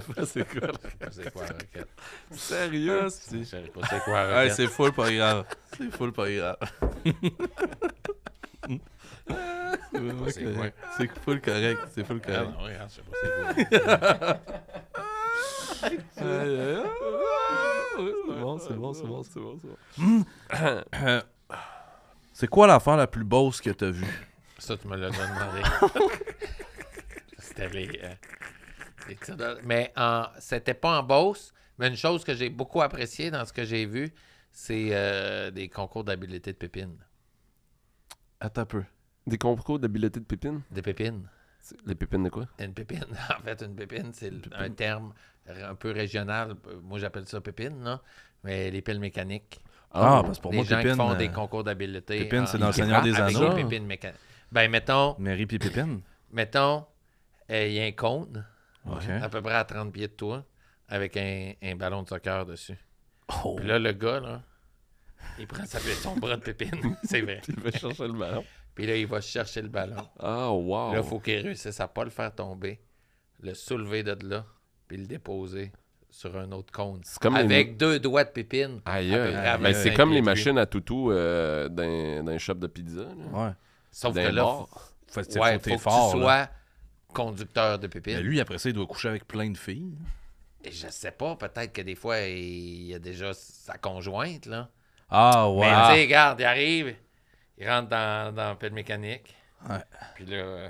Speaker 2: Roquette?
Speaker 3: pas c'est quoi la roquette.
Speaker 1: Tu sais pas c'est quoi la-
Speaker 3: Je sais pas c'est quoi la roquette.
Speaker 2: Sérieux?
Speaker 3: Je sais pas c'est quoi la
Speaker 2: Ouais,
Speaker 3: roquette.
Speaker 2: c'est full pas grave. C'est full pas grave. c'est vraiment
Speaker 3: C'est quoi?
Speaker 2: correct. C'est full correct. C'est full
Speaker 3: Ah
Speaker 2: correct.
Speaker 3: non, regarde, je sais pas c'est quoi.
Speaker 2: Ah C'est bon, c'est bon, c'est bon.
Speaker 1: c'est bon, c'est bon.
Speaker 2: Euh, C'est quoi l'affaire la plus bosse que t'as vue?
Speaker 3: Ça, tu me l'as déjà demandé. C'était les. euh, les tirs de- Mais en... c'était pas en Beauce, mais une chose que j'ai beaucoup appréciée dans ce que j'ai vu, c'est euh, des concours d'habileté de pépines.
Speaker 2: Attends un peu.
Speaker 1: Des concours d'habileté de pépines
Speaker 3: Des pépines.
Speaker 1: C'est- Les pépines de quoi
Speaker 3: Une pépine. En fait, une pépine, c'est l- un terme r- un peu régional. Euh, Moi, j'appelle ça pépine, non? Mais les piles mécaniques.
Speaker 2: Ah, parce que pour
Speaker 3: les
Speaker 2: moi,
Speaker 3: gens
Speaker 2: Pépine.
Speaker 3: qui font des
Speaker 2: euh,
Speaker 3: concours d'habileté.
Speaker 2: Pépine,
Speaker 3: en-
Speaker 2: c'est dans le
Speaker 3: avec
Speaker 2: Seigneur des Anneaux.
Speaker 3: des pépines mécaniques. Ben, mettons,
Speaker 2: Mary puis Pépine.
Speaker 3: mettons, euh, il y a un cône.
Speaker 2: Ok.
Speaker 3: à peu près à 30 pieds de toi, avec un, un ballon de soccer dessus.
Speaker 2: Oh.
Speaker 3: Puis là, le gars, là, il prend sa, son bras de pépine, c'est vrai.
Speaker 1: Il va chercher le ballon.
Speaker 3: Puis là, il va chercher le ballon.
Speaker 1: Ah, wow.
Speaker 3: Là, il faut qu'il réussisse à pas le faire tomber, le soulever de là, puis le déposer sur un autre cône.
Speaker 1: C'est comme les-
Speaker 3: avec deux doigts de pépine.
Speaker 1: Aïe,
Speaker 3: à peu près à
Speaker 1: aïe. Ben,
Speaker 3: 25
Speaker 1: c'est comme
Speaker 3: pieds
Speaker 1: les
Speaker 3: de lui.
Speaker 1: machines à toutou euh, d'un d'un shop de pizza. là.
Speaker 2: Ouais.
Speaker 3: Sauf que
Speaker 1: D'un
Speaker 3: là,
Speaker 1: bar.
Speaker 3: faut,
Speaker 2: Faut, que
Speaker 3: ouais,
Speaker 2: faut
Speaker 3: faut
Speaker 2: t'es
Speaker 3: que
Speaker 2: fort.
Speaker 3: tu
Speaker 2: là.
Speaker 3: sois conducteur de pépine.
Speaker 2: Mais lui, après ça, il doit coucher avec plein de filles.
Speaker 3: Et je sais pas, peut-être que des fois, il y a déjà sa conjointe, là.
Speaker 2: Ah,
Speaker 3: Mais
Speaker 2: ouais.
Speaker 3: tu sais, regarde, il arrive, il rentre dans, dans le pelle mécanique.
Speaker 2: Ouais.
Speaker 3: Puis là. euh,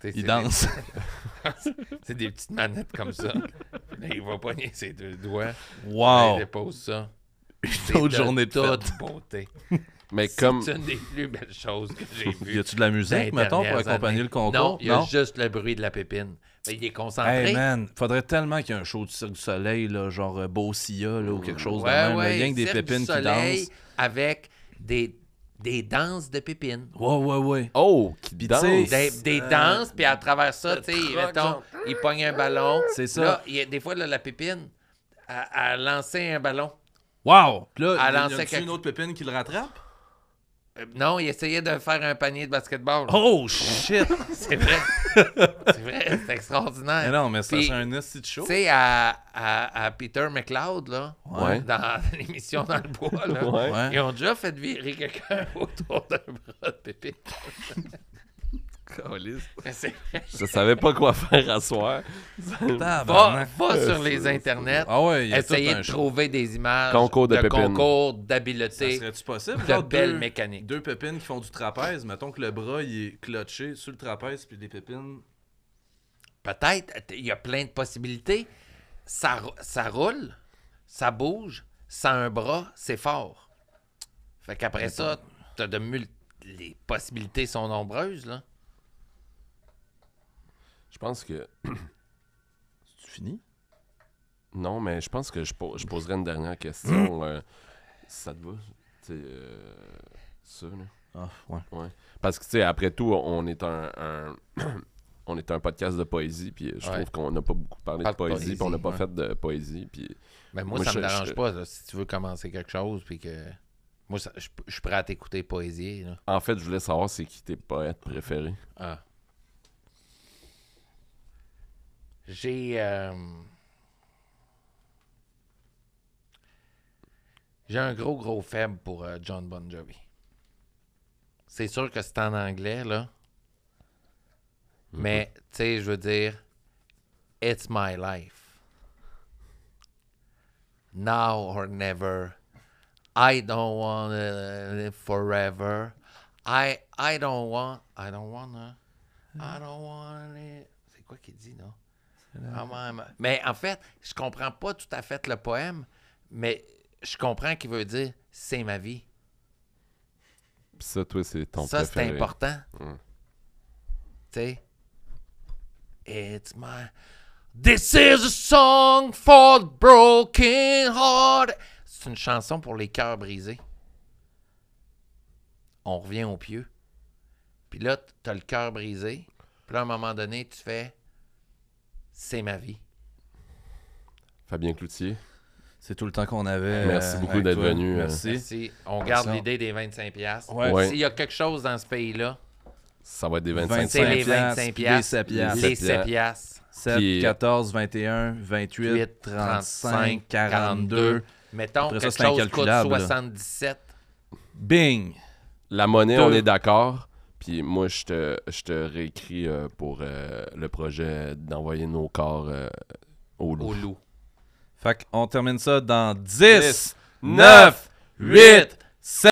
Speaker 3: tu sais,
Speaker 2: il
Speaker 3: c'est
Speaker 2: danse.
Speaker 3: des- C'est des petites manettes comme ça. Puis là, il va pogner ses deux doigts. Il
Speaker 2: Wow.
Speaker 3: dépose ça.
Speaker 2: Oh. Une autre journée de fête.
Speaker 3: toute beauté.
Speaker 1: Mais comme.
Speaker 3: C'est une des plus belles choses que j'ai
Speaker 2: Y
Speaker 3: vues.
Speaker 2: a-tu de la
Speaker 3: dans les
Speaker 2: musique, mettons, pour
Speaker 3: dernières
Speaker 2: accompagner
Speaker 3: années.
Speaker 2: le concours?
Speaker 3: Non, il y a juste le bruit de la pépine. Mais il est concentré.
Speaker 2: Hey man, faudrait tellement qu'il y ait un show du Cirque du Soleil, là, genre euh, Beau Sia là, ou quelque chose de même. là. rien que des
Speaker 3: Cirque du
Speaker 2: pépines qui
Speaker 3: Soleil
Speaker 2: dansent.
Speaker 3: Avec des, des danses de pépines.
Speaker 2: Ouais, ouais, ouais.
Speaker 1: Oh, qui
Speaker 2: Puis tu
Speaker 1: danse.
Speaker 2: sais-
Speaker 3: des, des danses, puis à travers ça, tu sais, il-
Speaker 1: truc,
Speaker 3: mettons,
Speaker 1: genre.
Speaker 3: il pogne un ballon.
Speaker 2: C'est ça.
Speaker 3: Là, il y a- des fois, là, la pépine a, a lancé un ballon.
Speaker 2: Wow! Puis Là,
Speaker 3: À
Speaker 2: il y a
Speaker 3: lancer quelque-
Speaker 2: une autre pépine qui le rattrape?
Speaker 3: Euh, non, il essayait de faire un panier de basketball.
Speaker 2: Oh shit!
Speaker 3: C'est vrai. c'est vrai, c'est
Speaker 2: mais
Speaker 3: extraordinaire.
Speaker 2: non, mais ça
Speaker 3: Puis,
Speaker 2: c'est un esti de show.
Speaker 3: Tu sais, à, à- à Peter McLeod, là,
Speaker 1: Ouais.
Speaker 3: dans l'émission Dans le bois, là,
Speaker 1: Ouais.
Speaker 2: Ouais.
Speaker 3: ils ont déjà fait virer quelqu'un autour d'un bras de pépine.
Speaker 1: Caliste.
Speaker 3: Mais c'est vrai.
Speaker 1: Je savais pas quoi faire à soir.
Speaker 3: Va,
Speaker 2: Tabarnak.
Speaker 3: va sur les internets,
Speaker 2: Ah ouais, il y a tout
Speaker 3: essayez
Speaker 2: un
Speaker 3: de
Speaker 2: show.
Speaker 3: trouver des images
Speaker 1: Concours de
Speaker 3: de
Speaker 1: pépines.
Speaker 3: concours
Speaker 2: Ça
Speaker 3: d'habileté.
Speaker 2: serait-tu possible?
Speaker 3: de
Speaker 2: genre,
Speaker 3: belles
Speaker 2: deux-
Speaker 3: mécaniques.
Speaker 2: Deux pépines qui font du trapèze. Mettons que le bras, il est clutché sur le trapèze, puis les pépines...
Speaker 3: Peut-être, t- il y a plein de possibilités. Ça, rou- ça roule, ça bouge, ça a un bras, c'est fort. Fait qu'après ça, t'as de mul- les possibilités sont nombreuses, là.
Speaker 1: Je pense que.
Speaker 2: C'est fini?
Speaker 1: Non, mais je pense que je, po- je poserai une dernière question. euh, si ça te va. Tu sais, euh, ça, là.
Speaker 2: Ah, ouais.
Speaker 1: Parce que, tu sais, après tout, on est un, un- on est un podcast de poésie, puis je
Speaker 3: Ouais.
Speaker 1: trouve qu'on n'a pas beaucoup parlé
Speaker 3: Pas
Speaker 1: de
Speaker 3: de
Speaker 1: poésie,
Speaker 3: poésie,
Speaker 1: puis on n'a pas
Speaker 3: ouais.
Speaker 1: fait de poésie, puis...
Speaker 3: Mais moi,
Speaker 1: Moi,
Speaker 3: ça
Speaker 1: je-
Speaker 3: me dérange
Speaker 1: je-
Speaker 3: pas, là, si tu veux commencer quelque chose, puis que... Moi, ça- je je suis prêt à t'écouter poésie, là.
Speaker 1: En fait, je voulais savoir c'est qui tes poètes préférés.
Speaker 3: Ah. J'ai... euh, J'ai un gros, gros faible pour euh, John Bon Jovi. C'est sûr que c'est en anglais, là. Mais, tu sais, je veux dire... It's my life. Now or never. I don't want to live forever. I I don't want I don't wanna I don't want it. C'est quoi qu'il dit non? Ah, ouais, mais- Mais en fait, je comprends pas tout à fait le poème, mais je comprends qu'il veut dire c'est ma vie.
Speaker 1: Puis ça, toi, c'est ton
Speaker 3: Ça c'est
Speaker 1: préféré.
Speaker 3: important.
Speaker 1: Mm.
Speaker 3: Tu sais. It's my This is a song for the broken heart. C'est une chanson pour les cœurs brisés. On revient au pieu. Puis là, t- t'as le cœur brisé. Puis là, à un moment donné, tu fais C'est ma vie.
Speaker 1: Fabien Cloutier.
Speaker 2: C'est tout le temps qu'on avait.
Speaker 1: Merci
Speaker 2: euh,
Speaker 1: beaucoup
Speaker 2: avec
Speaker 1: d'être
Speaker 2: toi.
Speaker 1: venu, euh.
Speaker 2: Merci.
Speaker 3: Si on garde
Speaker 2: Excellent.
Speaker 3: l'idée des 25$. piastres.
Speaker 2: Ouais.
Speaker 1: Ouais.
Speaker 3: S'il y a quelque chose dans ce pays-là,
Speaker 1: Ça va être des 25.
Speaker 2: 25.
Speaker 3: c'est les
Speaker 2: 25$,
Speaker 3: 25$.
Speaker 2: puis les 7 piastres.
Speaker 3: Les
Speaker 1: 7
Speaker 3: 7 piastres.
Speaker 2: 7,
Speaker 1: Puis-
Speaker 2: 14, 21, 28,
Speaker 3: 8,
Speaker 2: 35, 42.
Speaker 3: Mettons,
Speaker 2: Après ça,
Speaker 3: quelque
Speaker 2: c'est
Speaker 3: chose coûte
Speaker 2: incalculable, là.
Speaker 3: 77.
Speaker 2: Bing!
Speaker 1: La monnaie,
Speaker 2: Deux.
Speaker 1: on est d'accord. Puis moi, je te, je te réécris euh, pour euh, le projet d'envoyer nos corps euh, au loup.
Speaker 3: au loup.
Speaker 2: Fait qu'on termine ça dans 10,
Speaker 1: 9,
Speaker 2: 9, 8, 7.